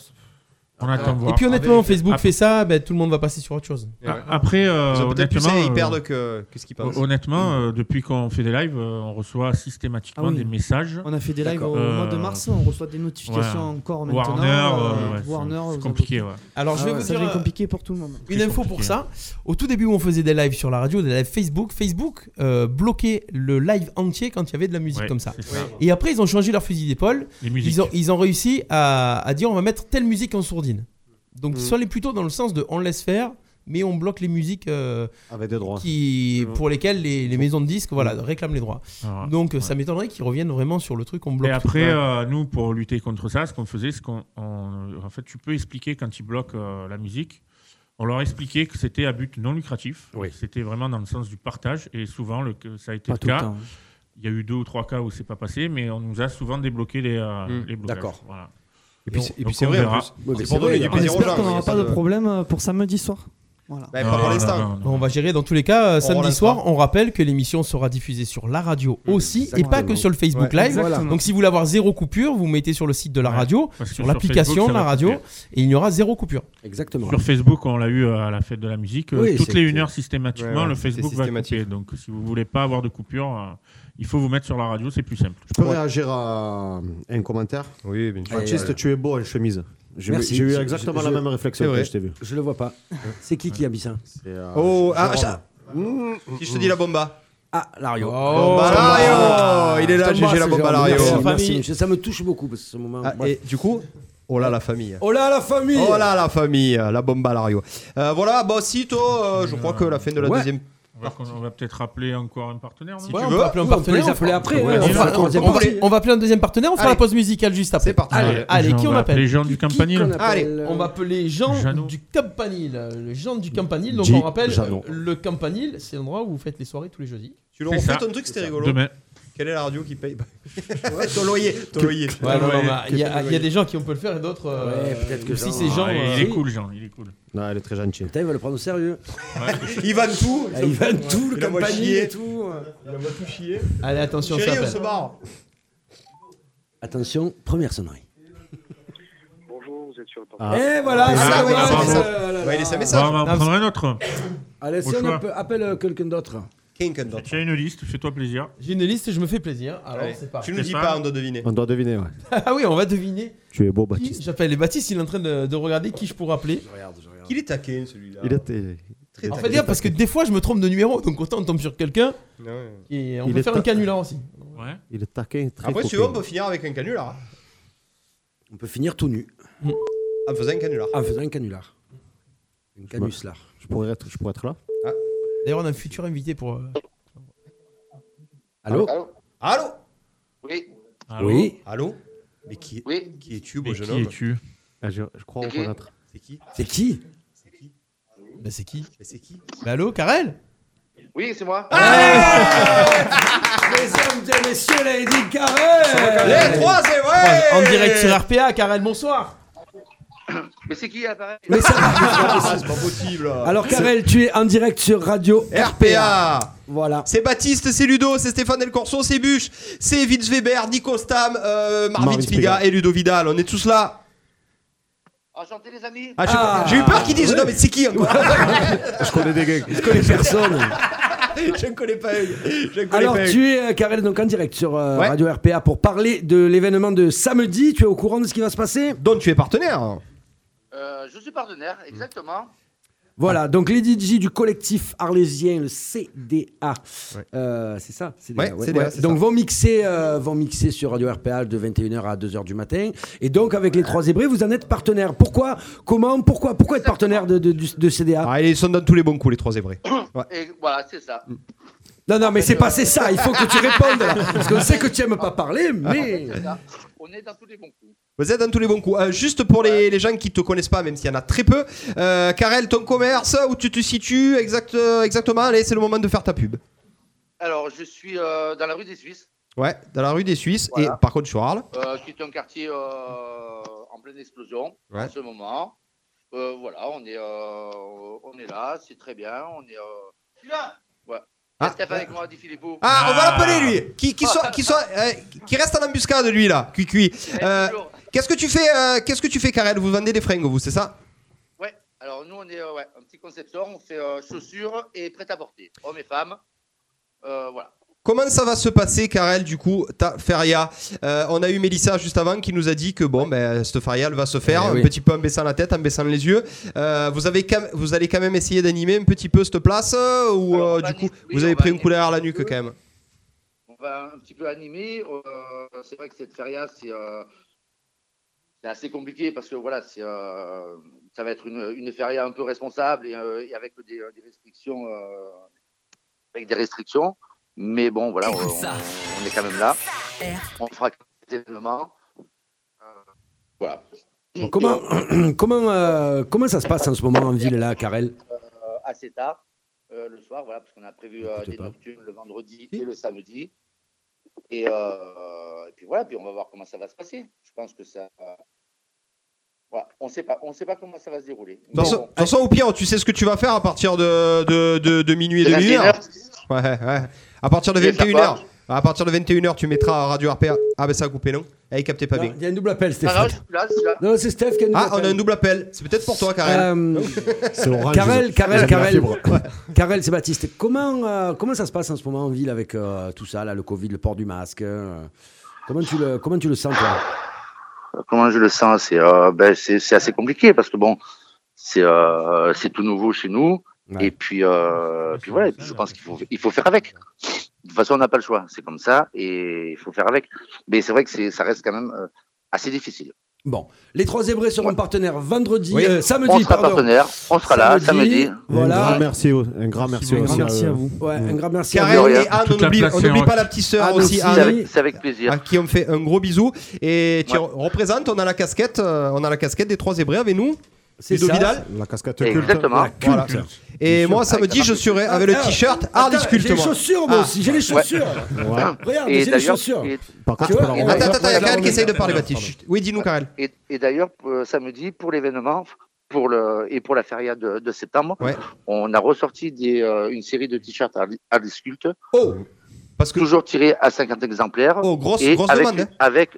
S4: On attend voir.
S1: Et puis honnêtement,
S4: Ah, vérité.
S1: Facebook
S4: Ah.
S1: fait ça, ben, tout le monde va passer sur autre chose.
S4: Ah, Après, euh,
S1: Ils ont peut-être
S4: honnêtement,
S1: poussé, ils
S4: euh,
S1: perdent que- que ce Mm. qui passe.
S4: Honnêtement, euh, depuis qu'on fait des lives, euh, on reçoit systématiquement
S10: Ah oui.
S4: des messages.
S10: On a fait des lives
S4: D'accord.
S10: au mois de mars, on reçoit des notifications encore maintenant,
S4: Warner,
S10: euh,
S4: ouais, c'est-
S10: Warner, vous
S4: c'est
S10: en
S4: compliqué.
S10: doutez.
S4: ouais.
S1: Alors je vais vous
S10: Ça
S1: dire
S10: devient
S1: euh,
S10: compliqué pour tout le monde.
S1: Une info pour ça. Au tout début où on faisait des lives sur la radio, des lives Facebook, Facebook euh, bloquait le live entier quand il y avait de la musique
S4: Ouais,
S1: comme ça.
S4: c'est ça.
S1: Et après ils ont changé leur fusil d'épaule.
S4: Les musiques.
S1: Ils ont, ils ont réussi à, à dire on va mettre telle musique en sourdine. Donc
S11: Mm.
S1: soit les plutôt dans le sens de on laisse faire. Mais on bloque les musiques euh,
S11: Avec des droits.
S1: qui, pour lesquelles les, les maisons de disques voilà, réclament les droits.
S4: Mhm. Ah,
S1: Donc ça m'étonnerait qu'ils reviennent vraiment sur le truc on bloque.
S4: Et après,
S1: Ouais.
S4: euh, nous, pour lutter contre ça, ce qu'on faisait, c'est qu'on. on- En fait, tu peux expliquer quand ils bloquent euh, la musique. On leur expliquait que c'était à but non lucratif. C'était vraiment dans le sens du partage. Et souvent, le, que ça a été
S10: Pas
S4: le
S10: tout le
S4: cas.
S10: temps.
S4: Il y a eu deux ou trois cas où c'est pas passé, mais on nous a souvent débloqué les, euh, les blocages.
S11: Mmh, d'accord.
S4: Voilà.
S11: Et puis c'est- et
S4: Donc
S11: puis c'est
S4: on
S11: vrai, en
S4: verra.
S11: plus. Ouais, mais c'est vrai,
S10: On espère qu'on n'aura pas de problème euh, pour samedi soir. Voilà.
S11: Bah, pas pour l'instant.
S1: On va gérer dans tous les cas euh,
S11: On
S1: samedi
S11: relancera.
S1: soir. On rappelle que l'émission sera diffusée sur la radio aussi et pas que sur le Facebook
S11: Ouais,
S1: Live.
S11: exactement.
S1: Donc si vous voulez avoir zéro coupure, vous mettez sur le site de la radio,
S4: parce que
S1: sur
S4: sur
S1: l'application
S4: Facebook,
S1: de
S4: ça
S1: la
S4: va
S1: radio
S4: couper.
S1: et il y aura zéro coupure.
S3: Exactement.
S4: Sur Facebook, on l'a eu à la fête de la musique. euh,
S1: Oui,
S4: Toutes
S1: c'est-
S4: les une heure systématiquement,
S1: Ouais, ouais,
S4: le
S1: c'est
S4: Facebook va couper. Donc, si vous voulez pas avoir de coupure, euh, il faut vous mettre sur la radio, c'est plus simple.
S11: Je peux réagir à un commentaire
S2: Oui, bien
S4: sûr.
S11: Baptiste,
S4: Ouais.
S11: tu es beau en chemise. J'ai
S4: Merci.
S11: j'ai eu
S4: Je-
S11: exactement
S4: je-
S11: la
S4: je-
S11: même réflexion
S4: c'est
S11: quand
S4: vrai.
S11: je t'ai vu. euh,
S3: Je le vois pas. C'est qui qui a mis ça
S2: Oh, ah,
S3: Jérôme.
S2: ah, Si je te dis la bomba.
S3: Ah, Lario.
S2: Oh, Lario Il est là,
S3: Tomba,
S2: GG la
S3: c'est
S2: bomba,
S3: Jérôme.
S2: Lario.
S3: Merci, merci, monsieur. Ça me touche beaucoup parce que ce moment.
S2: Ah,
S3: moi,
S2: et du coup, oh là la famille.
S3: Oh là la famille
S2: Oh là la famille, la bomba Lario. Euh, voilà, bah si toi, euh, je crois que la fin de la
S4: Ouais.
S2: deuxième.
S4: On va, qu'on- on va peut-être appeler encore un partenaire. Si
S1: Ouais, on peut appeler un partenaire. On va- on va- on va- on va appeler un deuxième partenaire. On fera
S4: Allez.
S1: la pause musicale juste après. C'est
S2: parti.
S1: Allez, allez,
S4: Jean,
S1: qui
S4: on
S1: on
S4: va
S1: appelle
S4: appeler Jean du
S1: Qui- qui
S4: Campanile.
S1: qu'on appelle
S4: Allez.
S1: on va appeler Jean
S4: Jean.
S1: du Campanile. Le Jean du Campanile. Donc
S4: J-
S1: on rappelle euh,
S4: Jeannot.
S1: le Campanile, c'est l'endroit où vous faites les soirées tous les jeudis.
S2: Tu leur refais ton truc, c'était rigolo.
S4: Demain.
S2: Quelle est la radio qui paye
S1: *laughs*
S2: Ouais, Ton loyer. Ton
S1: Que-
S2: loyer.
S1: Ouais, non, non, bah, Il y, a il y a des gens qui on peut le faire et d'autres. euh, ou Si c'est Jean. euh,
S4: il est cool, Jean. Il est cool.
S11: Non, elle est très gentille.
S3: Putain, ils veulent le prendre au sérieux.
S2: *laughs* Ils vannent tout.
S3: Ah, Ils vannent tout, le
S2: Ils la voient
S3: campanile
S2: chier.
S3: et tout.
S2: Il va tout chier.
S1: Allez, attention,
S2: Chérie,
S1: ça
S2: on
S1: appelle.
S2: se barre.
S3: Attention, première sonnerie.
S14: Bonjour, vous êtes sur le
S3: Ah. Eh, voilà, Ah, ça, oui, voilà, bravo. c'est ça, là,
S2: Bah, il est
S3: là.
S2: sa message.
S4: Bon, on va en
S2: Non,
S4: prendre
S2: c'est-
S4: un autre.
S3: Allez, si
S4: Au
S3: on
S4: choix.
S3: appelle, appelle, euh, quelqu'un d'autre.
S2: Quelqu'un d'autre.
S4: Tu as une liste, fais-toi plaisir.
S1: J'ai une liste, je me fais plaisir. Alors,
S4: Allez,
S1: c'est parti.
S4: tu nous dis pas, on doit
S2: deviner.
S11: hein On doit deviner, ouais.
S1: *laughs* ah oui, on va deviner.
S11: Tu es beau,
S1: Qui-
S11: Baptiste.
S1: J'appelle et Baptiste, il est en train de, de regarder qui je pourrais appeler.
S2: Qu'il est taquin celui-là.
S11: Il était.
S2: Très
S1: En fait,
S2: taquin.
S1: dire, parce que des fois, je me trompe de numéro, donc autant on tombe sur quelqu'un.
S2: Ouais.
S1: Et on
S11: Il
S1: peut
S11: est
S1: faire
S11: ta-
S1: un canular aussi.
S4: Ouais.
S11: Il est taquin, très
S2: Après, tu
S11: coquin.
S2: vois, on peut finir avec un canular.
S3: On peut finir tout nu.
S2: Mm. En faisant un canular.
S3: En faisant un canular. Un canuslar.
S11: Je pourrais être, je pourrais être là.
S4: Ah.
S1: D'ailleurs, on a un futur invité pour. euh,
S3: Allô
S2: Allô
S14: Oui.
S3: Oui.
S2: Allô Mais qui,
S14: Oui.
S2: qui es-tu, beau
S4: Mais
S2: jeune
S4: qui
S2: homme
S4: es-tu
S11: Ah, je, je crois
S14: C'est qui
S11: reconnaître.
S2: C'est qui
S3: C'est qui
S1: Bah, c'est qui
S2: Mais c'est qui
S1: Bah, allô, Karel
S14: Oui, c'est moi.
S2: Ah
S3: Mesdames et messieurs, Lady Carré
S2: Les trois, c'est vrai
S1: En direct sur RPA,
S2: *laughs*
S1: Karel, bonsoir
S14: *laughs* Mais c'est qui l'appareil
S3: Mais ça
S2: Ah, c'est pas possible
S3: Alors, Karel, tu es en direct sur Radio
S2: RPA.
S3: Voilà.
S2: C'est Baptiste, c'est Ludo, c'est Stéphane Del Corso, c'est Bûche, c'est Vince Weber, Nico Stam, euh, Marvin,
S11: Marvin
S2: Spiga
S11: Spiga.
S2: et Ludo Vidal. On est tous là.
S14: Enchanté, les amis.
S2: Ah, je- J'ai eu peur qu'ils disent non, mais c'est qui hein, encore
S11: Je connais des gars. Je
S3: connais personne.
S2: *laughs* Je ne connais pas eux. Je ne connais
S3: Alors,
S2: pas eux.
S3: tu es, euh, Karel, donc en direct sur euh,
S2: Ouais.
S3: Radio RPA pour parler de l'événement de samedi. Tu es au courant de ce qui va se passer
S2: Donc, tu es partenaire.
S14: Euh, je suis partenaire, exactement.
S3: Voilà, donc les DJ du collectif arlésien, le CDA. Euh, c'est ça CDA,
S2: Ouais,
S3: ouais.
S2: CDA,
S3: Ouais.
S2: c'est ça.
S3: Donc vont mixer, euh, vont mixer sur Radio RPA de 21h à 2h du matin. Et donc avec les trois hébreux, vous en êtes partenaire. Pourquoi Comment Pourquoi Pourquoi être partenaire de, de- du- de CDA
S2: Ah, ils sont dans tous les bons coups, les trois hébreux.
S14: Et voilà, c'est ça.
S2: Mm.
S3: Non, non, mais c'est pas c'est ça. Il faut que tu répondes là. Parce qu'on sait que tu aimes pas parler, mais...
S14: C'est ça. On est dans tous les bons coups.
S2: Ah. Vous êtes dans tous les bons coups. Euh, juste pour les, les gens qui te connaissent pas, même s'il y en a très peu, euh, Karel, ton commerce, où tu te situes exact, euh, exactement Allez, c'est le moment de faire ta pub.
S14: Alors, je suis euh, dans la rue des Suisses,
S2: Ouais, dans la rue des Suisses
S14: Voilà.
S2: et par contre sur Arles.
S14: euh, qui est un quartier euh, en pleine explosion
S2: Ouais.
S14: en ce moment. Euh, voilà, on est, euh, on est là, c'est très bien. On est. Euh... Là Ouais.
S2: Ah.
S14: Reste avec moi, dit Philippot.
S3: Ah.
S14: Eh,
S2: Ah, on va l'appeler lui. Qui, qui soit, qui soit, euh, qui reste en embuscade lui là, cuicui. Euh, Qu'est-ce que tu fais, euh, qu'est-ce que tu fais, Karel Vous vendez des fringues, vous, c'est ça
S14: Ouais, alors nous, on est euh, ouais, un petit concepteur, on fait euh, chaussures et prêt-à-porter, hommes et femmes. Euh, voilà.
S2: Comment ça va se passer, Karel, du coup, ta feria Euh, On a eu Mélissa juste avant qui nous a dit que bon, ben, cette feria, elle va se faire
S3: Eh
S2: un
S3: oui.
S2: petit peu en baissant la tête, en baissant les yeux. Euh, vous, avez quand- vous allez quand même essayer d'animer un petit peu cette place euh, ou euh, du coup, vous avez pris une couleur à la nuque quand même
S14: On va un petit peu animer. euh, c'est vrai que cette feria, c'est euh, c'est assez compliqué parce que voilà, c'est, euh, ça va être une, une feria un peu responsable et, euh, et avec des, des restrictions. euh, avec des restrictions. Mais bon, voilà, on, on est quand même là. On fera des événements. Euh, voilà.
S3: Comment, *clears throat* comment, euh, comment ça se passe en ce moment en ville, là, Karel
S14: euh, assez tard euh, le soir, voilà, parce qu'on a prévu euh, des nocturnes le vendredi et le samedi. Et, euh, et puis voilà, puis on va voir comment ça va se passer. Je pense que ça. euh, voilà, on sait pas, on sait pas comment ça va se dérouler.
S2: De toute façon- de toute façon, au pire, tu sais ce que tu vas faire à partir de, de, de- de minuit et de
S14: 21
S2: 1h.
S14: heures.
S2: Ouais, ouais. À partir de
S14: Je vais faire
S2: 21h.
S14: part.
S2: À partir de 21h, tu mettras Radio RPA. Ah, ben ça a coupé, non Eh, captez pas bien.
S3: Il y a un double appel, Stéphane.
S2: Ah, non,
S3: Non, c'est Steph qui a un double
S2: Ah, on
S3: appel.
S2: a un double appel. C'est peut-être pour toi, Karel.
S3: Euh,
S2: C'est orange,
S3: Karel,
S2: ils ont- ils
S3: Karel,
S2: ont la
S3: Karel,
S2: fibre.
S3: Karel, c'est Baptiste. Comment, euh, comment ça se passe en ce moment en ville avec euh, tout ça, là, le Covid, le port du masque euh, Comment tu le, comment tu le sens, toi
S14: Comment je le sens C'est euh, ben, c'est c'est assez compliqué parce que bon, c'est euh, c'est tout nouveau chez nous. Et puis, euh, puis voilà, et puis je pense qu'il faut, il faut faire avec. De toute façon, on n'a pas le choix. C'est comme ça et il faut faire avec. Mais c'est vrai que c'est- ça reste quand même euh, assez difficile.
S3: Bon, les trois zébrés seront partenaires vendredi,
S14: Oui.
S3: euh, samedi,
S14: On sera
S3: pardon.
S14: partenaires, on sera là, samedi.
S11: Un grand
S3: Voilà.
S11: merci, au- un grand euh, merci, aussi
S3: Ouais, un grand merci
S2: Karel
S3: à vous.
S2: et Anne, on n'oublie on n'oublie pas la petite sœur
S3: Anne
S2: aussi.
S3: aussi. C'est avec-
S14: plaisir.
S2: À qui on fait un gros bisou. Et tu représentes, on a la casquette, euh, on a la casquette des trois hébreux avec nous.
S11: C'est
S2: Ludo
S11: ça.
S2: Vidal.
S11: La casquette culte.
S14: Exactement.
S11: La culte.
S2: Voilà. Et moi, samedi, je serai avec le
S11: Ah,
S2: t-shirt
S11: attends,
S2: Hardy Sculpt.
S11: j'ai les
S2: moi.
S11: chaussures, moi
S2: Ah.
S11: aussi, j'ai les chaussures.
S2: Ouais.
S11: Ouais.
S3: Regarde,
S14: Et
S3: j'ai les
S14: d'ailleurs,
S3: chaussures.
S14: et-
S11: Par
S2: contre, tu peux la remettre. Attends, attends, il y a Karel qui essaye de parler, Baptiste. Chut. Oui, dis-nous, Karel.
S14: Et, et d'ailleurs, euh, samedi, pour l'événement pour le, et pour la feria de, de septembre, on a ressorti des, euh, une série de t-shirts à, à Sculpt.
S2: Oh parce que...
S14: Toujours tiré à 50 exemplaires.
S2: Oh, grosse-
S14: et
S2: grosse
S14: avec,
S2: demande, hein.
S14: Avec,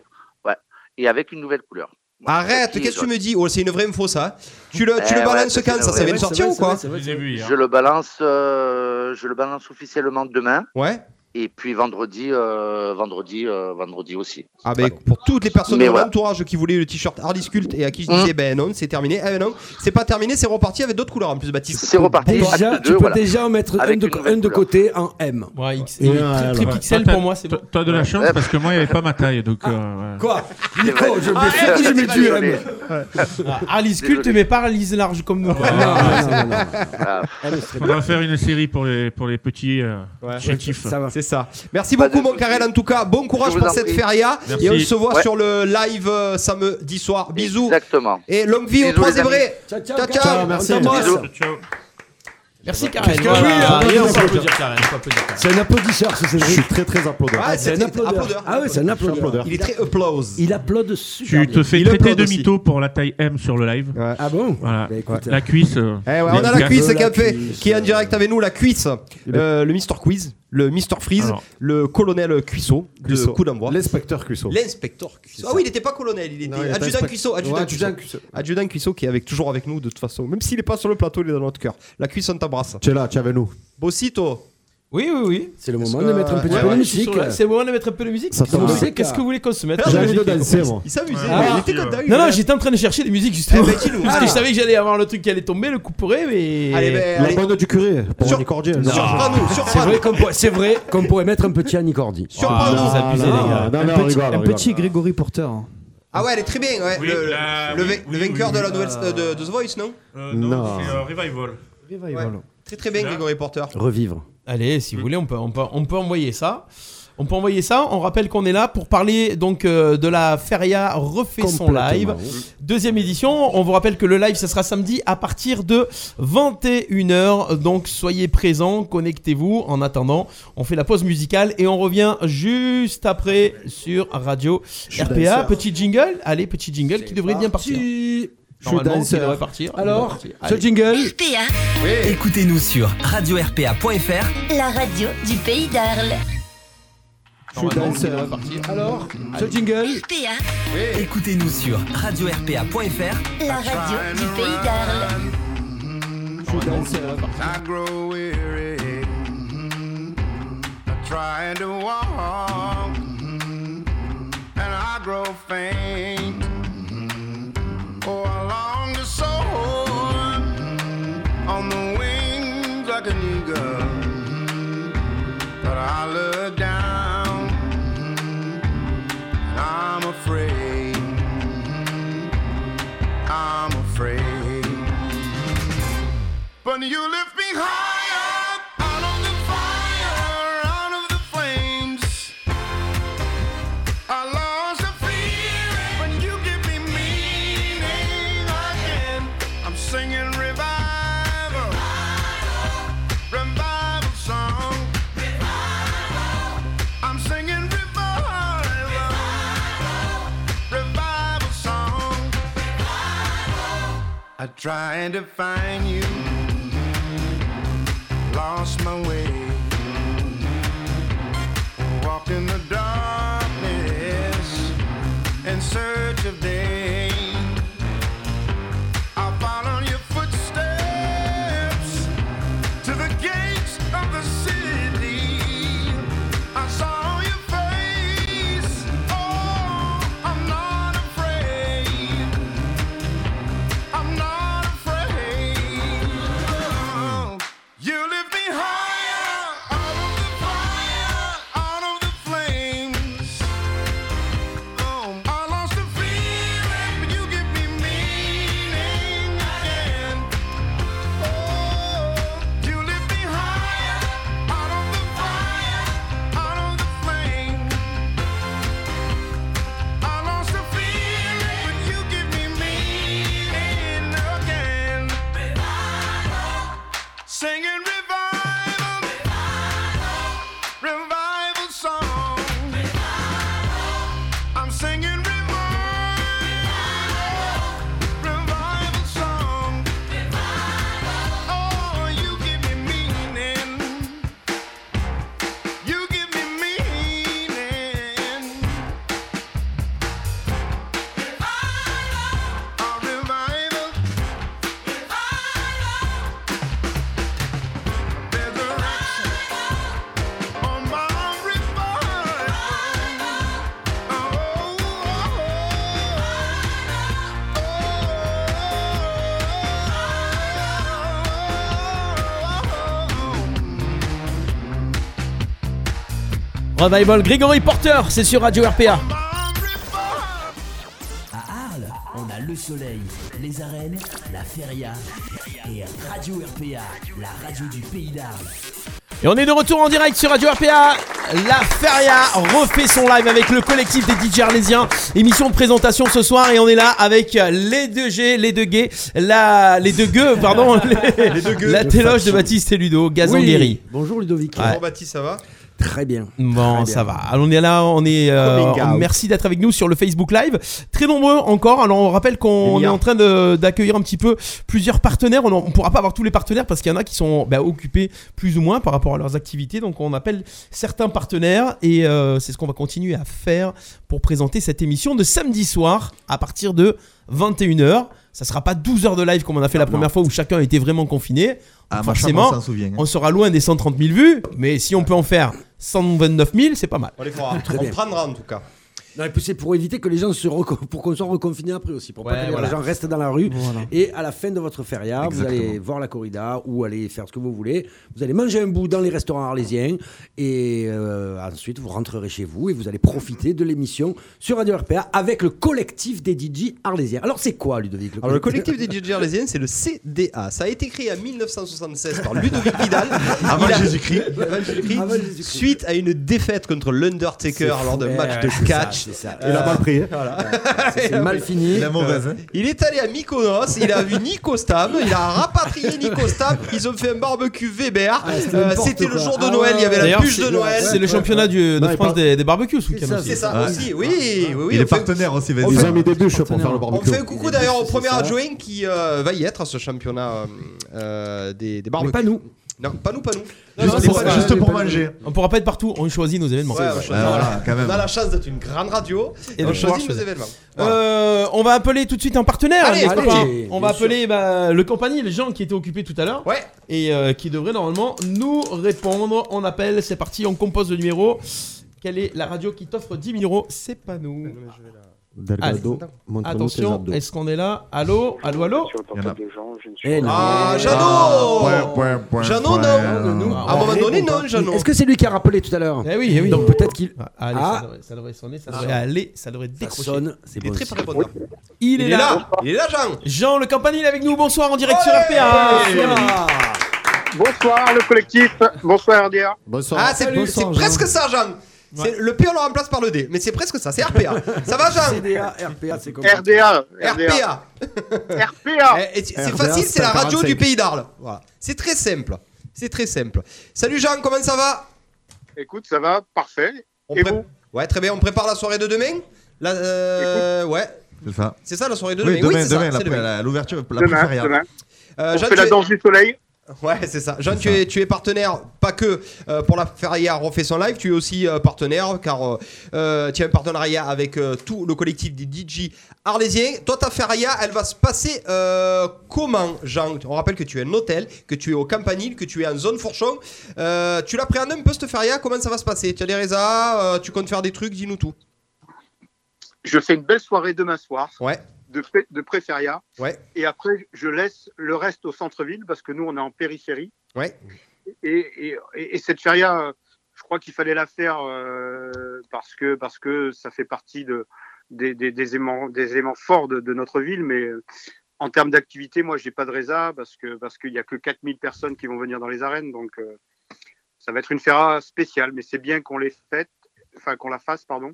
S14: ouais, et avec une nouvelle couleur.
S2: Arrête, qu'est-ce que tu me dis Oh, c'est une vraie info ça. Tu le, tu
S14: Eh
S2: le
S14: ouais,
S2: balances
S14: ça, c'est
S2: quand
S14: la
S2: ça Ça
S14: vraie.
S2: vient de sortir ou quoi
S14: Je le balance, euh, je le balance officiellement demain.
S2: Ouais.
S14: Et puis vendredi, euh, vendredi, euh, vendredi aussi.
S2: Ah ben pour toutes les personnes
S14: Mais Mmh.
S2: de mon
S14: voilà.
S2: entourage qui voulaient le t-shirt Hardy Sculpt et à qui je disais ben non c'est terminé eh ben non c'est pas terminé c'est reparti avec d'autres couleurs en plus Baptiste
S14: c'est reparti
S3: Déjà, tu peux déjà en mettre un de, un de côté, un M.
S1: Ouais, X.
S3: Et
S1: il est
S3: un
S1: très-
S3: L,
S1: très
S3: ouais.
S1: pixel pour moi, c'est Ah. bon.
S4: T'as de la chance parce que moi, il n'y avait pas ma taille. Donc, euh, ouais.
S3: Quoi
S1: Nico,
S3: je vais faire que je mets du M.
S1: Ah, Alice culte, mais pas Alice large comme nous.
S3: Ah.
S1: Ah.
S4: On va faire une série pour les, pour les petits euh,
S2: Ouais.
S4: chétifs.
S2: Ça va. C'est ça. Merci beaucoup mon Karel en tout cas bon courage
S4: Je vous
S2: pour
S4: en
S2: cette
S4: prie.
S2: feria
S4: Merci.
S2: et on se voit
S4: Ouais.
S2: sur le live euh, samedi soir bisous
S14: Exactement
S2: et longue vie aux
S3: Bisous,
S2: trois
S3: les amis.
S2: zébrés
S3: Ciao, ciao,
S2: ciao
S3: ciao.
S2: ciao
S3: Merci.
S2: On t'embrasse.
S3: Bisous.
S1: Merci Karel.
S3: Parce que
S1: Voilà.
S3: oui, hein,
S1: Et Ah, on
S3: applaudisseur.
S1: peut applaudir Karel, on peut applaudir Karel.
S3: C'est un applaudisseur, ce Cédric. Je suis
S11: très très applaudeur.
S3: Ah, c'est un applaudeur. Ah ouais, c'est un applaudeur.
S2: Il est très applause.
S3: Il applaudit super.
S4: Tu te
S3: bien.
S4: fais
S3: Il
S4: traiter
S3: applaudit
S4: de
S3: aussi.
S4: mytho pour la taille M sur le live.
S3: Ah bon
S4: Voilà.
S1: Bah,
S3: écoute,
S4: la cuisse. euh,
S2: Eh ouais, on a la
S4: dédicace.
S2: cuisse qui, a fait- qui
S4: euh,
S2: est en direct avec nous, la cuisse, Euh, le Mister Quiz, le Mister Freeze,
S4: Alors.
S2: le colonel Cuisseau, de
S11: Cuisseau.
S2: coup d'envoi.
S11: L'inspecteur Cuisseau.
S2: L'inspecteur Cuisseau. Ah oui, il n'était pas colonel, il était
S11: Non, il était
S2: adjudant
S11: inspect-
S2: Cuisseau. Adjudant,
S11: Ouais, adjudant
S2: Cuisseau. Adjudant Cuisseau qui est avec, toujours avec nous de toute façon. Même s'il n'est pas sur le plateau, il est dans notre cœur. La cuisse, on t'embrasse.
S11: Tu es là, tu es avec nous.
S2: Bossito.
S1: Oui, oui, oui.
S3: C'est le
S1: moment de mettre un petit peu de musique. C'est le moment de mettre un peu de musique.
S11: Ça
S1: Qu'est-ce que vous
S11: tombe
S1: voulez-
S11: bien.
S1: Qu'est-ce que vous voulez qu'on se mette
S11: J'ai
S1: comme
S11: envie de
S1: musique
S11: danser, moi.
S2: Il s'amusait,
S1: Ah.
S2: il était content, il
S1: Non, non,
S2: voulait-
S1: j'étais en train de chercher des musiques justement.
S2: Eh ben, dis-nous.
S1: Parce que je
S2: Alors.
S1: savais que j'allait avoir le truc qui allait tomber, le couperé, mais.
S2: Allez, ben,
S11: La bande du curé, pour Sur... Cordier.
S3: Non. C'est vrai qu'on pourrait- C'est vrai qu'on pourrait mettre un petit Anicordi.
S11: Surprends-nous.
S3: Ah,
S11: Vous abusez, les gars.
S10: un
S11: non,
S10: petit,
S11: on rigole,
S10: un
S11: on rigole.
S10: petit Grégory Porter.
S2: Ah ouais, elle est très bien, ouais.
S4: Oui,
S2: le,
S4: la-
S2: le
S4: oui,
S2: vain-
S4: oui,
S2: le vainqueur
S4: oui,
S2: de la
S4: oui.
S2: nouvelle euh, de, de The Voice, non
S4: Euh, non,
S11: Non.
S4: c'est euh, Revival.
S10: Revival.
S2: Très très bien, Grégory Porter.
S3: Revivre.
S1: Allez, si vous
S3: Mm.
S1: voulez, on peut, on peut, on peut envoyer ça. On peut envoyer ça. On rappelle qu'on est là pour parler donc euh, de la Feria refait son
S3: Complètement, Mm.
S1: live.
S3: oui.
S1: Deuxième édition. On vous rappelle que le live, ça sera samedi à partir de 21h. Donc soyez présents, connectez-vous. En attendant, on fait la pause musicale et on revient juste après sur Radio RPA.
S3: danseur.
S1: Petit jingle. Allez, petit jingle qui devrait bien partir.
S3: Je suis
S1: Normalement, qui
S3: danseur.
S1: devrait partir. il
S3: Alors,
S1: devrait partir.
S3: ce jingle.
S8: RPA,
S9: Écoutez-nous sur radio-rpa.fr
S8: la radio du pays d'Arles.
S11: Je suis
S15: Normalement,
S11: danseur.
S15: il devrait partir.
S11: Alors,
S15: Allez.
S11: ce jingle.
S9: Écoutez-nous sur radio-rpa.fr.
S8: La radio du pays d'Arles.
S2: euh.
S15: I grow weary. I try to walk, and I grow faint. Oh, I long to soar on the wings like an eagle, but I look down, and I'm afraid. I'm afraid. But you lift me high up out of the fire, out of the flames. I lost the fear when you give me meaning again. I'm singing revival, revival song. I'm singing revival, revival song. I tried to find you, lost my way. Walked in the darkness in search of day. I followed your footsteps to the gates of the city. I saw your face. Oh, I'm not afraid. I'm not afraid. You lift me higher out of the fire, out of the flames. Um, I lost the feeling, but you give me meaning again. Oh, you lift me higher out of the fire, out of the flames. I lost the feeling, but you give me meaning again. Singing revival, revival song. I'm singing revival, revival song. Oh, you give me meaning. You give me meaning.
S1: Revival Grégory Porter, c'est sur Radio RPA.
S9: À Arles, on a le soleil, les arènes, la feria et Radio RPA, la radio du pays d'Arles.
S1: Et on est de retour en direct sur Radio RPA. La Feria refait son live avec le collectif des DJ arlésiens. Émission de présentation ce soir et on est là avec les deux G, les deux gays, la, les deux gueux,
S2: *laughs*
S1: pardon,
S11: Eh,
S1: les,
S2: deux gueux.
S1: la
S2: Deux
S1: téloge de
S2: factions.
S1: Baptiste et Ludo, Gazon
S2: Oui.
S1: Guéry.
S3: Bonjour Ludovic.
S1: Ouais.
S2: Bonjour Baptiste, ça va
S3: Très bien.
S1: Bon, ça va. Alors, on est là, on est. euh,
S2: Coming out.
S1: merci d'être avec nous sur le Facebook Live. Très nombreux encore. Alors, on rappelle qu'on est en train de- d'accueillir un petit peu plusieurs partenaires. On ne pourra pas avoir tous les partenaires parce qu'il y en a qui sont bah, occupés plus ou moins par rapport à leurs activités. Donc, on appelle certains partenaires et euh, c'est ce qu'on va continuer à faire pour présenter cette émission de samedi soir à partir de 21h. Ça sera pas 12 heures de live comme on a fait la première fois où chacun était vraiment confiné. Donc,
S5: moi, ça, moi,
S1: forcément,
S5: ça me souvient, hein.
S1: on sera loin des 130 000 vues, mais si on peut en faire 129 000, c'est pas mal.
S2: On les fera.
S3: Très
S2: on
S3: bien.
S2: prendra en tout cas.
S3: Non, et puis c'est pour éviter que les gens se reco- pour qu'on soit reconfinés après aussi, pour
S2: Ouais,
S3: pas que
S2: voilà.
S3: les gens restent dans la rue.
S2: Voilà.
S3: Et à la fin de votre feria,
S2: Exactement.
S3: vous allez voir la corrida ou aller faire ce que vous voulez. Vous allez manger un bout dans les restaurants arlésiens et euh, ensuite vous rentrerez chez vous et vous allez profiter de l'émission sur Radio RPA avec le collectif des DJ arlésiens. Alors c'est quoi Ludovic
S2: Alors, le collectif des DJ arlésiennes, c'est le CDA. Ça a été créé en 1976 par Ludovic Vidal.
S5: Avant
S2: Il a-
S5: Jésus-Christ.
S2: Avant Jésus-Christ. Suite à une défaite contre l'Undertaker
S5: C'est
S2: lors d'un
S5: fou.
S2: match
S5: Ouais,
S2: de
S5: c'est ça,
S2: catch.
S5: c'est ça.
S2: Euh,
S5: Il a mal pris.
S2: Voilà. *laughs*
S5: C'est mal fini. La mauvaise, hein.
S2: Il est allé à Mykonos, il a vu Nico Stam, il a rapatrié Nico Stam, ils ont fait un barbecue Weber.
S1: Ah, c'était
S2: Euh,
S1: n'importe
S2: C'était le
S1: quoi.
S2: jour de
S1: Ah
S2: Noël, il y avait la
S1: D'ailleurs,
S2: bûche de
S1: c'est-
S2: Noël.
S1: C'est le championnat du- de
S2: Ouais,
S1: France
S2: par-
S1: des, des barbecues ce
S2: C'est
S1: week-end
S2: ça,
S1: aussi.
S2: c'est ça aussi, oui, oui, oui.
S5: Il est
S2: on fait-
S5: partenaire aussi, vas-y.
S2: on
S5: Ils
S2: fait-
S5: ont mis des bûches pour faire le
S2: On
S5: barbecue.
S2: fait un coucou d'ailleurs au premier adjoint qui euh, va y être à ce championnat euh, euh, des, des barbecues.
S3: pas nous.
S2: Non, pas nous, pas nous.
S1: Juste pour- juste pour
S2: manger. Ah,
S1: On pourra pas être partout, on choisit nos événements.
S2: Ouais, on choisit.
S1: Voilà.
S2: On a la chance d'être une grande radio
S1: Et
S2: et on
S1: donc, pouvoir
S2: choisit nos
S1: choisir.
S2: événements.
S1: Euh, on va appeler tout de suite un partenaire.
S2: Allez,
S1: n'est-ce
S2: allez,
S1: pas
S2: bien
S1: on va
S2: sûr.
S1: appeler bah, le compagnie, les gens qui étaient occupés tout à l'heure. Et euh, qui devraient normalement nous répondre. On appelle, c'est parti, on compose le numéro. Quelle est la radio qui t'offre 10 000 euros C'est pas nous.
S11: Delgado,
S1: Allez.
S11: montre-nous tes
S1: Attention,
S11: abdos.
S1: est-ce qu'on est là Allô Allô, allô
S2: Ah, Jeannot Jeannot, non À un moment donné, non, Jeannot
S3: Est-ce que c'est lui qui a rappelé tout à l'heure
S1: Eh oui, eh oui.
S3: Donc peut-être qu'il.
S1: Ah, allez, ça, devrait, ça devrait sonner, ça devrait aller, ça devrait décrocher.
S3: sonne, c'est
S1: Il est
S3: bon
S1: très
S3: signe.
S1: répondeur. Il, est là.
S2: Il est là, Jean
S1: Jean, le campanile est avec nous. Bonsoir en direct sur
S16: Ouais.
S1: RPA.
S16: Bonsoir le collectif, bonsoir RDA.
S2: Ah, c'est c'est presque ça, Jean C'est- Le P, on le remplace par le D, mais c'est presque ça, c'est RPA. ça va, Jean
S3: CDA, RPA, c'est comme
S16: RDA,
S2: RPA.
S16: RPA.
S2: *laughs* Eh, et C'est c'est
S16: RDA,
S2: facile, c'est la radio
S16: 145.
S2: du pays d'Arles. Voilà. C'est très simple. C'est très simple. Salut Jean, comment ça va
S16: Écoute, ça va, parfait.
S2: Et vous Ouais, très bien. On prépare la soirée de demain La- euh, Ouais.
S5: C'est ça.
S2: C'est ça la soirée de demain
S5: Oui, demain,
S2: c'est ça,
S5: demain,
S2: c'est
S5: la-
S2: demain.
S5: la- l'ouverture, la
S2: Demain,
S5: préférée.
S2: demain.
S16: On
S2: Jean,
S16: fait
S2: Euh, tu
S16: la
S2: es-
S16: danse du soleil.
S2: Ouais, c'est ça. Jean, tu es, tu es partenaire, pas que euh, pour la Ferrière refait son live, tu es aussi euh, partenaire car euh, euh, tu as un partenariat avec euh, tout le collectif des DJ arlésiens. Toi, ta Ferrière, elle va se passer euh, comment, Jean On rappelle que tu es un hôtel, que tu es au Campanile, que tu es en zone fourchon. Euh, tu l'appréhendes un peu cette Ferrière Comment ça va se passer Tu as des résas euh, Tu comptes faire des trucs Dis-nous tout.
S16: Je fais une belle soirée demain soir
S2: Ouais.
S16: de, pré- de préféria.
S2: Ouais.
S16: Et après, je laisse le reste au centre-ville parce que nous, on est en périphérie.
S2: Ouais.
S16: Et, et- et- et cette feria, euh, je crois qu'il fallait la faire euh, parce, que, parce que ça fait partie de, des, des- des éléments, des éléments forts de, de notre ville. Mais euh, en termes d'activité, moi, je n'ai pas de résa parce qu'il parce qu'il n'y a que 4000 personnes qui vont venir dans les arènes. Donc, euh, ça va être une feria spéciale. Mais c'est bien qu'on les fête, enfin, qu'on la fasse, pardon.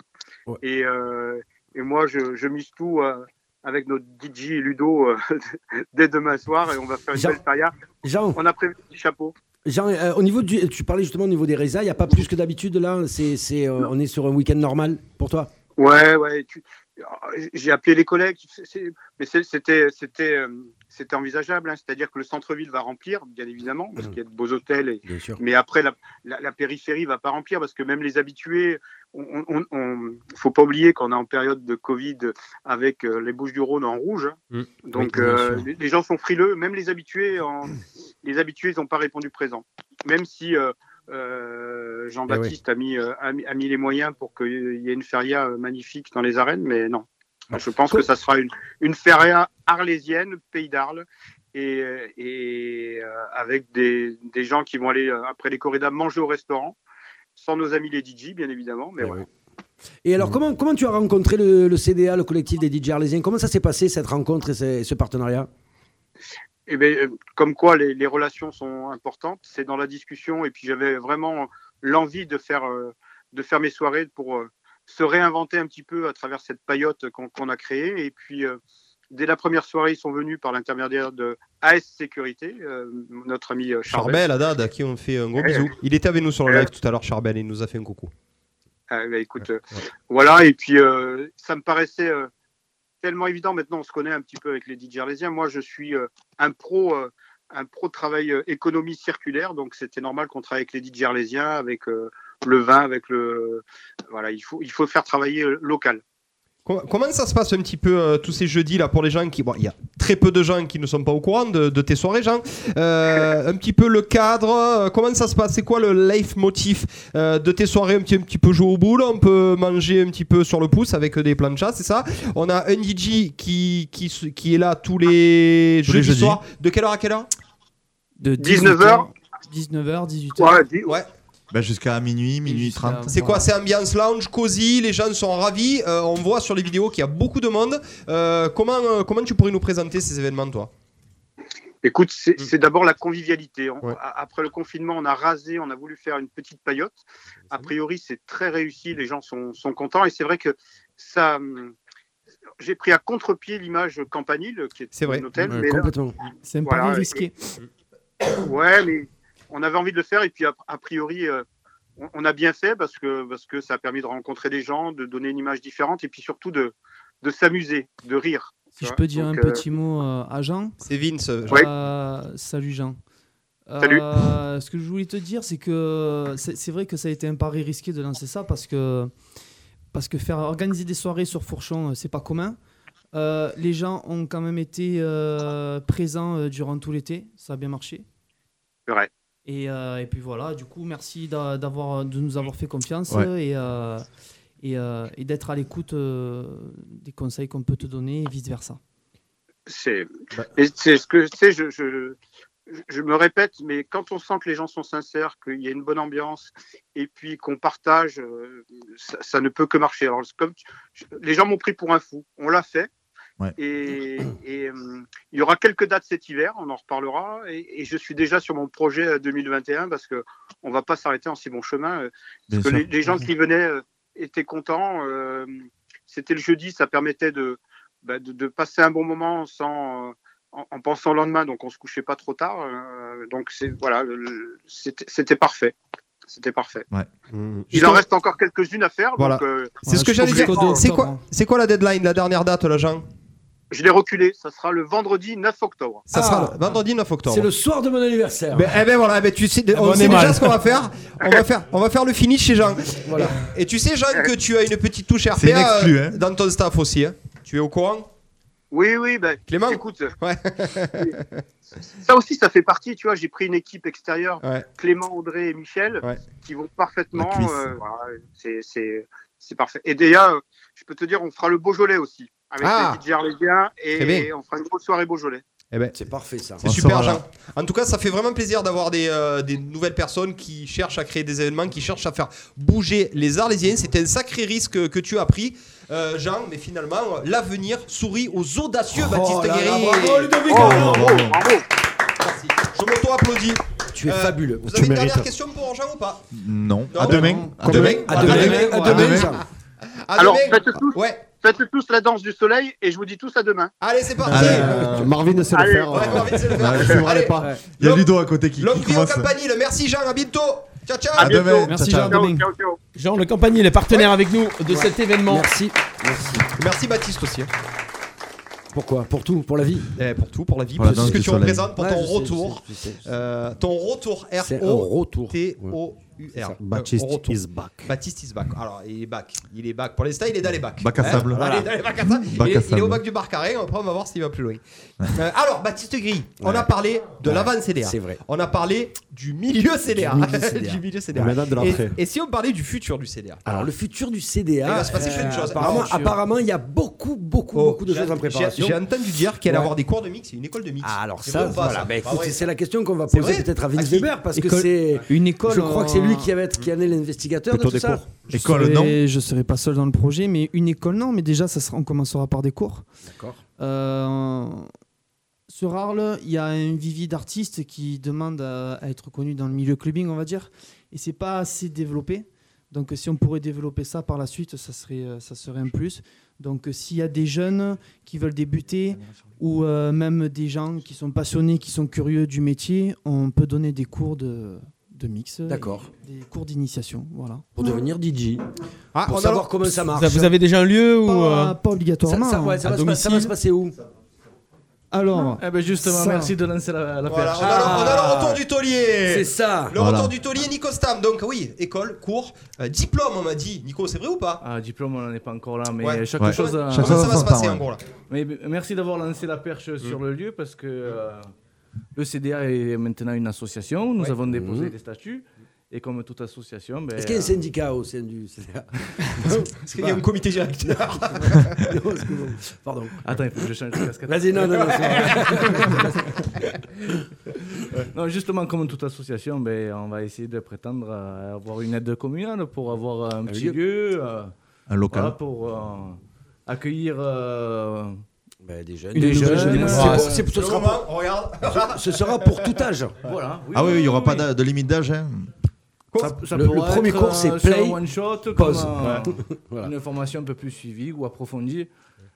S16: Et, euh, et moi, je, je mise tout euh, avec notre DJ Ludo euh, *laughs* dès demain soir et on va faire une
S3: Jean-
S16: belle feria.
S3: Jean.
S16: On a prévu des chapeaux.
S3: Jean, euh, au niveau du, tu parlais justement au niveau des résas, il n'y a pas plus que d'habitude là. C'est, c'est, euh, on est sur un week-end normal pour toi.
S16: Ouais, ouais. tu- J'ai appelé les collègues, c'est- c'est- mais c'est- c'était c'était euh, c'était envisageable. hein. C'est-à-dire que le centre-ville va remplir, bien évidemment, parce qu'il y a de beaux hôtels. et- Mais après, la, la, la périphérie va pas remplir parce que même les habitués, on, on, on- faut pas oublier qu'on est en période de Covid avec euh, les Bouches du Rhône en rouge. hein. Donc
S3: Mm. Oui, bien
S16: euh,
S3: sûr.
S16: les, les gens sont frileux, même les habitués, en- *clears throat* les habitués, ils n'ont pas répondu présent. Même si euh, euh, Jean-Baptiste
S3: Eh
S16: a, mis, euh, a, mis, a mis les moyens pour qu'il y ait une feria euh, magnifique dans les arènes, mais non. Je pense que ça sera une, une feria arlésienne, pays d'Arles, et, euh, et euh, avec des, des gens qui vont aller, euh, après les corridas, manger au restaurant, sans nos amis les DJ, bien évidemment,
S3: Eh
S16: mais voilà.
S3: Et alors, comment, comment tu as rencontré le, le CDA, le collectif des DJ Arlésiens Comment ça s'est passé cette rencontre et ce, et ce partenariat
S16: Eh ben, euh, comme quoi les, les relations sont importantes, c'est dans la discussion. Et puis j'avais vraiment l'envie de faire, euh, de faire mes soirées pour euh, se réinventer un petit peu à travers cette paillote qu'on qu'on a créée. Et puis euh, dès la première soirée, ils sont venus par l'intermédiaire de AS Sécurité, euh, notre ami euh, Charbel.
S2: Charbel, Haddad, à qui on fait un gros bisou. Il était avec nous sur le live tout à l'heure, Charbel, il nous a fait un coucou.
S16: Ah, bah, écoute, euh, voilà, et puis euh, ça me paraissait euh, tellement évident. Maintenant, on se connaît un petit peu avec les DJ arlésiens. Moi, je suis euh, un pro. euh, un pro de travail euh, économie circulaire, donc c'était normal qu'on travaille avec les DJ arlésiens, avec euh, le vin, avec le. Voilà, il faut, il faut faire travailler euh, local.
S2: Com- Comment ça se passe un petit peu euh, tous ces jeudis là pour les gens qui bon il y a très peu de gens qui ne sont pas au courant de, de tes soirées Jean Euh, un petit peu le cadre euh, comment ça se passe c'est quoi le life motif euh, de tes soirées un petit un petit peu jouer au boule on peut manger un petit peu sur le pouce avec des planchas c'est ça on a un DJ qui qui se- qui est là tous les
S5: Tous les jeudis.
S2: soirs de quelle heure à quelle heure
S10: De
S2: 19h.
S10: 19h, 18h.
S16: Ouais, dis- ouais.
S5: Bah, jusqu'à minuit, minuit 30.
S2: C'est quoi C'est ambiance lounge, cosy, les gens sont ravis. euh, on voit sur les vidéos qu'il y a beaucoup de monde. Euh, comment, euh, comment tu pourrais nous présenter ces événements, toi
S16: Écoute, c'est c'est d'abord la convivialité. On- a- Après le confinement, on a rasé, on a voulu faire une petite paillote. A priori, c'est très réussi, les gens sont, sont contents. Et c'est vrai que ça. hum, J'ai pris à contre-pied l'image campanile, qui est,
S2: C'est vrai.
S16: un hôtel.
S3: Ouais,
S16: mais là-
S3: complètement.
S10: C'est un
S16: Voilà,
S10: pari
S16: et-
S10: risqué.
S16: *coughs* Ouais, mais on avait envie de le faire et puis a, a priori, euh, on, on a bien fait parce que, parce que ça a permis de rencontrer des gens, de donner une image différente et puis surtout de, de s'amuser, de rire.
S10: Si
S16: tu
S10: je
S16: vois.
S10: peux dire
S16: Donc,
S10: un
S16: euh,
S10: petit mot euh, à Jean.
S2: C'est Vince.
S16: Oui.
S10: Euh, salut Jean.
S16: Salut.
S10: Euh, ce que je voulais te dire, c'est que c'est c'est vrai que ça a été un pari risqué de lancer ça parce que, parce que faire organiser des soirées sur Fourchon, euh, c'est pas commun. Euh, les gens ont quand même été euh, présents euh, durant tout l'été, ça a bien marché.
S16: C'est vrai.
S10: Et, euh, et puis voilà, du coup, merci d'a- d'avoir, euh, de nous avoir fait confiance
S16: Ouais.
S10: et, euh, et, euh, et d'être à l'écoute euh, des conseils qu'on peut te donner et vice-versa.
S16: C'est mais c'est ce que tu sais, je, je, je me répète, mais quand on sent que les gens sont sincères, qu'il y a une bonne ambiance et puis qu'on partage, euh, ça, ça ne peut que marcher. Alors, c'est comme tu- je- les gens m'ont pris pour un fou, on l'a fait.
S5: Ouais.
S16: Et, et, euh, il y aura quelques dates cet hiver, on en reparlera. Et, et je suis déjà sur mon projet euh, 2021 parce que on va pas s'arrêter en si bon chemin. euh,
S5: Bien
S16: Parce que
S5: sûr.
S16: les, les gens qui venaient euh, étaient contents. euh, C'était le jeudi, ça permettait de, bah, de, de passer un bon moment sans, euh, en, en pensant au lendemain, donc on se couchait pas trop tard. euh, donc c'est voilà, le- le- c'était c'était parfait. C'était parfait. Il en reste encore quelques-unes à faire.
S2: Voilà.
S16: donc, euh,
S2: c'est ce que j'allais dire. C'est quoi,
S3: hein.
S2: c'est quoi la deadline, la dernière date, là, Jean
S16: Je l'ai reculé. Ça sera le vendredi 9 octobre.
S2: Ça sera le vendredi 9 octobre.
S3: Ah. C'est le soir de mon anniversaire.
S2: Ben, eh ben voilà, ben tu sais,
S3: Eh ben,
S2: on,
S3: on
S2: sait
S3: est
S2: déjà
S3: mal.
S2: ce qu'on va faire. On va faire, on va faire le finish chez Jean.
S3: Voilà.
S2: Et, et tu sais, Jean, que tu as une petite touche RPA
S5: C'est une exclue,
S2: euh, dans ton staff aussi. hein. Tu es au courant
S16: Oui, oui, ben,
S2: Clément
S16: écoute,
S2: *laughs*
S16: ça aussi, ça fait partie, tu vois, j'ai pris une équipe extérieure,
S2: Ouais.
S16: Clément, André et Michel,
S2: Ouais.
S16: qui vont parfaitement,
S2: La cuisse.
S16: euh, voilà, c'est- c'est c'est parfait. Et déjà, euh, je peux te dire, on fera le Beaujolais aussi, avec
S2: Ah.
S16: les DJ Arlésiens,
S2: Très
S16: et
S2: bien.
S16: on fera une grosse soirée Beaujolais.
S2: Eh ben,
S3: C'est parfait ça.
S2: C'est super, Jean. En tout cas, ça fait vraiment plaisir d'avoir des, euh, des nouvelles personnes qui cherchent à créer des événements, qui cherchent à faire bouger les Arlésiens. C'était un sacré risque que tu as pris, euh, Jean, mais finalement, euh, l'avenir sourit aux audacieux Baptiste
S3: là là,
S2: Guéry. Oh,
S3: bravo, Ludovic,
S2: bravo,
S3: bravo.
S2: Merci. Je m'auto-applaudis. Euh,
S3: Tu es fabuleux.
S2: Vous
S3: Tu
S2: avez une
S3: mérites.
S2: dernière question pour Jean ou pas
S5: Non.
S2: Non.
S5: À demain.
S2: À demain. À demain. À demain. À
S16: Alors,
S2: demain.
S16: faites tous,
S2: ouais.
S16: faites tous la danse du soleil, et je vous dis tous à demain.
S2: Allez, c'est parti
S11: Allez, Euh, Marvin sait le
S16: Allez.
S11: faire.
S16: Ouais,
S11: euh.
S2: Marvin sait le
S11: Ouais,
S2: faire.
S11: je suivrai
S2: Allez.
S11: pas.
S5: Il y a Ludo à côté qui,
S2: L'homme
S5: qui
S2: Clio
S5: commence.
S2: Campanile, merci Jean, à bientôt Ciao, ciao
S5: À demain. Ciao,
S1: Merci
S5: ciao.
S1: Jean.
S5: Ciao,
S1: Domingue.
S5: ciao, ciao.
S1: Jean Le Campagny, il est partenaire avec nous de cet événement.
S3: Merci. Merci.
S2: Merci Baptiste aussi. hein.
S3: Pourquoi Pour tout, pour la vie.
S2: Eh, pour tout, pour la vie,
S3: Voilà,
S2: pour
S3: dans
S2: ce que
S3: le
S2: tu
S3: soleil.
S2: représentes, pour
S3: Ouais,
S2: ton
S3: je sais,
S2: retour.
S3: je sais, je sais.
S2: Euh, ton retour,
S3: C'est un retour. C'est
S2: R-O-T-O-U-R.
S3: ça. Baptiste
S2: is back. Baptiste is back. Alors, il est back. Il est back. Pour l'instant, il est dans les bacs.
S5: Bac à
S2: Hein
S5: sable.
S2: Voilà, Il est dans les bacs à sable.
S5: Bac
S2: Il est-
S5: à
S2: Il est
S5: sable.
S2: au bac du Barcaré. Après, on va voir s'il va plus loin. Euh, alors, Baptiste Gris, on a parlé de
S11: Ouais,
S2: l'avant-CDA.
S11: c'est vrai.
S2: On a parlé du milieu CDA.
S11: Du milieu
S2: *laughs*
S11: CDA.
S2: Du milieu CDA.
S11: Mais maintenant de
S2: Et-
S11: l'entrée.
S2: Et si on parlait du futur du CDA
S3: Alors, le futur du
S2: Eh, Il
S3: CDA.
S2: va se passer plein de choses.
S3: euh, Apparemment,
S2: Futur.
S3: apparemment, il y a beaucoup, beaucoup,
S2: Oh,
S3: beaucoup de
S2: j'ai-
S3: choses en
S2: j'ai-
S3: préparation.
S2: J'ai entendu dire qu'elle allait
S3: Ouais.
S2: avoir des cours de mix. C'est une école de mix.
S3: Ah, alors
S2: C'est
S3: ça,
S2: vrai ou pas,
S3: voilà.
S2: ça
S3: Bah, écoute,
S2: Ah ouais.
S3: c'est la question qu'on va
S2: C'est
S3: poser
S2: vrai
S3: peut-être à Vince
S2: qui
S3: Weber parce
S10: École-
S3: que c'est
S10: Une école
S3: Je crois
S10: en-
S3: que c'est lui qui va être qui en est l'investigateur de
S5: Plutôt
S3: tout
S5: des
S3: ça.
S5: cours.
S10: Je
S5: École,
S10: serai-
S5: non.
S10: Je serai pas seul dans le projet, mais une école, non. Mais déjà, ça sera, on commencera par des cours.
S3: D'accord.
S10: Euh, sur Arles, il y a un vivier d'artistes qui demandent à, à être connus dans le milieu clubbing, on va dire, et c'est pas assez développé. Donc, si on pourrait développer ça par la suite, ça serait, euh, ça serait un plus. Donc, euh, s'il y a des jeunes qui veulent débuter ou euh, même des gens qui sont passionnés, qui sont curieux du métier, on peut donner des cours de, de mix,
S3: D'accord.
S10: et des cours d'initiation, voilà.
S3: Pour devenir DJ.
S10: Ah,
S3: pour
S10: on a-
S3: savoir comment ça marche.
S1: Vous avez déjà un lieu ou
S10: Pas,
S1: euh,
S10: pas obligatoirement.
S3: Ça- ça- ouais, ça
S10: à
S3: va se passer- ça va
S10: domicile.
S3: se passer où
S10: Alors,
S6: Eh ben justement,
S10: Ça.
S6: merci de lancer la, la
S2: Voilà,
S6: perche. Ah.
S2: on, a le, on a le retour du taulier
S3: Ah. C'est ça.
S2: Le
S6: Voilà.
S2: retour du taulier Nico Stam. Donc oui, école, cours, euh, diplôme on m'a dit. Nico, c'est vrai ou pas
S6: Ah, diplôme, on n'en est pas encore là, mais
S2: Ouais.
S6: chaque
S2: Ouais.
S6: chose.
S2: Comment-
S6: a-
S2: comment ça va se passer en gros là Mmh.
S6: Mais b- merci d'avoir lancé la perche sur le lieu parce que euh, le CDA est maintenant une association. Nous
S3: Ouais.
S6: avons déposé
S3: Mhm.
S6: des statuts et comme toute association, ben,
S3: Est-ce qu'il y a un
S6: euh,
S3: syndicat au sein du CDA
S6: *laughs*
S2: Est-ce qu'il y a un comité directeur
S3: Non, parce que bon, *laughs* Pardon.
S6: Attends, il faut que je change de casquette.
S3: Vas-y, non, non, non.
S6: *laughs* non, justement, comme toute association, ben, on va essayer de prétendre à avoir une aide communale pour avoir un petit
S3: lieu.
S6: lieu, euh,
S5: Un local.
S6: voilà, pour euh, accueillir euh,
S3: des jeunes.
S6: des jeunes.
S3: C'est pour- c'est pour- ce
S2: Le
S3: sera
S2: moment,
S3: pour-
S2: on regarde.
S3: Ce sera pour tout âge.
S6: Voilà.
S5: Ah oui, il n'y aura pas d'a- de limite d'âge. hein.
S6: Ça- ça
S3: le- le
S6: pourra
S3: premier
S6: être,
S3: cours, c'est
S6: euh, sur
S3: play,
S6: un one shot, comme
S3: pause.
S6: un- *laughs*
S3: Ouais. Voilà.
S6: une formation un peu plus suivie ou approfondie.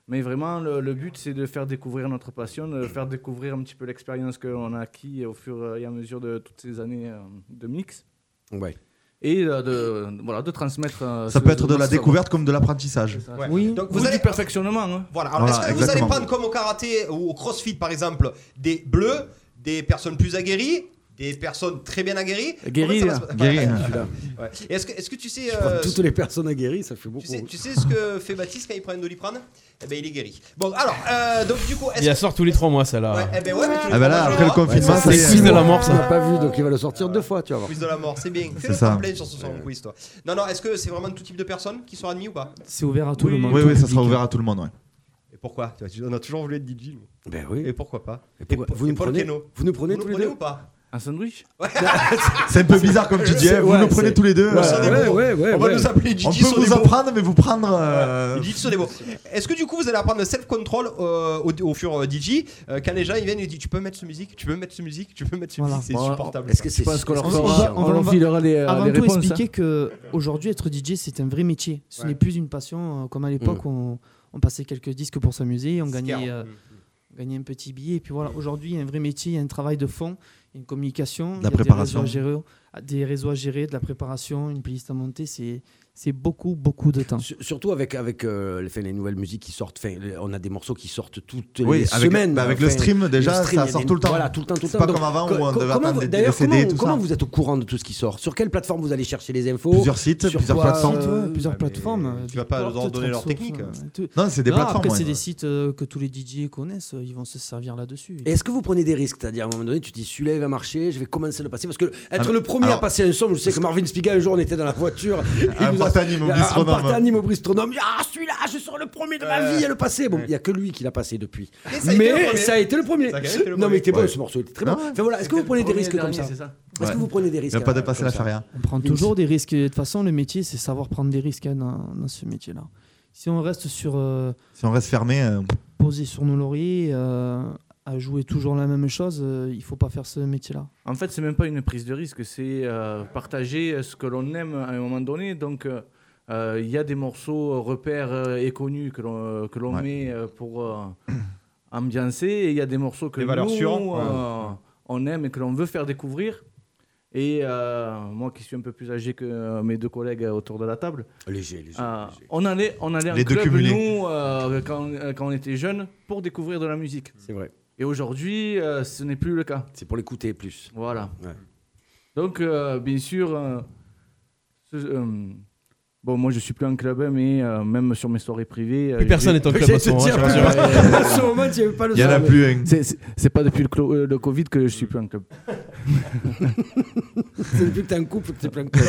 S6: Mais vraiment, le, le but, c'est de faire découvrir notre passion, de faire découvrir un petit peu l'expérience qu'on a acquis au fur et à mesure de toutes ces années euh, de mix.
S3: Ouais.
S6: Et euh, de, voilà, de transmettre. euh,
S5: Ça
S6: ce-
S5: peut être de
S6: ce
S5: la
S6: savoir.
S5: découverte comme de l'apprentissage.
S2: Ouais.
S6: Oui,
S2: Donc
S6: Ou
S2: vous allez
S6: du perfectionnement. hein.
S2: Voilà, alors
S5: Voilà,
S2: est-ce que vous allez
S5: exactement.
S2: prendre comme au karaté ou au crossfit par exemple des bleus, des personnes plus aguerries, des personnes très bien aguerries.
S3: Guéri,
S2: Comment ça va se-
S3: guéri,
S2: Ouais.
S3: hein, celui-là.
S2: Ouais. Et Est-ce que, est-ce que tu sais,
S3: Je
S2: euh,
S3: prends toutes les personnes aguerries, ça fait beaucoup.
S2: tu sais, tu sais ce que fait Baptiste quand il prend un doliprane Eh ben il est guéri. Bon alors, euh, donc du coup, est-ce
S1: Il la sort tous les 3 mois, celle-là.
S2: eh ben ouais, mais tu
S1: Ah bah là,
S2: prends
S1: après le
S2: pas,
S1: confinement,
S2: tu vois.
S1: ça, c'est- Quiz de la mort, ça.
S3: On l'a pas vu, donc il va le sortir deux fois, tu vas voir.
S2: Quiz de la mort, c'est bien. Fais
S3: C'est
S2: le
S3: ça.
S2: temps plein sur ce soir en quiz, toi. Non, non, est-ce que c'est vraiment tout type de personnes qui sont admis ou pas
S10: C'est ouvert à tout le monde.
S5: Oui,
S10: tout
S5: oui,
S10: le
S5: ça sera
S10: public.
S5: ouvert à tout le monde, ouais.
S2: Et pourquoi Tu vois, tu- On a toujours voulu être DJ. nous.
S3: Ben oui.
S2: Et pourquoi pas
S3: Et pourquoi-
S2: pour-
S3: vous,
S2: et
S3: nous
S2: Paul
S3: prenez,
S2: Keno.
S3: vous nous prenez
S2: Vous
S3: tous
S2: nous
S3: les
S2: prenez
S3: deux
S2: ou pas *laughs*
S6: Un sandwich
S5: C'est un peu bizarre comme Didier,
S3: C'est-
S5: vous
S3: ouais,
S5: nous prenez
S3: c'est-
S5: tous les deux.
S3: ouais, ouais,
S5: euh,
S3: ouais, ouais,
S5: on va
S3: ouais.
S5: nous appeler
S3: On
S5: Didi.
S3: peut
S5: On peut
S3: vous
S5: vous apprendre, mais vous prendre. euh,
S2: Didi sur des mots. Est-ce que du coup vous allez apprendre le self-control euh, au, au fur euh, DJ euh, quand les gens ils viennent ils disent tu peux mettre ce musique, tu peux mettre ce musique, tu peux mettre ce musique, c'est
S6: Voilà.
S2: supportable.
S6: Est-ce que c'est- Je pense qu'on leur
S10: On va- on va- on va-
S5: euh,
S10: Avant tout, expliquer
S2: hein.
S10: que aujourd'hui, être DJ, c'est un vrai métier. Ce n'est plus une passion euh, comme à l'époque
S3: Mm.
S10: on, on passait quelques disques pour s'amuser, on gagnait,
S3: clair.
S5: Mm,
S10: euh, on gagnait un petit billet. Et puis voilà, aujourd'hui, il y a un vrai métier, il y a un travail de fond, il y a une communication,
S5: La
S10: il y a des
S5: préparation.
S10: réseaux à gérer- à- des réseaux à gérer, de la préparation, une playlist à monter. C'est c'est beaucoup, beaucoup de temps.
S3: Sur- Surtout avec, avec euh, les, enfin, les nouvelles musiques qui sortent. Enfin, les- on a des morceaux qui sortent toutes
S5: Oui,
S3: les
S5: avec-
S3: semaines.
S5: bah, avec le stream, déjà, ça
S3: il y a
S5: sort
S3: des-
S5: tout le temps.
S3: Voilà, tout le temps, tout le
S5: C'est
S3: temps.
S5: pas comme avant où
S3: co-
S5: on devait
S3: comment
S5: attendre
S3: vous-
S5: les-
S3: D'ailleurs,
S5: les CD,
S3: comment,
S5: tout ça.
S3: comment vous êtes au courant de tout ce qui sort Sur quelle plateforme vous allez chercher les infos
S5: Plusieurs sites,
S3: Sur
S5: plusieurs
S3: quoi,
S5: plateformes.
S3: euh,
S10: Ouais, plusieurs plateformes.
S5: Ah, tu
S10: des
S5: vas pas leur
S10: portes,
S5: donner leur
S10: Transoft,
S5: technique.
S10: euh, tout.
S5: Non, c'est des plateformes,
S10: Après,
S5: ouais.
S10: c'est des sites euh, que tous les DJ connaissent. euh, Ils vont se servir là-dessus.
S3: Et Est-ce que vous prenez des risques C'est-à-dire, à un moment donné, tu te dis, celui-là, il va marcher, je vais commencer à le passer. Parce que être
S5: mais-
S3: le premier à
S5: Ah, alors-
S3: passer un son, je sais que Marvin Spiga, un jour, on était dans la voiture.
S5: *laughs* Un Partanim au Bistronome.
S3: au Bistronome. Il dit, Ah, celui-là, je sors le premier de ma
S15: Euh.
S3: vie à le passer. Bon, il n'y a que lui qui l'a passé depuis.
S2: Mais ça a été le
S3: Mais
S2: premier.
S3: ça a été le premier.
S2: Ça a quand même été le
S3: Non,
S2: premier.
S3: mais il était bon,
S2: Ouais.
S3: ce morceau, il était très bon.
S2: Non,
S3: Enfin voilà, est-ce que vous prenez des
S2: Premier,
S3: risques comme
S2: dernier,
S3: ça
S2: c'est ça.
S3: Est-ce que
S5: Ouais.
S3: vous prenez des risques
S5: Il n'y a pas de
S3: euh,
S5: passer
S3: comme
S5: la
S3: ça
S5: charia.
S10: On prend toujours des risques. Et De toute façon, le métier, c'est savoir prendre des risques hein, dans, dans ce métier-là. Si on reste sur euh,
S5: Si on reste fermé. euh,
S10: posé sur nos lauriers, euh, à jouer toujours la même chose, euh, il faut pas faire ce métier-là.
S6: En fait, c'est même pas une prise de risque, c'est euh, partager ce que l'on aime à un moment donné. Donc, euh, euh, il y a des morceaux repères euh, et connus que l'on que l'on
S5: Ouais.
S6: met euh, pour euh, ambiancer, et il y a des morceaux que
S2: Les valeurs
S6: nous,
S2: sûres,
S6: euh,
S2: ouais.
S6: on aime et que l'on veut faire découvrir. Et euh, moi, qui suis un peu plus âgé que euh, mes deux collègues euh, autour de la table,
S3: Léger, léger,
S6: euh, on allait, on allait en
S5: Les deux
S6: club,
S5: cumulés.
S6: nous, euh, quand, euh, quand on était jeunes, pour découvrir de la musique.
S3: C'est vrai.
S6: Et aujourd'hui, euh, ce n'est plus le cas.
S3: C'est pour l'écouter plus.
S6: Voilà.
S3: Ouais.
S6: Donc, euh, bien sûr, euh, ce- euh, bon, moi je suis plus en club, hein, mais euh, même sur mes soirées privées. euh,
S1: Plus personne
S6: j'ai-
S1: n'est en club
S6: *laughs*
S1: en ce moment, je te rassure.
S6: Ouais,
S1: À
S6: *laughs*
S1: ce moment, il y avait pas le Il y en a soir, mais- plus, hein.
S6: C'est- C'est c'est pas depuis le, clo- euh, le Covid que je suis plus en club.
S3: C'est depuis que t'es un couple que t'es plein de couple.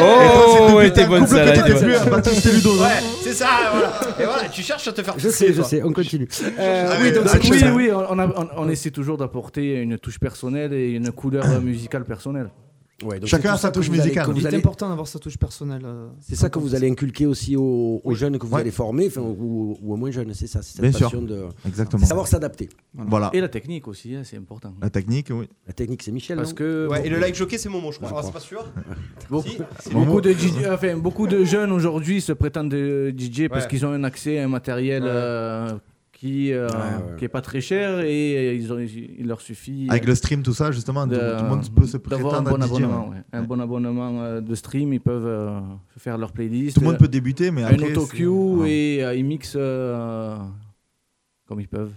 S1: Oh, ouais, t'es bonne
S3: ça
S1: salade.
S2: Ouais, c'est ça, voilà. Et voilà, tu cherches à te faire Ah
S3: Je sais, je sais, on continue. Euh,
S6: oui,
S3: oui, donc
S6: oui,
S3: c'est
S6: oui, on, on a- on- on essaie toujours d'apporter une touche personnelle et une couleur euh, musicale personnelle.
S3: Ouais, donc Chacun c'est a tout sa ça que touche vous allez- musicale. que vous
S10: Il est
S3: allez-
S10: important d'avoir sa touche personnelle. euh,
S3: C'est ça que vous allez inculquer aussi aux, aux jeunes que vous
S10: Ouais.
S3: allez former, enfin, ou, ou aux moins jeunes, c'est ça, c'est cette
S5: Bien sûr.
S3: passion de
S5: Exactement.
S3: c'est savoir s'adapter.
S5: Voilà.
S6: Et la technique aussi, hein, c'est important.
S5: La technique, oui.
S3: La technique, c'est Michel.
S6: Parce
S3: non
S6: que
S2: Ouais, et le like jockey, c'est Momo, je crois. Ah, c'est pas sûr
S6: Beaucoup,
S2: Si, c'est
S6: beaucoup
S2: Momo.
S6: de, DJ enfin, beaucoup de jeunes aujourd'hui se prétendent euh, DJ parce
S2: Ouais.
S6: qu'ils ont un accès à un matériel euh, qui euh,
S5: Ouais, ouais.
S6: qui est pas très cher et euh, ils ont, il leur suffit.
S5: Avec
S6: euh,
S5: le stream, tout ça, justement, tout
S6: de- euh,
S5: le monde peut se
S6: d'avoir
S5: prétendre
S6: un bon
S5: à DJ,
S6: abonnement,
S5: ouais.
S6: ouais. un bon abonnement euh, de stream. Ils peuvent euh, faire leur playlist. euh,
S5: Tout le monde peut débuter, mais
S6: un
S5: après,
S6: autocue
S5: c'est-
S6: et euh, ils mixent euh, comme ils peuvent.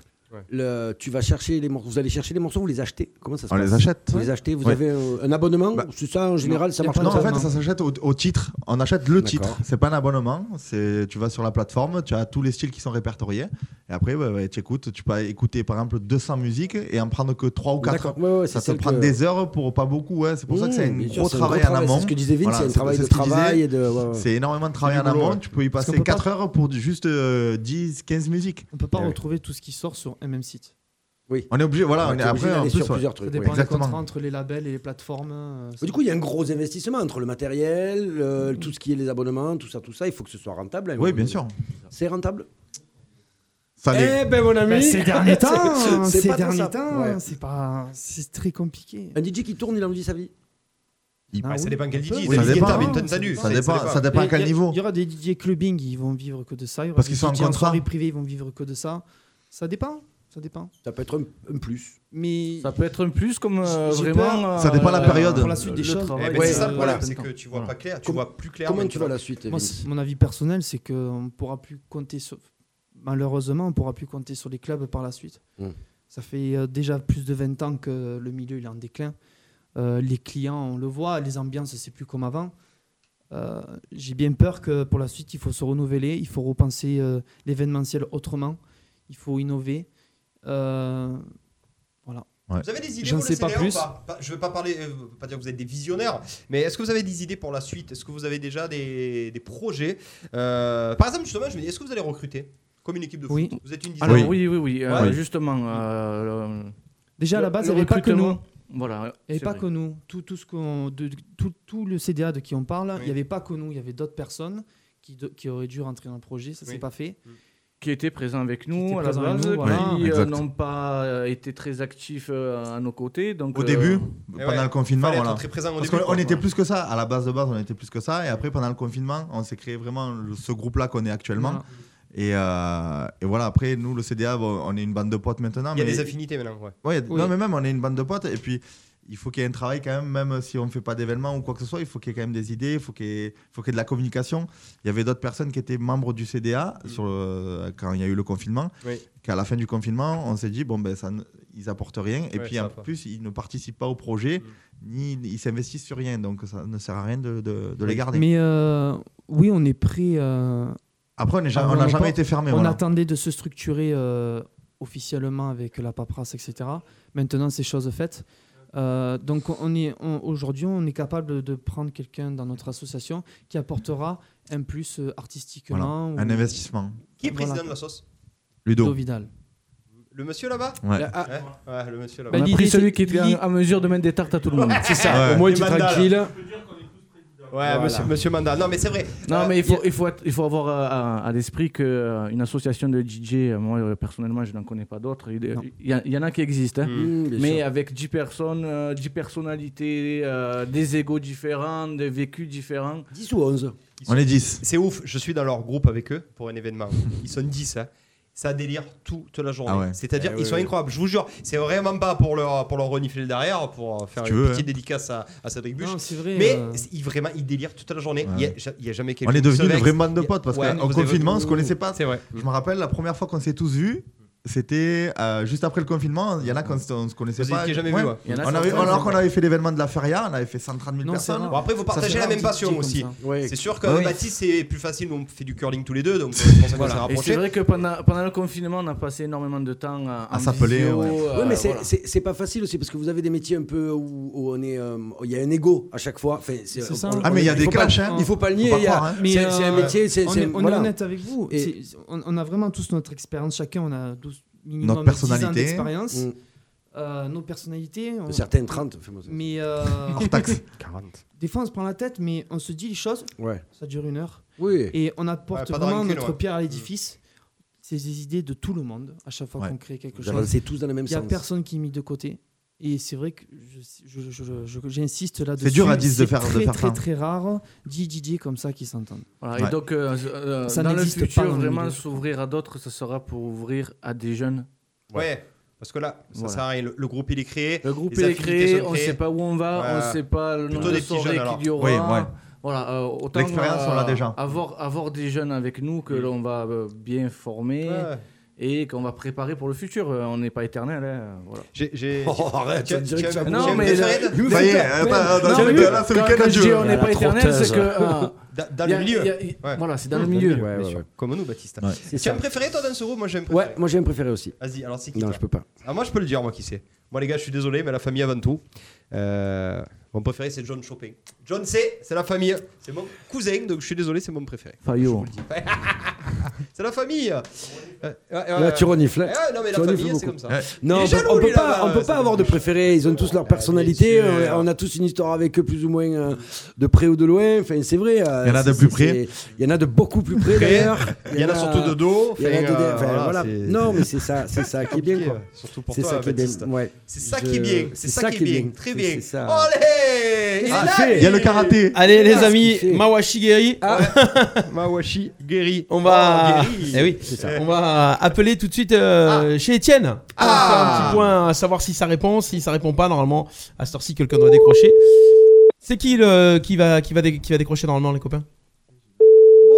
S3: Le- tu vas chercher les morceaux, vous allez chercher les morceaux, vous les achetez. Comment ça se
S5: On
S3: passe
S5: les achète. Bah,
S3: Vous les achetez, vous
S5: Ouais.
S3: avez euh, un abonnement. c'est ça en général, ça marche
S5: Non,
S3: comme
S5: en fait, ça s'achète au, au titre. On achète le
S3: D'accord.
S5: titre. C'est pas un abonnement. C'est tu vas sur la plateforme, tu as tous les styles qui sont répertoriés. Et après, bah, ouais, tu écoutes. Tu peux écouter par exemple 200 musiques et en prendre que 3 ou 4.
S3: D'accord. Ouais, ouais,
S5: ça
S3: c'est celle
S5: te prend
S3: que-
S5: des heures pour pas beaucoup. hein. C'est pour ça
S3: Mmh,
S5: que c'est un
S3: bien sûr,
S5: gros
S3: c'est un gros
S5: travail en
S3: travail.
S5: amont.
S3: C'est ce que disait Vince, c'est un
S5: c'est-
S3: travail
S5: c'est
S3: de
S5: ce qu'il
S3: travail
S5: disait.
S3: et de- ouais, ouais.
S5: C'est énormément de
S3: C'est du
S5: travail en
S3: boulot, hein.
S5: amont.
S3: ouais.
S5: Tu peux y
S10: Parce qu'on
S5: passer
S10: peut
S5: 4 heures pour juste euh, 10, 15 musiques.
S10: On peut pas retrouver tout ce qui sort sur un même site.
S3: Eh Oui.
S5: On est obligé, voilà,
S3: Ouais,
S5: on est
S3: t'es obligé
S5: après, en
S3: d'aller
S5: plus,
S3: sur
S5: ouais.
S3: plusieurs
S10: Ça
S3: trucs.
S10: dépend
S3: ouais.
S10: des contrats entre les labels et les plateformes. euh,
S3: Mais
S10: c'est-
S3: Du coup, il y a un gros investissement entre le matériel, le- tout ce qui est les abonnements, tout ça, tout ça. Il faut que ce soit rentable. hein, à un
S5: Mm-hmm. Oui,
S3: moment
S5: bien
S3: donné.
S5: sûr.
S3: C'est rentable
S5: Ça l'est.
S3: Eh ben, mon ami
S10: Bah, ces derniers
S3: *laughs*
S10: temps,
S3: c'est- c'est
S10: ces
S3: pas tant
S10: derniers
S3: ça.
S10: temps,
S3: Ouais.
S10: c'est pas, c'est très compliqué.
S3: Un DJ qui tourne, il a envie de sa vie.
S5: Ah
S2: ça
S10: oui,
S2: dépend quel
S10: un
S2: DJ,
S10: peu.
S2: c'est
S5: Ça
S2: Guetta,
S5: dépend.
S2: mais tonne, ça dure,
S5: Ça
S2: c'est-
S5: dépend.
S2: ça dépend.
S5: Ça dépend à
S10: Il y a-
S5: quel niveau.
S10: Il y aura des DJ clubbing, ils vont vivre que de ça. Il y aura
S5: Parce
S10: des
S5: qu'ils sont en
S10: DJ
S5: contrat.
S10: soirée privée, ils vont vivre que de ça. Ça dépend, ça dépend.
S3: Ça peut être un, un plus.
S10: Mais
S6: Ça peut être un plus comme euh,
S10: J'ai
S6: vraiment.
S10: peur.
S5: Ça dépend de la période.
S10: Pour la suite des
S6: le
S10: choses.
S6: travail.
S2: Eh ben,
S6: Ouais,
S2: c'est ça
S6: euh,
S2: le problème,
S6: voilà.
S2: c'est que tu vois pas clair, tu vois plus clair.
S3: Comment tu
S2: maintenant.
S3: vois la suite
S10: Moi,
S3: Vince
S10: c'est- mon avis personnel, c'est que on pourra plus compter sur. Malheureusement, on pourra plus compter sur les clubs par la suite.
S3: Mm.
S10: Ça fait euh, déjà plus de 20 ans que le milieu il est en déclin. Euh, les clients, on le voit, les ambiances, c'est plus comme avant. Euh, J'ai bien peur que pour la suite, il faut se renouveler, il faut repenser euh, l'événementiel autrement, il faut innover. Euh, voilà.
S2: Vous avez des idées
S10: J'en
S2: vous, le
S10: sais pas
S2: CDR, ou
S10: plus.
S2: pas Pas- Je veux pas parler, euh, veux pas dire que vous êtes des visionnaires, mais est-ce que vous avez des idées pour la suite Est-ce que vous avez déjà des, des projets Euh, Par exemple, justement, je me dis, est-ce que vous allez recruter comme une équipe de foot
S10: Oui.
S2: Vous êtes une dizaine.
S6: Alors oui, oui, oui. euh,
S2: Ouais.
S6: Justement. euh, le-
S10: Déjà, à la
S6: le-
S10: base,
S6: le
S10: il n'y avait pas que nous.
S6: recrutement, Voilà.
S10: Il n'y
S6: c'est
S10: avait pas
S6: vrai.
S10: que nous. Tout, tout, ce qu'on, de- de- tout, tout le CDA de qui on parle, il n'y avait pas que nous. Il y avait d'autres personnes qui, de- qui auraient dû rentrer dans le projet. Ça ne s'est pas fait.
S5: Mm.
S6: qui étaient présents avec
S10: Qui
S6: nous
S10: étaient
S6: à la
S10: présents avec
S6: base,
S10: nous, voilà.
S6: qui
S10: Oui,
S6: euh,
S10: exact.
S6: n'ont pas euh, été très actifs euh, à nos côtés. Donc,
S5: Au
S6: euh,
S5: début, pendant le confinement, voilà. Parce qu'on on était plus que ça. À la base de base, on était plus que ça. Et après, pendant le confinement, on s'est créé vraiment le- ce groupe-là qu'on est actuellement.
S2: Voilà.
S5: Et, euh, et voilà, après, nous, le CDA, bon, on est une bande de potes maintenant.
S2: Il y a
S5: mais-
S2: des affinités maintenant, ouais.
S5: il y a des-
S2: Oui.
S5: Non, mais même, on est une bande de potes. Et puis, il faut qu'il y ait un travail quand même, même si on ne fait pas d'événements ou quoi que ce soit, il faut qu'il y ait quand même des idées, il faut qu'il y, ait- faut qu'il y ait de la communication. Il y avait d'autres personnes qui étaient membres du CDA
S2: Mm.
S5: sur le- quand il y a eu le confinement.
S2: Oui.
S5: Qu'à la fin du confinement, on s'est dit, bon, ben, ça ne- ils apportent rien. Et
S2: Ouais,
S5: puis,
S2: ça
S5: en
S2: va Mm. pas.
S5: plus, ils ne participent pas au projet, ni ils s'investissent sur rien. Donc, ça ne sert à rien de, de- de les garder.
S10: Mais euh, oui, on est prêt. euh,
S5: Après, on n'est jamais-
S10: à
S5: on n'a
S10: ouvrir
S5: jamais
S10: nos
S5: été
S10: portes.
S5: fermé,
S10: On
S5: voilà.
S10: attendait de se structurer euh, officiellement avec la paperasse, etc. Maintenant, c'est chose faite. Euh, donc, on est on- aujourd'hui, on est capable de prendre quelqu'un dans notre association qui apportera un plus euh, artistiquement.
S5: Voilà, un investissement.
S2: Qui est président de la sauce
S5: Ludo.
S10: Vidal.
S2: Le monsieur là-bas
S5: Ouais.
S2: Ah, ouais, le monsieur là-bas.
S6: On a pris celui qui était en, en mesure de mettre des tartes à tout le monde.
S2: Mmh, C'est ça, au moins, il était tranquille. Ouais,
S6: Voilà.
S2: monsieur, monsieur Manda. Non, mais c'est vrai.
S6: Non,
S3: Ah,
S2: Euh,
S6: mais il faut, il faut, être- il faut avoir euh, à, à l'esprit qu'une association de DJ, euh, moi euh, personnellement, je n'en connais pas d'autres. Il, il y a- il y en a qui existent, hein.
S3: Mm. Mm, bien
S6: mais
S3: sûr.
S6: avec 10 personnes, euh, 10 personnalités, euh, des égos différents, des vécus différents.
S3: 10 ou 11
S5: On est 10.
S2: C'est ouf, je suis dans leur groupe avec eux pour un événement. Ils sont 10, hein. Ça délire toute la journée.
S5: Ah ouais.
S2: C'est-à-dire,
S5: Eh
S2: ils
S5: oui,
S2: sont
S5: oui.
S2: incroyables, je vous jure. C'est vraiment pas pour leur, pour leur renifler derrière, pour euh, faire
S5: Si tu
S2: une
S5: veux,
S2: petite
S5: hein.
S2: dédicace à, à Cédric Buche.
S10: Non, c'est vrai,
S2: Mais
S10: euh.
S2: c'est- ils, vraiment, ils délirent toute la journée. Il y a- Il n'y a, jamais quelqu'un
S5: On est
S2: qui se
S5: devenus de
S2: vexe.
S5: vraies bandes de
S2: Il y a-
S5: potes parce
S2: Ouais,
S5: qu'en
S2: vous avez-
S5: confinement, on se connaissait pas.
S2: C'est vrai.
S5: Je me rappelle la première fois qu'on s'est tous vus. C'était euh, juste après le confinement, il y en a qu'on se- on se connaissait
S2: Vous
S5: pas.
S2: étiez jamais
S5: Ouais.
S2: vus, hein. ouais. Il y en a
S5: on avait,
S2: certains,
S5: alors
S2: ouais.
S5: qu'on avait fait l'événement de la Feria, on avait fait 130 000
S2: Non, c'est
S5: personnes.
S2: rare. Bon, après, vous partagez la même passion aussi. C'est sûr que
S5: Ouais.
S2: Baptiste, c'est plus facile. nous, On fait du curling tous les deux, donc euh, c'est pour ça qu'on s'est
S6: Voilà. Et c'est
S2: rapprochés.
S6: vrai que pendant, pendant le confinement, on a passé énormément de temps à, en visio, euh,
S3: Oui, mais c'est
S6: voilà.
S3: c'est- c'est pas facile aussi parce que vous avez des métiers un peu où, où on est, euh, il y a un ego à chaque fois. Enfin, c'est- euh,
S10: C'est ça.
S3: on-
S10: Ah, mais
S3: on-
S10: il y a
S3: il
S10: des
S3: faut pas-
S10: clashs, hein.
S3: Il faut pas le
S10: Faut
S3: nier.
S10: pas
S3: il y a-
S10: croire, hein. Mais,
S3: C'est
S10: euh,
S3: c'est un métier. c'est-
S10: on
S3: c'est-
S10: est- on est
S3: voilà.
S10: honnête avec vous.
S3: Et-
S10: C'est- On, on a vraiment tous notre expérience. Chacun, on a 12 minimum
S5: Notre
S10: 10 ans
S5: personnalité.
S10: d'expérience.
S5: Mm.
S10: Euh, nos personnalités. on-
S3: Certaines 30, fais-moi ça.
S10: Mais. euh,
S3: Hors taxe. 40.
S10: Des fois, on se prend la tête, mais on se dit les choses.
S3: Ouais.
S10: Ça dure une heure.
S3: Oui.
S10: Et on
S3: Ouais,
S10: apporte
S3: pas de
S10: vraiment
S3: rancune,
S10: notre
S3: ouais.
S10: pierre
S6: Mm.
S10: à l'édifice. C'est des idées de tout le monde à chaque fois
S3: Ouais.
S10: qu'on crée quelque
S3: Vous
S10: chose.
S3: avancez tous dans le même
S10: Il y a
S3: sens.
S10: personne qui est mis de côté. Et c'est vrai que j'insiste je, je- je- j'insiste là-dessus.
S5: C'est dur à 10 de
S10: C'est
S5: faire- de
S10: très,
S5: faire
S10: très,
S5: ça.
S10: très rare. 10 DJ comme ça qui s'entendent.
S6: Voilà, Et donc, euh, euh,
S10: Ça
S6: dans le
S10: n'existe pas
S6: futur,
S10: dans le
S6: vraiment
S10: milieu.
S6: s'ouvrir à d'autres, ce sera pour ouvrir à des jeunes.
S2: Ouais. Parce que là, ça
S6: Voilà.
S2: sert à rien. Le, le groupe, il est créé.
S6: Le groupe
S2: les
S6: il est
S2: affinités
S6: créé,
S2: sont
S6: on ne
S2: créées.
S6: sait pas où on va, on
S2: Ouais.
S6: ne sait pas le nombre
S2: Plutôt
S6: de
S2: des petits
S6: soirées
S2: jeunes alors.
S6: qu'il y aura.
S5: Oui, ouais.
S6: Voilà, euh, autant
S5: L'expérience, on l'a déjà.
S6: Avoir, avoir des jeunes avec nous que l'on va euh, bien former
S2: Mm. Ouais.
S6: et qu'on va préparer pour le futur. Euh, On n'est pas éternel. hein, voilà.
S10: *laughs*
S2: J'ai.
S3: Oh, arrête,
S2: Tiens,
S3: on dirait que
S2: tiens,
S3: tu
S2: tiens,
S3: as-
S6: Non, mais.
S2: tiens,
S6: le-
S2: Fred.
S6: le- *laughs* Non, mais quand- quand je dis on n'est pas éternel, c'est que. euh,
S2: Da- *laughs* dans
S6: il y a-
S2: le
S6: il y a-
S2: milieu.
S6: il-
S2: Ouais.
S6: Voilà, c'est dans le milieu.
S3: Ouais,
S6: bien
S3: ouais,
S6: sûr.
S3: ouais.
S2: Comme nous, Baptiste.
S3: C'est
S2: Tu as
S3: ça.
S2: un préféré, toi, dans ce groupe Moi, j'aime
S3: Ouais, moi j'ai un préféré aussi.
S2: Vas-y, alors c'est qui
S3: Non,
S2: toi
S3: je peux pas.
S2: Ah, moi, je peux le dire, moi, qui c'est. Moi, les gars, je suis désolé, mais la famille avant tout. Euh, mon préféré, c'est John Chopin. John C, c'est la famille. C'est mon cousin, donc je suis désolé, c'est mon préféré.
S6: Fayot.
S2: C'est la famille. Euh, ouais, ouais,
S3: Là, tu
S2: ouais.
S3: renifles.
S2: Ouais, non, mais
S3: Tu
S2: la
S3: renifles
S2: famille, c'est
S3: beaucoup.
S2: comme ça.
S3: Ouais.
S2: Il
S3: Non,
S2: est
S3: on peut,
S2: jaloux,
S3: on peut
S2: lui,
S3: pas,
S2: là-bas.
S3: on peut pas avoir de préféré. Ils ont tous leur personnalité. euh, On, a tous une histoire avec eux, plus ou moins euh, de près ou de loin. Enfin, c'est vrai. euh,
S5: Il y en a de
S3: c'est-
S5: plus
S3: c'est-
S5: près.
S3: Il y en a de beaucoup plus près d'ailleurs.
S2: Il y en a surtout de dos.
S3: Il y en a de-
S2: Enfin, euh,
S3: enfin,
S2: voilà,
S3: voilà.
S2: c'est-
S3: Non, mais
S2: *laughs*
S3: c'est ça, c'est ça qui est bien. quoi.
S2: Surtout pour
S3: C'est
S2: toi,
S3: ça qui est
S2: Baptiste.
S3: bien. ouais.
S2: C'est ça
S3: Je-
S2: qui est bien, c'est ça, qui est bien, très
S3: C'est-
S2: bien.
S3: c'est ça.
S15: Ah.
S2: Allez Il est là,
S1: fait
S2: lui.
S1: Il y a le karaté. Allez, les amis, Mawashi Geri. *laughs*
S2: Mawashi Geri.
S1: On va,
S2: Oh, Guéry.
S1: eh oui,
S2: C'est ça.
S1: on va appeler tout de suite euh, chez Étienne pour faire un petit point, à savoir si ça répond, si ça répond pas normalement. À cette heure-ci, quelqu'un doit décrocher. C'est qui le qui va qui va dé- qui va décrocher normalement les copains Oh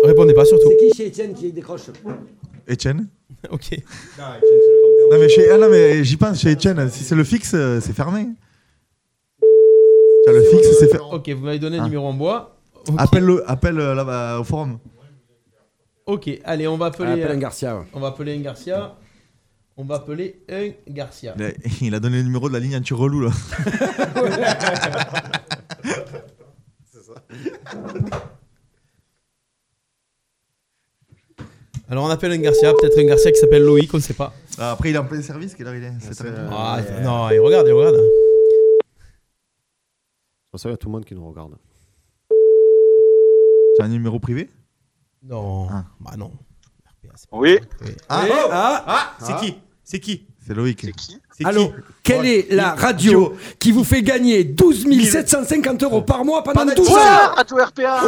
S1: Répondez pas surtout.
S3: C'est qui chez Étienne qui décroche
S5: Etienne
S1: Ok.
S5: Non mais, chez- ah non, mais j'y pense, chez Etienne, si c'est le fixe, euh, c'est fermé. Tu as le fixe, c'est fermé.
S1: Ok, vous m'avez donné le
S5: Ah.
S1: numéro en bois. Ok.
S5: Appelle-le, appelle euh, là-bas au forum.
S1: Ok, allez, on va appeler.
S5: Appelle
S1: euh,
S5: un Garcia, ouais.
S1: On va appeler un Garcia. On va appeler un Garcia.
S5: Il a, il a donné le numéro de la ligne anti relou là.
S1: Alors on appelle un Garcia, peut-être un Garcia qui s'appelle Loïc, on ne sait pas.
S5: Ah, après, il est en plein service, quelle heure il est C'est très bien.
S1: Ah, non, il regarde, il regarde.
S11: Pour ça, il y a tout le monde qui nous regarde.
S5: C'est un numéro privé
S1: Non. Bah non.
S17: Oui.
S5: Ah,
S3: Eh,
S5: oh.
S3: ah,
S5: Ah, c'est
S3: ah.
S5: qui
S2: C'est qui
S5: C'est Loïc. C'est qui
S3: Allô, quelle est la radio qui vous fait gagner 12 750 euros par mois pendant 12 ans
S17: à tout RPA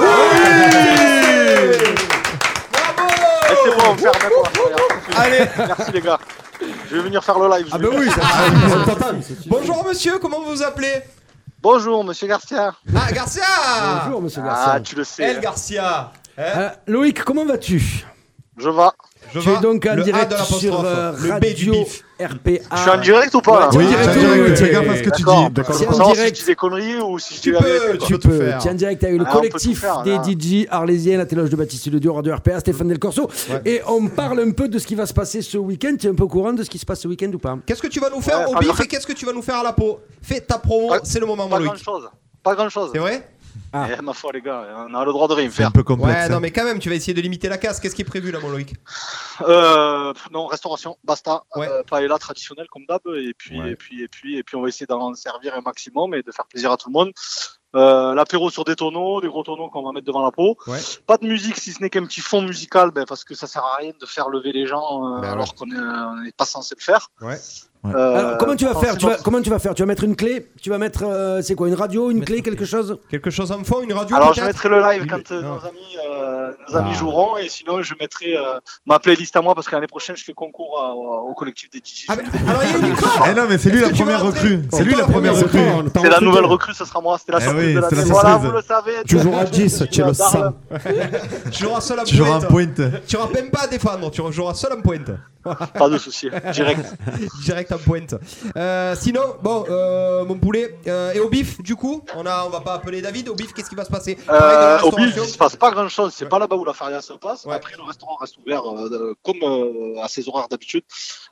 S17: Eh, C'est bon, on ferme maintenant.
S2: Allez
S17: Merci les gars. Je vais venir faire le live. Ah
S3: bah oui, ça
S2: Bonjour monsieur, comment vous vous appelez
S17: Bonjour monsieur Garcia.
S2: Ah Garcia
S3: Bonjour monsieur Garcia.
S17: Ah, tu le sais.
S2: El Garcia hein.
S3: Euh, Loïc, comment vas-tu
S17: Je vais.
S2: Je
S3: tu
S2: vas.
S3: es donc en
S2: Le A
S3: direct
S2: de l'apostrophe,
S3: sur euh,
S2: le B du
S3: Radio
S2: bif.
S3: RPA.
S17: Je suis en direct ou pas là
S3: Ouais, t'es en direct, oui, oui, oui. D'accord. C'est en
S17: Savoir
S3: direct.
S17: Si je dis des conneries ou si je dis
S3: Tu
S17: la vérité.
S3: peux,
S17: quoi.
S3: tu peux. Tiens, direct avec le
S17: Ah, on peut
S3: collectif
S17: tout faire, là.
S3: des DJ arlésiens, la téloge de Baptiste Le Dior, Radio RPA, Stéphane Del Corso.
S2: Ouais.
S3: Et on parle un peu de ce qui va se passer ce week-end. Tu es un peu au courant de ce qui se passe ce week-end ou pas
S2: Qu'est-ce que tu vas nous faire
S17: ah,
S3: Ouais,
S2: au bif
S17: bah,
S3: alors-
S2: et qu'est-ce que tu vas nous faire à la peau Fais ta promo, c'est le moment mon
S17: Pas
S2: Loïc.
S17: grand chose. Pas grand chose.
S2: C'est vrai Ah.
S17: Eh, ma foi, les gars, on a le droit de rien
S5: C'est
S17: faire.
S5: un peu complexe.
S2: Ouais,
S5: hein.
S2: non mais quand
S17: *laughs*
S2: même, tu vas essayer de limiter la casse. Qu'est-ce qui est prévu là mon Loïc
S17: Euh, non, restauration, basta. Euh, paella traditionnelle comme d'hab. Et puis,
S5: Ouais.
S17: et puis, et puis, et puis, on va essayer d'en servir un maximum et de faire plaisir à tout le monde. Euh, L'apéro sur des tonneaux, des gros tonneaux qu'on va mettre devant la peau. Pas de musique si ce n'est qu'un petit fond musical, ben, parce que ça sert à rien de faire lever les gens
S2: Ben
S17: euh, alors qu'on est- on n'est pas censé le faire. Euh,
S3: Alors, comment tu vas faire tu vas,
S17: forcément-
S3: Comment tu vas faire Tu vas mettre une clé Tu vas mettre, euh, c'est quoi, une radio, une clé, quelque chose
S2: Quelque chose en fond, une radio
S17: Alors je mettrai le live quand euh, nos amis, euh, nos
S2: Ah.
S17: amis joueront et sinon je mettrai euh, ma playlist à moi parce que l'année prochaine je fais concours à- au collectif des DJ.
S5: Eh non, mais c'est lui la première recrue. C'est lui la première recrue.
S17: C'est la
S2: euh,
S17: nouvelle recrue, ce sera moi, c'était la
S5: Eh
S17: surprise
S5: oui,
S17: de
S5: c'est la
S17: l'année. Voilà,
S5: surprise.
S17: vous le savez.
S5: Tu joueras 10, tu es le
S17: Darle.
S2: Tu joueras seul à
S5: Tu joueras en
S2: pointe.
S5: pointe.
S2: Tu auras même pas à défendre, tu joueras seul en pointe.
S17: Pas de souci, direct.
S2: *laughs* direct en pointe. Euh, sinon, bon, euh, mon poulet, euh, et au bif, du coup, on, a, on va pas appeler David, au bif, qu'est-ce qui va se passer
S17: Euh,
S2: Pareil,
S17: au
S2: dans la
S17: bif, il
S2: restauration.
S17: se passe pas grand chose, c'est pas là-bas où la faria se passe. Après, le restaurant reste ouvert euh, comme euh, à ses horaires d'habitude,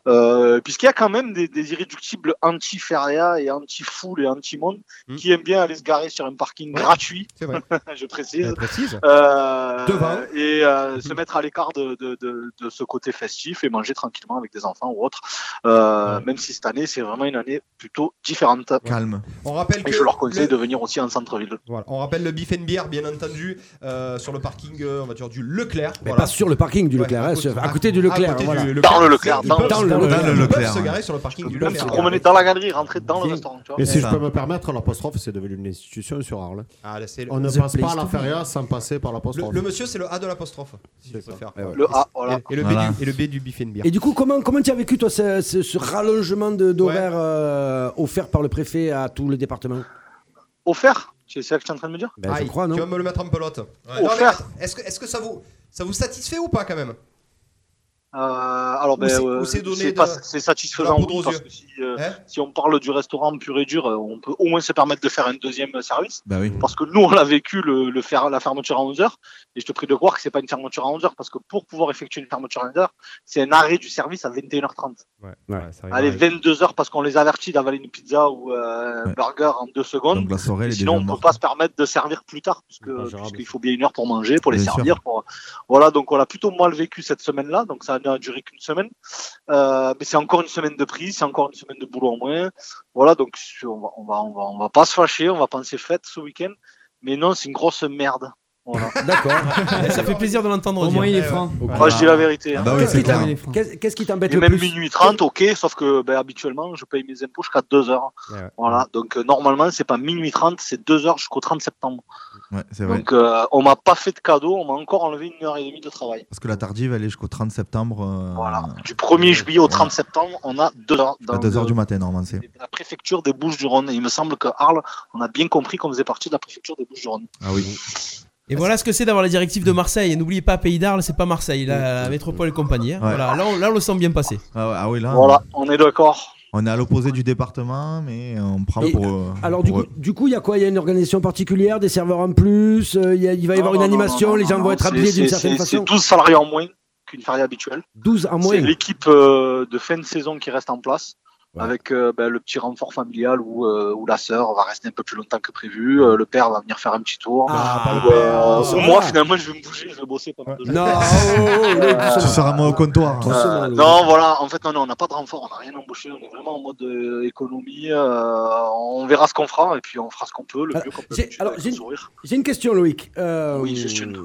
S17: Euh, puisqu'il y a quand même des, des irréductibles anti-faria et anti-foule et anti-monde qui aiment bien aller se garer sur un parking gratuit,
S2: Hmm. c'est vrai.
S17: *laughs* je précise,
S2: Elle précise.
S17: Euh,
S2: Devant. Hmm.
S17: et euh, se mettre à l'écart de, de- de- de ce côté festif et manger tranquillement avec des enfants ou autres, Euh, même si cette année, c'est vraiment une année plutôt différente.
S5: Calme.
S2: On rappelle
S17: Et
S2: que
S17: je leur conseille
S2: le-
S17: de venir aussi en centre-ville.
S2: Voilà, on rappelle le bif and beer, bien entendu, euh, sur le parking, euh, on va dire, du Leclerc.
S3: Mais
S2: voilà.
S3: pas sur le parking du
S2: Ouais,
S3: Leclerc,
S2: à
S3: hein,
S2: côté-
S3: sur- à côté du Leclerc.
S2: à côté
S3: voilà.
S2: du
S17: Dans le Leclerc,
S2: Ils
S17: dans
S2: peuvent- ils
S17: le- dans
S2: peuvent-
S17: le Leclerc.
S2: Ils peuvent se
S11: ouais.
S2: garer sur le parking du
S17: Même se
S2: Leclerc.
S17: promener dans la galerie, rentrer dans le restaurant. Tu vois.
S11: Et si je
S2: ça.
S11: peux me permettre, l'apostrophe, c'est devenu une institution sur Arles.
S2: Ah, là, c'est le-
S11: On ne
S2: The
S11: passe
S2: place
S11: pas à la
S2: to be.
S11: feria sans passer par
S2: Le,
S11: l'apostrophe.
S2: le monsieur, c'est le A de l'apostrophe, si je préfère.
S11: Eh ouais.
S17: Le A, voilà.
S2: Et, et le B
S11: Voilà.
S2: du, et le B du bif and beer.
S3: Et du coup, comment, comment tu as vécu, toi, ce, ce- ce rallongement de- d'horaire euh, offert par le préfet à tout le département
S17: Offert C'est ça que tu es en train de me dire Euh,
S3: Ben, je
S2: Aïe,
S3: crois, non
S2: Tu vas me le mettre en pelote.
S17: Au
S2: Non, mais
S17: fer.
S2: Est-ce que, est-ce que ça, vous, ça vous satisfait ou pas quand même
S17: Euh, alors,
S2: Ou
S17: ben,
S2: c'est-
S17: euh,
S2: ou c'est donné
S17: c'est
S2: de-
S17: pas-
S2: de
S17: c'est
S2: la
S17: satisfaisant
S2: poudre
S17: oui,
S2: aux
S17: parce
S2: yeux. Hein
S17: que si, euh, si on parle du restaurant pur et dur, euh, on peut au moins se permettre de faire un deuxième service.
S5: Bah oui.
S17: Parce que nous, on l'a vécu le, le fer- la fermeture à 11h, et je te prie de croire que c'est pas une fermeture à 11h, parce que pour pouvoir effectuer une fermeture à 11h, c'est un arrêt du service à 21h30. Allez, 22h parce qu'on les avertit d'avaler une pizza ou euh, un burger en deux secondes.
S5: Donc la soirée, elle est
S17: Sinon, on
S5: déjà
S17: ne peut
S5: morte.
S17: pas se permettre de servir plus tard, puisque- puisqu'il faut bien une heure pour manger, pour les
S5: Bien sûr.
S17: servir. pour- Voilà, donc on a plutôt mal vécu cette semaine-là, donc ça n'a duré qu'une semaine. Euh, mais c'est encore une semaine de prise, c'est encore une semaine de boulot en moins. Voilà, donc on va, on va, on va, on va pas se fâcher, on va penser fête ce week-end. Mais non, c'est une grosse merde. Voilà.
S3: *laughs* D'accord.
S1: *laughs* ça fait plaisir de l'entendre.
S17: Au
S1: dire.
S17: moins, il est
S1: Eh ouais.
S17: franc. Moi, je dis la vérité. hein.
S3: Qu'est-ce qui t'em- qu'est-ce- Qu'est-ce qui t'embête
S17: Et
S3: le
S17: même
S3: plus
S17: minuit 30, ok, sauf que ben, habituellement, je paye mes impôts jusqu'à 2h. Voilà, donc euh, normalement, c'est pas minuit 30, c'est 2h jusqu'au 30 septembre.
S5: Ouais, c'est vrai.
S17: Donc euh, on m'a pas fait de cadeau, on m'a encore enlevé une heure et demie de travail.
S5: Parce que la tardive, elle est jusqu'au 30 septembre. euh, Voilà.
S17: Du 1er juillet au 30 septembre, on a 2h
S5: À
S17: dans
S5: 2h
S17: le-
S5: du matin, normalement. c'est.
S17: la préfecture des Bouches-du-Rhône. Et il me semble que Arles, on a bien compris qu'on faisait partie de la préfecture des Bouches-du-Rhône.
S5: Ah oui.
S1: Et voilà ce que c'est d'avoir les directives de Marseille. Et n'oubliez pas, Pays d'Arles, c'est pas Marseille, la, la métropole et compagnie. hein.
S5: Ouais.
S1: Voilà, là, on, là, on le sent bien passer.
S5: Ah, ouais, ah oui, là,
S1: Voilà,
S5: on est d'accord. On est à l'opposé du département, mais on prend
S3: Et-
S5: pour. euh,
S3: Alors du
S5: pour
S3: coup, du coup, il y a quoi Il y a une organisation particulière, des serveurs en plus, euh, il y a- il va y avoir
S17: Non,
S3: une
S17: non, non,
S3: animation,
S17: non,
S3: les gens
S17: non,
S3: vont être
S17: c'est-
S3: habillés d'une
S17: c'est-
S3: certaine
S17: c'est-
S3: façon.
S17: C'est 12 salariés en moins qu'une feria habituelle.
S3: 12 en moins.
S17: C'est l'équipe euh, de fin de saison qui reste en place. Avec euh, ben, le petit renfort familial où, euh, où la sœur va rester un peu plus longtemps que prévu, euh, le père va venir faire un petit tour.
S3: Ah,
S17: Ou, euh,
S5: pas le père.
S17: ou moi finalement je vais me bouger, je vais bosser pendant deux jours.
S3: oh,
S5: *laughs* Tu seras moins au comptoir.
S17: Euh, non, voilà, en fait, non, non, on n'a pas de renfort, on n'a rien embauché, on est vraiment en mode euh, économie, euh, on verra ce qu'on fera et puis on fera ce qu'on peut, le mieux qu'on peut.
S3: J'ai- alors, j'ai une- j'ai une question, Loïc. Euh,
S17: Oui, j'ai une.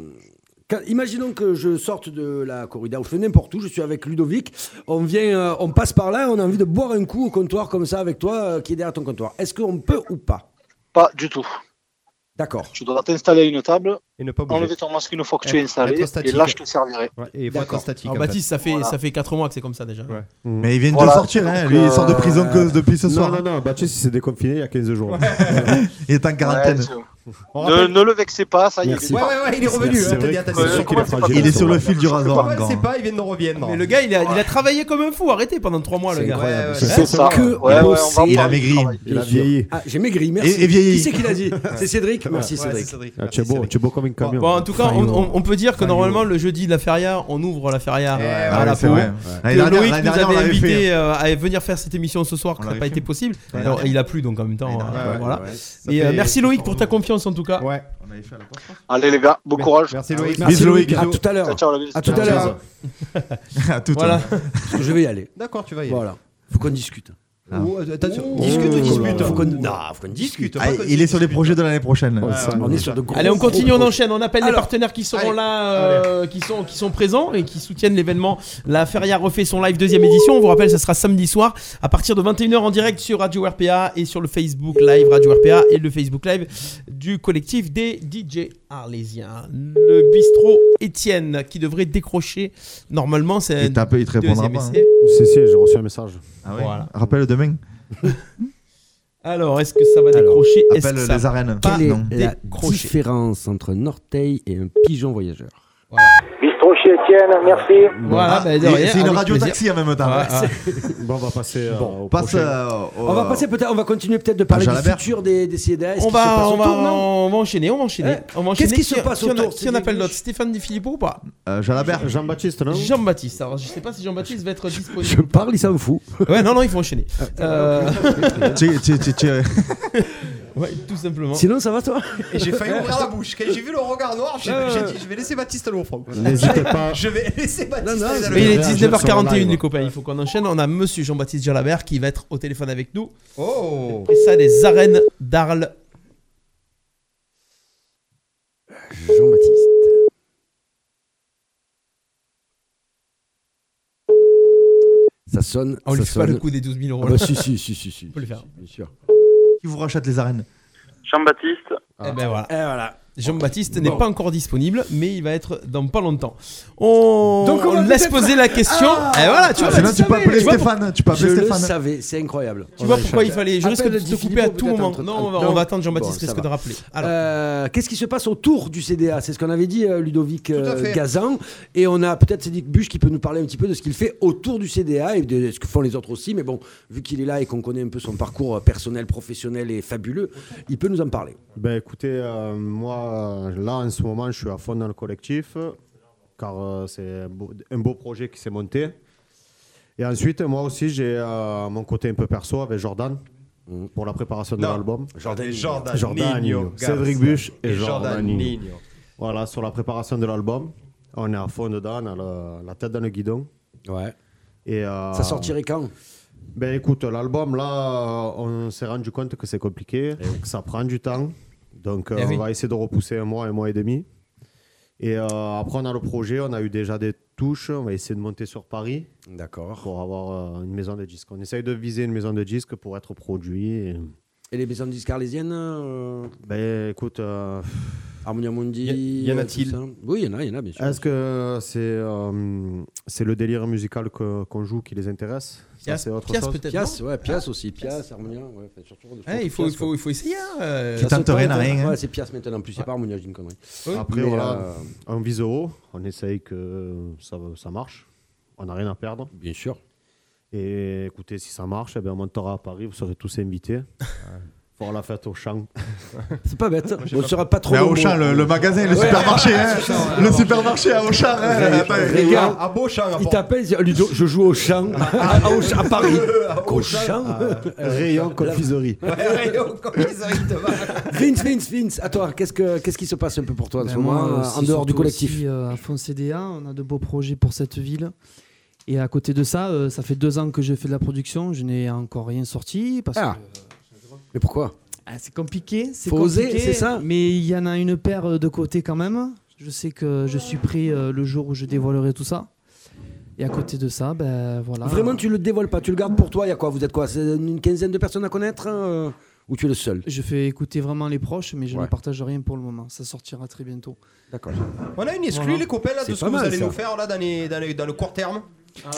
S3: quand- imaginons que je sorte de la corrida ou je fais n'importe où, je suis avec Ludovic, on vient, euh, on passe par là, on a envie de boire un coup au comptoir comme ça avec toi euh, qui est derrière ton comptoir. Est-ce qu'on peut ou pas
S17: Pas du tout.
S3: D'accord.
S17: Tu dois t'installer à une table,
S3: bouger.
S17: enlever ton masque une fois que tu
S3: Être-
S17: es installé,
S3: être statique.
S17: et là je te servirai.
S1: Et Alors, Baptiste, ça fait, ça fait 4 mois que c'est comme ça déjà.
S17: Mm.
S5: Mais il vient de sortir, hein. lui il sort de prison que depuis ce soir.
S11: Euh, Non, non, non, Baptiste il s'est déconfiné il y a 15 jours.
S5: *laughs* il est en quarantaine.
S17: Ouais, c'est- ne, ne le vexez pas, ça y est.
S11: Merci.
S17: il est
S11: Ouais,
S17: parti.
S11: ouais, ouais, il est revenu,
S17: Merci.
S11: hein, t'as dit, attends, c'est
S17: Euh,
S11: sûr qu'il
S17: comment
S11: est
S17: c'est
S11: fragile.
S17: pas
S5: Il est sur le
S17: possible
S5: fil du rasoir encore.
S2: C'est pas, ils viennent de reviendre.
S1: Mais le gars, il a, il a travaillé comme un fou, arrêtez pendant 3 mois, le
S11: C'est
S1: gars.
S11: incroyable.
S1: Ouais,
S11: C'est
S1: ouais.
S11: ça, ça. Que Ouais, ouais, on va en parler.
S1: Il a-
S11: Il a maigri. Il a vieilli.
S3: Ah, j'ai maigri, merci.
S11: Et- et vieilli.
S3: Qui c'est qui l'a dit C'est Cédric Merci
S11: Ouais,
S3: Cédric.
S11: c'est Ah, tu es beau, tu es beau comme une camion.
S1: Bon, en tout cas, on, on- on peut dire que
S11: Fagnon.
S1: normalement, le jeudi de la feria, on ouvre la feria
S11: Eh
S1: euh,
S11: ouais,
S1: à la
S11: c'est
S1: peau.
S11: vrai. Ouais.
S1: Que
S11: L'année dernière-
S1: Loïc
S11: l'année
S1: nous
S11: dernière,
S1: avait
S11: on l'avait
S1: invité
S11: fait. hein.
S1: euh, à venir faire cette émission ce soir, que ça n'a
S11: l'avait
S1: pas
S11: fait.
S1: été possible.
S11: Ouais.
S1: Alors, il a plu, donc en même temps,
S11: Ouais,
S1: euh,
S11: ouais,
S1: voilà.
S11: ouais, ouais. Ça
S1: Et euh,
S11: fait-
S1: merci Loïc pour ta confiance en tout cas.
S17: Allez les gars, bon courage.
S1: Merci
S11: Loïc.
S1: Merci
S11: Bisous,
S1: Loïc.
S11: Loïc.
S1: À tout
S3: à l'heure.
S17: Ciao, ciao, la bise.
S3: À tout à *laughs* l'heure.
S5: À tout
S3: voilà.
S5: à l'heure.
S3: Parce que je vais y aller.
S2: D'accord, tu vas y aller.
S3: Voilà. Faut qu'on discute. Oh
S2: Ou, euh, attention, discute ou dispute
S3: Faut qu'on non, faut qu'on discute.
S5: Ah, il est sur les projets de l'année prochaine.
S3: Ouais, ça, on est sur de gros-
S1: Allez, on continue,
S3: gros
S1: on
S3: projet.
S1: enchaîne. On appelle les
S3: Alors,
S1: partenaires qui seront là, euh, qui sont qui sont présents et qui soutiennent l'événement. La Feria refait son live deuxième édition. On vous rappelle, ça sera samedi soir à partir de 21h en direct sur Radio RPA et sur le Facebook Live Radio RPA et le Facebook Live du collectif des DJ Arlésiens. Le bistrot Étienne qui devrait décrocher normalement. C'est
S5: Il t'a peu- il te répondra
S1: deuxième
S5: pas,
S1: essai.
S11: hein. Si, si, j'ai reçu un message.
S5: Ah oui.
S1: Voilà.
S5: Rappelle demain.
S1: Alors, est-ce que ça va décrocher Est-ce
S5: appelle
S1: que ça
S5: les
S1: va
S5: arènes.
S1: pas
S2: Ah,
S3: Quelle est la
S1: décrocher
S3: différence entre un orteil et un pigeon voyageur
S18: Bistrot chez Étienne, merci.
S1: Voilà, bah, de rien,
S5: C'est une
S1: avec
S5: radio
S1: plaisir.
S5: taxi en même temps.
S1: Ouais,
S3: *laughs*
S1: ouais.
S11: Bon,
S3: bah,
S11: on va passer. euh,
S5: Bon,
S11: au
S5: passe,
S11: prochain.
S5: euh, au-
S3: On va passer peut-être, on va continuer peut-être de parler
S5: Ah,
S3: du
S5: Jalabert.
S3: futur des, des CEDA. Est-ce
S1: On
S3: qu'il
S1: va,
S3: se passe
S1: on, va,
S3: autour, non
S1: on va enchaîner, on va enchaîner.
S3: Hein
S1: on va
S3: Qu'est-ce
S1: enchaîner.
S3: qui se passe
S1: qui en a-
S3: autour,
S1: Qui
S3: c'est
S1: en
S3: des
S1: appelle d'autres Stéphane Di Filippo ou pas
S5: Euh, Jalabert.
S11: Jean-Baptiste, non
S1: Jean-Baptiste. Alors, je sais pas si Jean-Baptiste va être disponible.
S3: Je parle, il s'en fout. Ah,
S1: Ouais, non, non, il faut enchaîner.
S3: *laughs*
S1: Euh,
S5: Tu- tu- tu- tu-
S1: ouais, tout simplement.
S3: Sinon, ça va toi
S2: *laughs* Et j'ai
S3: *laughs*
S2: failli ouvrir la bouche. Quand j'ai vu le regard noir, j'ai j'ai dit je vais laisser Baptiste aller au front. *laughs*
S11: N'hésitez pas.
S2: Je vais laisser Baptiste
S11: non,
S2: aller
S11: c'est
S2: au
S3: Ah,
S1: Mais il est
S11: Réagir sur le
S1: 19h41,
S11: live.
S1: les copains. Il faut qu'on enchaîne. On a monsieur Jean-Baptiste Jalabert qui va être au téléphone avec nous.
S2: Oh
S1: Et ça, les arènes d'Arles.
S3: Jean-Baptiste. Ça sonne.
S1: On
S3: ça
S1: lui fait pas
S3: sonne.
S1: le coup des 12 000 euros.
S3: Ah bah, si, si, si, si, si.
S1: On peut le faire.
S3: Bien sûr.
S5: Qui vous rachète les arènes
S18: Jean-Baptiste.
S1: Eh ben voilà.
S3: Ah. voilà.
S1: Jean-Baptiste
S3: Bon.
S1: n'est pas encore disponible, mais il va être dans pas longtemps. On,
S3: Donc, on
S1: on
S3: va
S1: laisse
S3: peut-être-
S1: poser la question.
S3: Ah
S1: et voilà, tu
S5: Ah,
S1: vois,
S5: sinon, tu peux
S1: savais,
S5: appeler
S1: vois pour-
S5: Stéphane. Tu peux appeler
S3: je
S5: Stéphane.
S3: le savais, c'est incroyable.
S1: Tu
S3: On
S1: vois
S3: a
S1: pourquoi
S3: échappé.
S1: il fallait- je risque
S3: Appelle
S1: de te
S3: Di
S1: couper à
S3: Filippo,
S1: tout
S3: peut-être
S1: moment.
S3: entre-
S1: Non, on va- on va attendre Jean-Baptiste,
S3: ça
S1: risque
S3: va.
S1: de rappeler.
S3: Euh, Qu'est-ce qui se passe autour du CDA C'est ce qu'on avait dit euh, Ludovic euh,
S1: fait.
S3: Gazan. Et on a peut-être Cédric Buche qui peut nous parler un petit peu de ce qu'il fait autour du CDA et de ce que font les autres aussi. Mais bon, vu qu'il est là et qu'on connaît un peu son parcours euh, personnel, professionnel et fabuleux, il peut nous en parler.
S11: Ben écoutez, euh, moi euh, là en ce moment je suis à fond dans le collectif euh, car euh, c'est un beau, un beau projet qui s'est monté. Et ensuite moi aussi j'ai euh, mon côté un peu perso avec Jordan
S5: Mm.
S11: pour la préparation de
S2: Non.
S11: l'album.
S2: Jordan Jordan Nino,
S11: Nino,
S2: Garcia.
S11: Cédric Buche et,
S2: Et
S11: Jordan,
S2: Jordan
S11: Nino.
S2: Nino.
S11: Voilà sur la préparation de l'album, on est à fond dedans, on a le- la tête dans le guidon.
S3: Ouais.
S11: Et euh,
S3: Ça sortirait quand
S11: ben écoute, l'album là, on s'est rendu compte que c'est compliqué,
S3: Eh
S11: que ça prend du temps. Donc euh,
S1: Eh
S11: on
S1: oui.
S11: va essayer de repousser un mois, un mois et demi. Et euh, après on a le projet, on a eu déjà des touches, on va essayer de monter sur Paris.
S3: D'accord.
S11: Pour avoir euh, une maison de disques. On essaye de viser une maison de disques pour être produit. et-
S3: Et les maisons de disques arlésiennes euh,
S11: Ben écoute, euh,
S3: Harmonia Mundi.
S11: Y- y en
S3: euh,
S11: a-t-il
S3: tout ça. Oui, il y en a, il y en a, bien sûr.
S11: Est-ce que c'est euh, c'est le délire musical que- qu'on joue qui les intéresse Ça,
S3: Pias-
S11: Ah, c'est autre
S3: Pias,
S11: chose
S3: peut-être, Pias, non ouais, Pias aussi, Pias, Harmonia, ouais, enfin, surtout- surtout
S1: Eh, il faut-
S3: Pias,
S1: il faut-
S3: quoi.
S1: il faut essayer, hein, euh,
S3: Ça
S11: Tu tenterais
S3: se tente,
S11: la
S3: hein.
S11: rien, hein.
S3: Ouais, c'est Pias maintenant, en plus, c'est pas Harmonia, j'ai une connerie.
S11: Après,
S3: Mais,
S11: voilà,
S3: euh,
S11: on vise au haut, on essaye que ça, ça marche. On n'a rien à perdre.
S3: Bien sûr.
S11: Et écoutez, si ça marche, eh ben, on montera à Paris, vous serez tous invités. Euh, Pour la fête au champ.
S3: *laughs* C'est pas bête. hein. On ne sera pas trop.
S11: Mais à
S3: nombreux.
S11: Auchan, le- le magasin, le
S3: Ouais. *laughs*
S11: supermarché, hein.
S3: Ouais.
S11: Le supermarché à Auchan, hein.
S3: Régale.
S11: Attends,
S3: Régale.
S11: Régale. À Beauchamp, à
S3: Il
S11: Port-
S3: t'appelle, il dit, Ludo, je joue au
S11: *laughs*
S3: champ. À, Auchan- à Paris. euh, Au champ.
S11: Ah, Rayon
S3: *laughs*
S11: confiserie.
S3: Vince, Vince, Vince, à toi, qu'est-ce, que, qu'est-ce qui se passe un peu pour toi en
S10: Ben
S3: ce moment,
S10: moi,
S3: euh,
S10: c'est
S3: en dehors du
S10: surtout
S3: collectif
S10: aussi, euh, à fond CDA, on a de beaux projets pour cette ville. Et à côté de ça, euh, ça fait deux ans que je fais de la production, je n'ai encore rien sorti. Parce
S3: Ah.
S11: euh,
S10: que,
S3: Mais pourquoi
S10: Ah, C'est compliqué, c'est
S3: Faut oser,
S10: compliqué,
S3: c'est ça
S10: Mais il y en a une paire euh, de côté quand même. Je sais que je suis prêt euh, le jour où je dévoilerai tout ça. Et à côté de ça, ben voilà.
S3: Vraiment, tu le dévoiles pas, tu le gardes pour toi. Il y a quoi Vous êtes quoi C'est une quinzaine de personnes à connaître euh, Ou tu es le seul
S10: Je fais écouter vraiment les proches, mais je
S3: Ouais.
S10: ne partage rien pour le moment. Ça sortira très bientôt.
S3: D'accord.
S2: On a une exclue,
S10: Voilà.
S2: les copains, là, de
S10: C'est
S2: ce
S10: pas
S2: que vous
S10: mal,
S2: allez
S10: ça.
S2: nous faire là, dans, les- dans les- dans le court terme.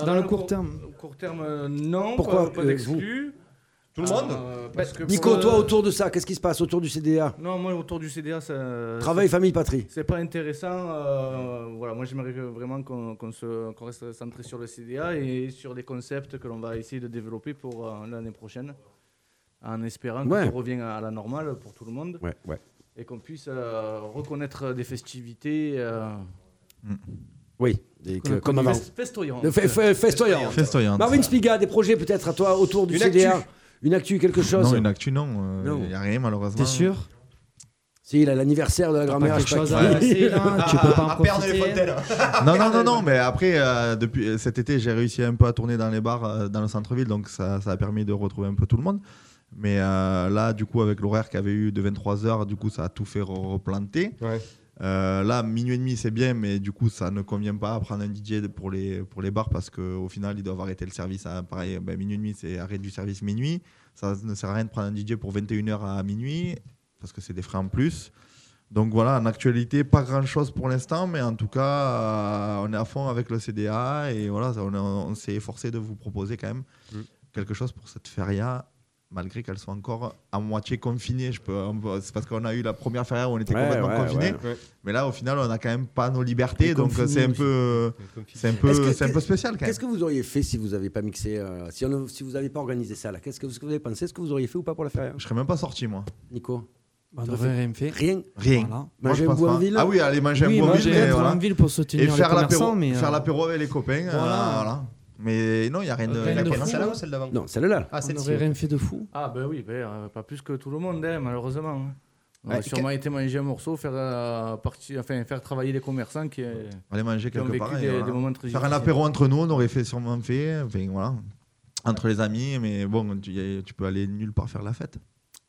S10: Dans le court terme.
S6: Court terme, euh, non.
S3: Pourquoi,
S6: pas- Pas
S3: euh,
S6: d'exclus.
S2: Tout le
S6: monde Euh, parce que
S3: Nico,
S6: pour-
S3: toi, autour de ça, qu'est-ce qui se passe autour du CDA
S6: Non, moi autour du CDA, ça.
S3: Travail,
S6: ça-
S3: famille, patrie.
S6: C'est pas intéressant. euh, voilà, moi j'aimerais que- vraiment qu'on qu'on se- qu'on reste centré sur le CDA et sur les concepts que l'on va essayer de développer pour euh, l'année prochaine, en espérant
S3: Ouais.
S6: que tout revienne à la normale pour tout le monde.
S3: Ouais, ouais.
S6: Et qu'on puisse euh, reconnaître des festivités. euh,
S3: Oui, des- que-
S6: Qu'on a
S3: comme
S6: connu
S3: avant.
S6: fest- festoyante.
S3: Le Euh, fe- fe- festoyante.
S5: Festoyante.
S3: Marvin Spiga, des projets peut-être à toi autour du
S5: Une
S3: CDA
S5: actu.
S3: Une actu, quelque chose
S5: Non, une actu, non. euh,
S3: Non.
S5: Il n'y a rien, malheureusement.
S3: T'es sûr Si, il a l'anniversaire de la grand-mère.
S5: quelque
S3: je sais
S5: chose
S3: qui.
S5: à
S3: *laughs*
S5: annoncer, là Tu peux pas en
S2: à perdre les
S5: profiter.
S2: fontaines.
S5: *laughs* non, non, non, non, mais après, euh, depuis euh, cet été, j'ai réussi un peu à tourner dans les bars euh, dans le centre-ville, donc ça, ça a permis de retrouver un peu tout le monde. Mais euh, là, du coup, avec l'horaire qu'il y avait eu de 23h, du coup, ça a tout fait re- replanter.
S2: Ouais.
S5: Euh, là, minuit et demi, c'est bien, mais du coup, ça ne convient pas à prendre un DJ de- pour les, pour les bars parce qu'au final, ils doivent arrêter le service à pareil, ben, minuit et demi, c'est arrêt du service minuit. Ça ne sert à rien de prendre un DJ pour 21h à minuit parce que c'est des frais en plus. Donc voilà, en actualité, pas grand chose pour l'instant, mais en tout cas, euh, on est à fond avec le CDA et voilà, ça, on, a- on s'est efforcé de vous proposer quand même
S11: Mm.
S5: quelque chose pour cette feria, malgré qu'elle soit encore à moitié confinée. Je peux, on peut- c'est parce qu'on a eu la première feria où on était
S11: Ouais,
S5: complètement
S11: ouais,
S5: confiné,
S11: ouais. Ouais.
S5: mais là, au final, on n'a quand même pas nos libertés,
S3: Et
S5: donc euh,
S3: confiné
S5: c'est un
S3: aussi.
S5: peu, c'est un
S3: Est-ce que-
S5: peu, c'est un peu spécial quand même.
S3: Qu'est-ce que vous auriez fait si vous n'avez pas mixé, euh, si, on- si vous n'avez pas organisé ça là Qu'est-ce que, ce que vous avez pensé Est-ce que vous auriez fait ou pas pour la faire
S5: Je serais même pas sorti moi.
S3: Nico
S10: Bah, on
S3: T'aurais
S10: aurait
S3: fait-
S10: rien fait.
S3: Rien.
S5: Rien.
S10: Voilà.
S5: Moi, je
S3: Manger
S5: pense
S3: un
S5: pas.
S3: Boinville
S5: Ah oui, aller manger
S10: Oui,
S5: un
S10: manger
S5: Boinville,
S10: un
S5: mais voilà.
S10: Boinville pour soutenir
S5: et
S10: les
S5: faire l'apéro,
S10: commerçants, mais,
S5: faire
S10: euh,
S5: l'apéro avec les copains. euh,
S10: Voilà.
S5: voilà. Mais non, il y a rien de.
S6: Rien
S5: il y a
S6: Euh, de
S5: rien
S6: fou.
S5: celle-là ou
S3: Non, celle-là.
S6: Ah,
S10: on
S6: celle-ci,
S10: aurait
S6: ouais.
S10: rien fait de fou.
S6: Ah ben oui, ben, euh, pas plus que tout le monde, hein, malheureusement. On
S5: Ouais,
S6: a sûrement été manger un morceau, faire, euh, partie- enfin, faire travailler les commerçants qui, euh,
S5: On allait manger
S6: qui ont
S5: quelque
S6: vécu
S5: part. et
S6: des,
S5: voilà.
S6: des moments très
S5: Faire un
S6: difficiles.
S5: apéro entre nous, on aurait fait sûrement fait. Enfin, voilà. Entre les amis, mais bon, tu, y a- tu peux aller nulle part faire la fête.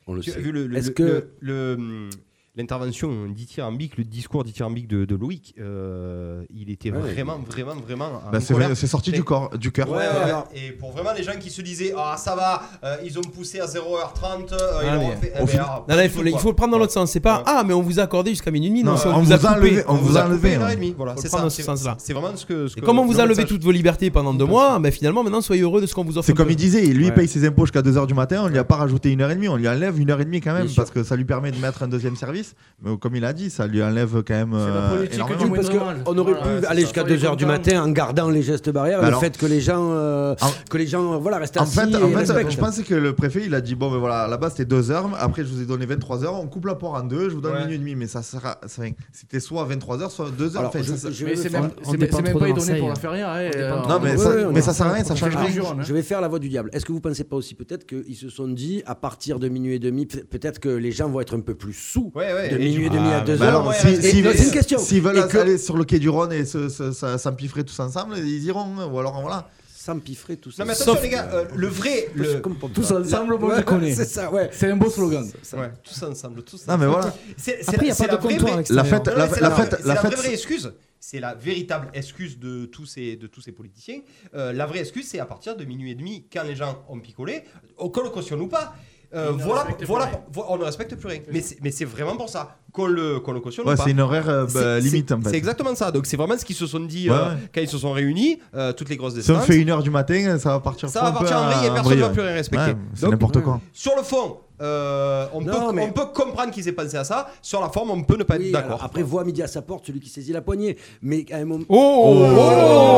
S3: On le
S2: Tu as vu le- le-
S5: Est-ce
S2: le-
S5: que-
S2: le- le, hum, l'intervention dithyrambique, le discours dithyrambique de, de Loïc, euh, il était
S5: Ouais.
S2: vraiment, vraiment, vraiment.
S5: Bah,
S2: en
S5: c'est
S2: colère.
S5: vrai, c'est sorti
S2: Et-
S5: du corps- du cœur.
S2: Ouais, ouais,
S5: Ouais,
S2: ouais.
S5: alors-
S2: Et pour vraiment les gens qui se disaient ah ça va, euh, ils ont poussé à 0h30, euh, ils
S1: Ah,
S2: l'ont
S1: mais
S2: refait. Eh
S1: au
S2: ben,
S1: final-
S2: ah,
S1: Non, non, il
S2: du
S1: faut,
S2: tout,
S1: il
S2: quoi.
S1: faut le prendre dans l'autre sens. C'est pas ah, mais on vous a accordé jusqu'à minuit et demi. Non,
S5: Non,
S1: c'est
S5: on vous a
S1: coupé.
S5: enlevé- on vous a enlevé. hein.
S2: Une heure et demie, voilà,
S1: hein. Faut
S2: c'est
S1: le prendre
S2: ça,
S1: dans ce
S2: c'est-
S1: sens-là.
S2: C'est vraiment ce que. ce
S1: Et
S2: que-
S1: comme on vous
S2: le
S1: a levé
S2: message.
S1: toutes vos libertés pendant deux mois, bah, finalement, maintenant, soyez heureux de ce qu'on vous offre.
S5: C'est
S1: un
S5: comme
S1: peu.
S5: il disait, lui il
S1: Ouais.
S5: paye ses impôts jusqu'à 2h du matin, on lui a pas rajouté une heure et demie, on lui enlève une heure et demie quand même, parce que ça lui permet de mettre un deuxième service. Mais comme il a dit, ça lui enlève quand même. euh, énormément.
S3: Parce qu'on aurait
S6: Voilà,
S3: pu
S6: c'est
S3: aller
S6: ça.
S3: jusqu'à
S6: Soyez
S3: 2h du
S6: contents.
S3: matin en gardant les gestes barrières,
S5: Bah
S3: le
S5: alors-
S3: fait que les gens, euh, que les gens, euh, voilà, restent
S5: En
S3: assis.
S5: fait,
S3: et
S5: en fait,
S3: respectent.
S5: je pensais que le préfet, il a dit bon, ben voilà, à la base c'était 2 heures, après je vous ai donné 23 heures, on coupe la poire en deux, je vous donne
S6: Ouais.
S5: minuit et demi, mais ça sera, ça- c'était soit 23 heures, soit 2 heures.
S3: Alors,
S5: enfin,
S3: je-
S5: ça- ça-
S3: je
S6: Mais
S3: vais
S6: c'est
S3: faire-
S6: même-
S3: on
S6: c'est-
S3: dépend
S6: c'est même
S3: trop
S6: pas
S3: de
S6: donné
S3: Marseille.
S6: pour la faire rien.
S3: On
S6: ouais,
S3: dépend
S6: euh,
S3: trop
S5: Non,
S3: de
S5: mais
S3: Marseille.
S5: ça-
S3: Ouais, ouais,
S5: mais
S3: on
S5: ça sert à
S3: dépend
S5: rien,
S3: trop
S5: ça
S3: de
S5: change
S3: Marseille.
S5: rien.
S3: Je vais faire la voix du diable. Est-ce que vous pensez pas aussi peut-être qu'ils se sont dit à partir de minuit et demi, peut- peut-être que les gens vont être un peu plus sous
S5: ouais,
S3: de
S5: et
S3: minuit
S5: du-
S3: et demi
S5: Ah,
S3: à 2
S5: bah
S3: heures
S5: alors,
S3: Et-
S5: si-
S3: et-
S5: si-
S3: non, C'est une question.
S5: S'ils veulent
S3: Et que-
S5: aller sur le quai du Rhône et se- se- se- s'empiffrer tous ensemble, ils iront, hein, ou alors voilà.
S3: S'empiffrer tous
S2: Non mais attention les gars, euh, le vrai, le
S3: Tous ensemble,
S2: moi, je connais.
S3: C'est ça, ouais.
S6: C'est un beau slogan.
S2: Ouais, tous ensemble, tous.
S5: Non, mais voilà.
S2: C'est c'est-
S3: Après, y a
S2: c'est
S3: pas
S2: la
S3: de
S2: vraie,
S3: comptoir
S2: vraie-
S3: à l'extérieur.
S5: La fête-
S2: Non,
S5: la
S2: mais
S5: fête-
S2: c'est
S5: la
S2: vraie-
S5: fête-
S2: c'est
S5: la
S2: la vraie,
S5: fête-
S2: vraie excuse. C'est la véritable excuse de tous ces de tous ces politiciens. Euh, la vraie excuse, c'est à partir de minuit et demi, quand les gens ont picolé, qu'on le cautionne ou pas. euh,
S6: Ils ne
S2: voilà,
S6: respectent plus
S2: voilà,
S6: rien.
S2: vo- on ne respecte plus rien. Mais c'est- Mais c'est vraiment pour ça. qu'on le, qu'on le cautionne. ou
S5: Ouais,
S2: pas.
S5: c'est une horaire, euh,
S2: C'est-
S5: bah, limite,
S2: c'est-
S5: en fait.
S2: C'est exactement ça. Donc c'est vraiment ce qu'ils se sont dit
S5: Ouais,
S2: euh,
S5: ouais.
S2: quand ils se sont réunis, euh, toutes les grosses
S5: Si on
S2: distances.
S5: fait une heure du matin, ça va partir
S2: Ça
S5: fou
S2: va
S5: un peu
S2: partir en vrille et
S5: à-
S2: personne
S5: vrille,
S2: va
S5: ouais.
S2: plus rien respecter.
S5: Ouais, c'est
S2: Donc-
S5: n'importe quoi.
S2: Sur le fond, euh, on, peut, on peut comprendre qu'ils aient pensé à ça. Sur la forme, on peut ne pas
S3: Oui,
S2: être
S3: alors,
S2: d'accord.
S3: Après, voit midi à sa porte celui qui saisit la poignée. Mais à un moment.
S1: Oh,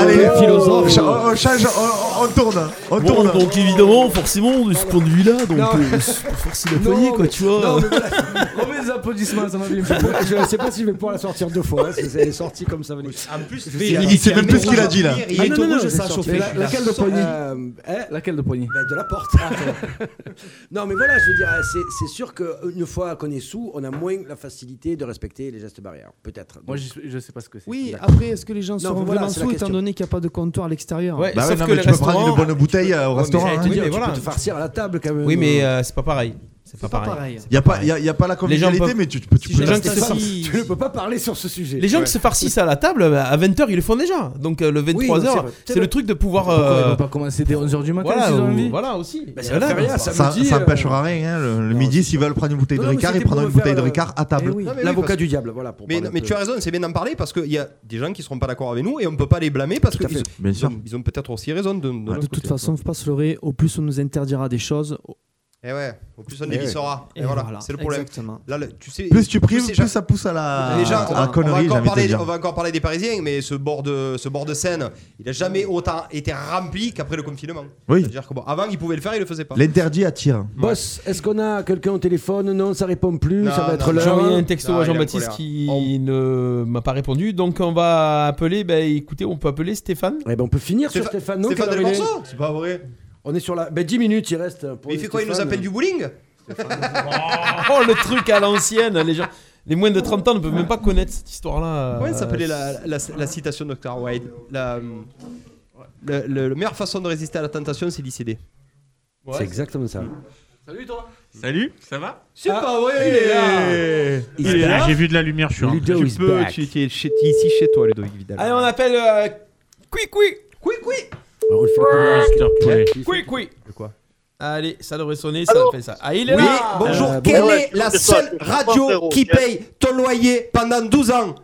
S5: Allez,
S3: philosophe.
S5: cha- On, on change, on, oh, on tourne. On
S1: Bon,
S5: tourne.
S1: donc évidemment, forcément, de ce point de vue-là, donc
S5: *laughs*
S1: euh, c'est pas forcément
S3: Non,
S1: poignet, quoi,
S3: mais-
S1: tu vois.
S3: non, mais
S6: *laughs*
S3: voilà.
S6: Remets des applaudissements, ça m'a bien fait.
S3: je sais pas si je vais pouvoir la sortir deux fois. hein, parce que C'est sorti comme ça. En
S2: plus,
S5: il- il sait même plus ce qu'il a dit, là. Il
S3: Ah,
S5: est
S6: rouge, ça a chauffé. La- laquelle de poignée
S3: Laquelle de poignée euh, hein Ben, De la porte. non, mais voilà, je veux dire, euh, c'est c'est sûr qu'une fois qu'on est sous, on a moins la facilité de respecter les gestes barrières. Peut-être.
S6: Moi, je, je sais pas ce que c'est.
S10: Oui,
S3: D'accord.
S10: après, est-ce que les gens
S3: Non,
S10: seront
S3: mais voilà,
S10: vraiment
S3: c'est la
S10: sous étant
S3: question.
S10: donné qu'il n'y a pas de comptoir à l'extérieur
S1: Ouais,
S5: Bah ouais,
S1: sauf
S5: non,
S1: que
S5: mais
S1: les
S5: tu peux prendre
S1: restaurants-
S5: une bonne bouteille, euh, au
S1: Ouais, mais
S5: restaurant,
S1: j'allais te
S5: hein.
S1: dire,
S5: Oui, mais
S1: tu
S5: voilà.
S1: peux te
S3: farcir à la table quand même.
S1: Oui, mais
S3: euh,
S1: euh, c'est pas pareil. C'est pas, pareil.
S5: Il n'y a, pas- y a, y a pas la convivialité,
S1: peuvent-
S5: mais tu, tu peux. euh, Tu
S1: Si
S5: peux
S1: les gens qui se
S5: rester-
S1: farcissent-
S3: Tu ne peux pas parler sur ce sujet.
S1: Les gens qui se farcissent à la table, bah, à 20h, ils le font déjà. Donc euh, le
S3: Oui, non,
S1: 23h,
S3: c'est vrai. C'est
S1: c'est le
S3: vrai.
S1: truc de pouvoir.
S6: Pourquoi ils
S1: euh,
S6: vont pas commencer dès 11h du matin
S1: voilà,
S6: s'ils ont
S1: ou-
S6: envie
S1: voilà, aussi.
S3: Bah, c'est
S1: Voilà,
S3: la feria,
S1: donc,
S3: ça-
S5: Ça
S3: samedi,
S5: ça
S3: euh,
S5: empêchera rien. hein, Le, le midi, s'ils veulent prendre une bouteille de
S3: Non, mais
S5: Ricard, ils
S3: c'était
S5: prendront
S3: pour
S5: une
S3: me
S5: bouteille de
S3: faire, euh,
S5: Ricard à table.
S3: eh oui,
S2: Non, mais oui,
S3: L'avocat
S2: parce-
S3: du diable, voilà. Pour
S2: Mais,
S3: parler
S2: non,
S3: un
S2: mais
S3: peu.
S2: tu as raison, c'est bien d'en parler parce qu'il y a des gens qui seront pas d'accord avec nous et on peut pas les blâmer parce qu'ils
S5: Bien Ah,
S2: ils ont, ils ont peut-être aussi raison de, de
S10: De
S2: notre
S10: toute
S2: côté.
S10: façon, faut pas se leurrer. Au plus, on nous interdira des choses. au-
S2: Et Eh ouais, au plus on
S10: Et
S2: les
S10: ouais.
S2: lissera. Et,
S10: Et
S2: voilà,
S10: voilà,
S2: c'est le problème.
S10: exactement.
S2: Là, le- tu sais,
S5: Plus tu prives,
S2: ces
S5: plus
S2: gens-
S5: ça pousse à la,
S2: les gens,
S5: à la
S2: on, va
S5: connerie, j'ai
S2: encore
S5: envie de te
S2: parler,
S5: dire.
S2: on va encore parler des Parisiens, mais ce bord de, ce bord de Seine, il a jamais autant été rempli qu'après le confinement.
S5: Oui.
S2: C'est-à-dire que bon, avant, ils pouvaient le faire, ils le faisaient pas.
S5: L'interdit attire.
S3: Boss, est-ce qu'on a quelqu'un au téléphone Non, ça répond plus.
S2: Non,
S3: ça va
S2: non,
S3: être
S2: non.
S1: J'ai
S3: l'heure.
S1: envoyé un texto
S2: Ah, il
S1: à
S2: est en
S1: Jean-Baptiste
S2: colère.
S1: qui ne m'a pas répondu. Donc on va appeler. Bah écoutez, on peut appeler Stéphane.
S3: Eh ben, on peut finir sur
S2: Stépha-
S3: Stéphane. non,
S2: Stéphane
S3: quelle heure il est
S2: Delmonceau C'est pas vrai.
S3: On est sur la. Ben, 10 minutes, il reste. Pour
S2: Mais il fait quoi Il nous
S3: Stéphane.
S2: appelle du bowling
S1: *laughs* Oh le truc à l'ancienne, les gens. Les moins de 30 ans ne peuvent même pas connaître cette histoire-là.
S2: Comment elle s'appelait
S1: Euh,
S2: la, la, la citation de Dr. Wilde la, le- le- la meilleure façon de résister à la tentation, c'est d'y céder.
S3: C'est exactement ça.
S6: Salut toi
S4: Salut, ça va
S2: C'est pas vrai, il est là
S4: Il est là, j'ai vu de la lumière, je suis rentré.
S2: Tu peux, tu, tu es chez- tu es ici chez toi, Ludovic Vidal.
S18: Ah,
S1: Allez, on appelle. Euh... Coui, coui Coui, coui
S3: Alors, on le fait
S4: Putain, poulet.
S1: Coui, coui
S2: De quoi
S1: Allez, ça devrait sonner, ça fait ça. Ah, il est
S2: Oui,
S1: là
S2: bonjour.
S1: Euh,
S2: Quelle
S1: bon-
S2: est la
S18: c'est ça,
S2: seule
S18: c'est
S2: radio
S18: frérot.
S2: qui
S18: Yes.
S2: paye ton loyer pendant 12 ans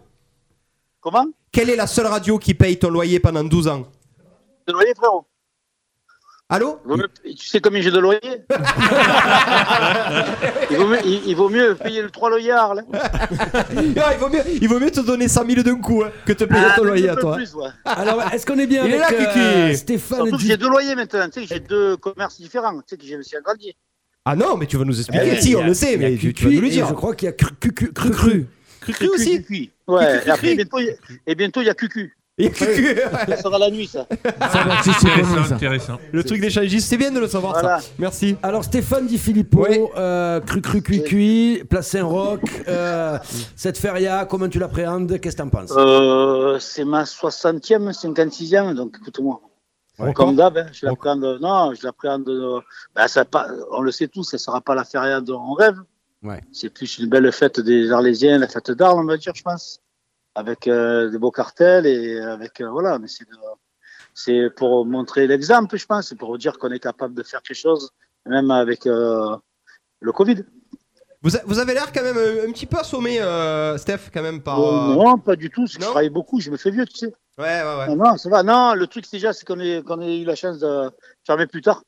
S18: Comment
S2: Quelle est la seule radio qui paye ton loyer pendant 12 ans
S18: De loyer, frérot
S2: Allô
S18: Il vaut mieux- Tu sais combien j'ai de loyer *laughs* il, vaut mieux, il- il vaut mieux payer le 3 loyer à Arles.
S2: *laughs* Ah, il, vaut mieux, il vaut mieux te donner 100 000 d'un coup hein, que te payer
S18: Ah,
S2: ton
S18: mais
S2: loyer
S18: un
S2: à
S18: peu
S2: toi. *laughs*
S18: plus, ouais.
S3: Alors, est-ce qu'on est bien
S2: Il est
S3: avec
S2: là, Kiki.
S3: euh, Stéphane
S18: Surtout que
S3: du-
S18: j'ai deux loyers maintenant, tu sais, j'ai deux commerces différents, tu sais que j'ai aussi agrandi.
S2: Ah non, mais tu vas nous expliquer.
S18: Eh,
S2: si,
S18: il y
S2: on
S18: a-
S2: le sait,
S18: il y a
S2: mais tu, tu vas
S3: Cuit,
S2: nous le
S3: et
S2: dire.
S3: Je crois qu'il y a cru, cru, cru, cru, cru.
S2: Cru-cru aussi
S18: Cucu. Ouais,
S2: Cucu,
S18: et après,
S2: cucu.
S18: bientôt, il y a- et bientôt il y a Cucu.
S2: Il y a Cucu.
S18: Ça sera la nuit, ça.
S4: *laughs*
S2: *laughs*
S4: Intéressant, intéressant.
S2: Le truc des d'échangiste, c'est bien de le savoir
S18: Voilà.
S2: ça. Merci.
S3: Alors Stéphane Di Filippo, euh, cru cru cui cui, place Saint-Roch, euh, cette feria, comment tu l'appréhendes Qu'est-ce que t'en penses
S18: Euh, c'est ma 60e, 56e, donc écoute-moi.
S3: Ouais.
S18: Comme d'hab, hein, je l'appréhende. Non, je l'appréhende. euh, ben, ça pas, on le sait tous, ça sera pas la feria dont on rêve.
S3: Ouais.
S18: C'est plus une belle fête des Arlésiens, la fête d'Arles, on va dire, je pense. Avec euh, des beaux cartels et avec. euh, voilà, mais c'est de- c'est pour montrer l'exemple, je pense, c'est pour dire qu'on est capable de faire quelque chose, même avec euh, le Covid.
S2: Vous, a- vous avez l'air quand même euh, un petit peu assommé, euh, Steph, quand même, par.
S18: Euh,
S2: euh,
S18: non, pas du tout, parce que je
S2: non
S18: travaille beaucoup, je me fais vieux, tu sais.
S2: Ouais, ouais, ouais.
S18: Non, non, ça va. Non, le truc, c'est déjà, c'est qu'on ait, qu'on ait eu la chance de fermer plus tard.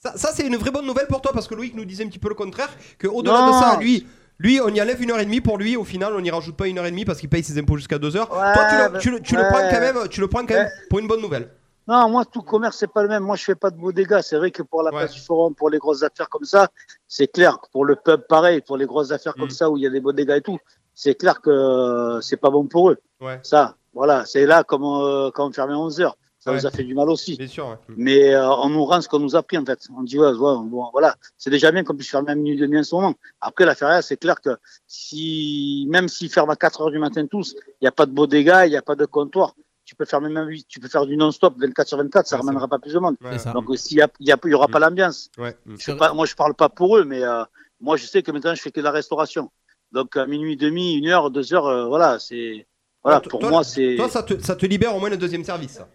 S2: Ça, ça, c'est une vraie bonne nouvelle pour toi parce que Loïc nous disait un petit peu le contraire, que au-delà
S18: Non.
S2: de ça, lui, lui, on y enlève une heure et demie pour lui. Au final, on n'y rajoute pas une heure et demie parce qu'il paye ses impôts jusqu'à deux heures.
S18: Ouais,
S2: toi, tu le,
S18: bah,
S2: tu le- tu le
S18: ouais.
S2: prends quand même, tu le prends quand même pour une bonne nouvelle.
S18: Non, moi, tout commerce, c'est pas le même. Moi, je fais pas de beaux dégâts. C'est vrai que pour la place du forum, pour les grosses affaires comme ça, c'est clair. que Pour le pub, pareil. Pour les grosses affaires
S2: Mm.
S18: comme ça, où il y a des beaux dégâts et tout, c'est clair que euh, c'est pas bon pour eux.
S2: Ouais.
S18: Ça, voilà. C'est là, comme euh, quand on fermait à 11 heures. Ça
S2: Ouais.
S18: nous a fait du mal aussi.
S2: Bien sûr, ouais.
S18: Mais euh, on nous rend ce qu'on nous a pris, en fait. On dit, ouais, ouais, bon, voilà, c'est déjà bien qu'on puisse fermer à minuit et demi en ce moment. Après, la feria, c'est clair que si, même s'ils ferment à 4 heures du matin tous, il n'y a pas de beaux dégâts, il n'y a pas de comptoir. Tu peux fermer même huit- tu peux faire du non-stop 24 sur 24, ça ne ramènera pas plus de monde.
S1: C'est ça.
S18: Donc, euh, s'il y a- il n'y aura
S2: Mm.
S18: pas l'ambiance.
S2: Ouais.
S18: Je sais pas- moi, je parle pas pour eux, mais euh, moi, je sais que maintenant, je fais que de la restauration. Donc, à minuit et demi, une heure, deux heures, euh, voilà, c'est, voilà,
S2: Toi,
S18: pour
S2: toi,
S18: moi, c'est,
S2: Toi, ça te, ça te libère au moins le deuxième service. ça.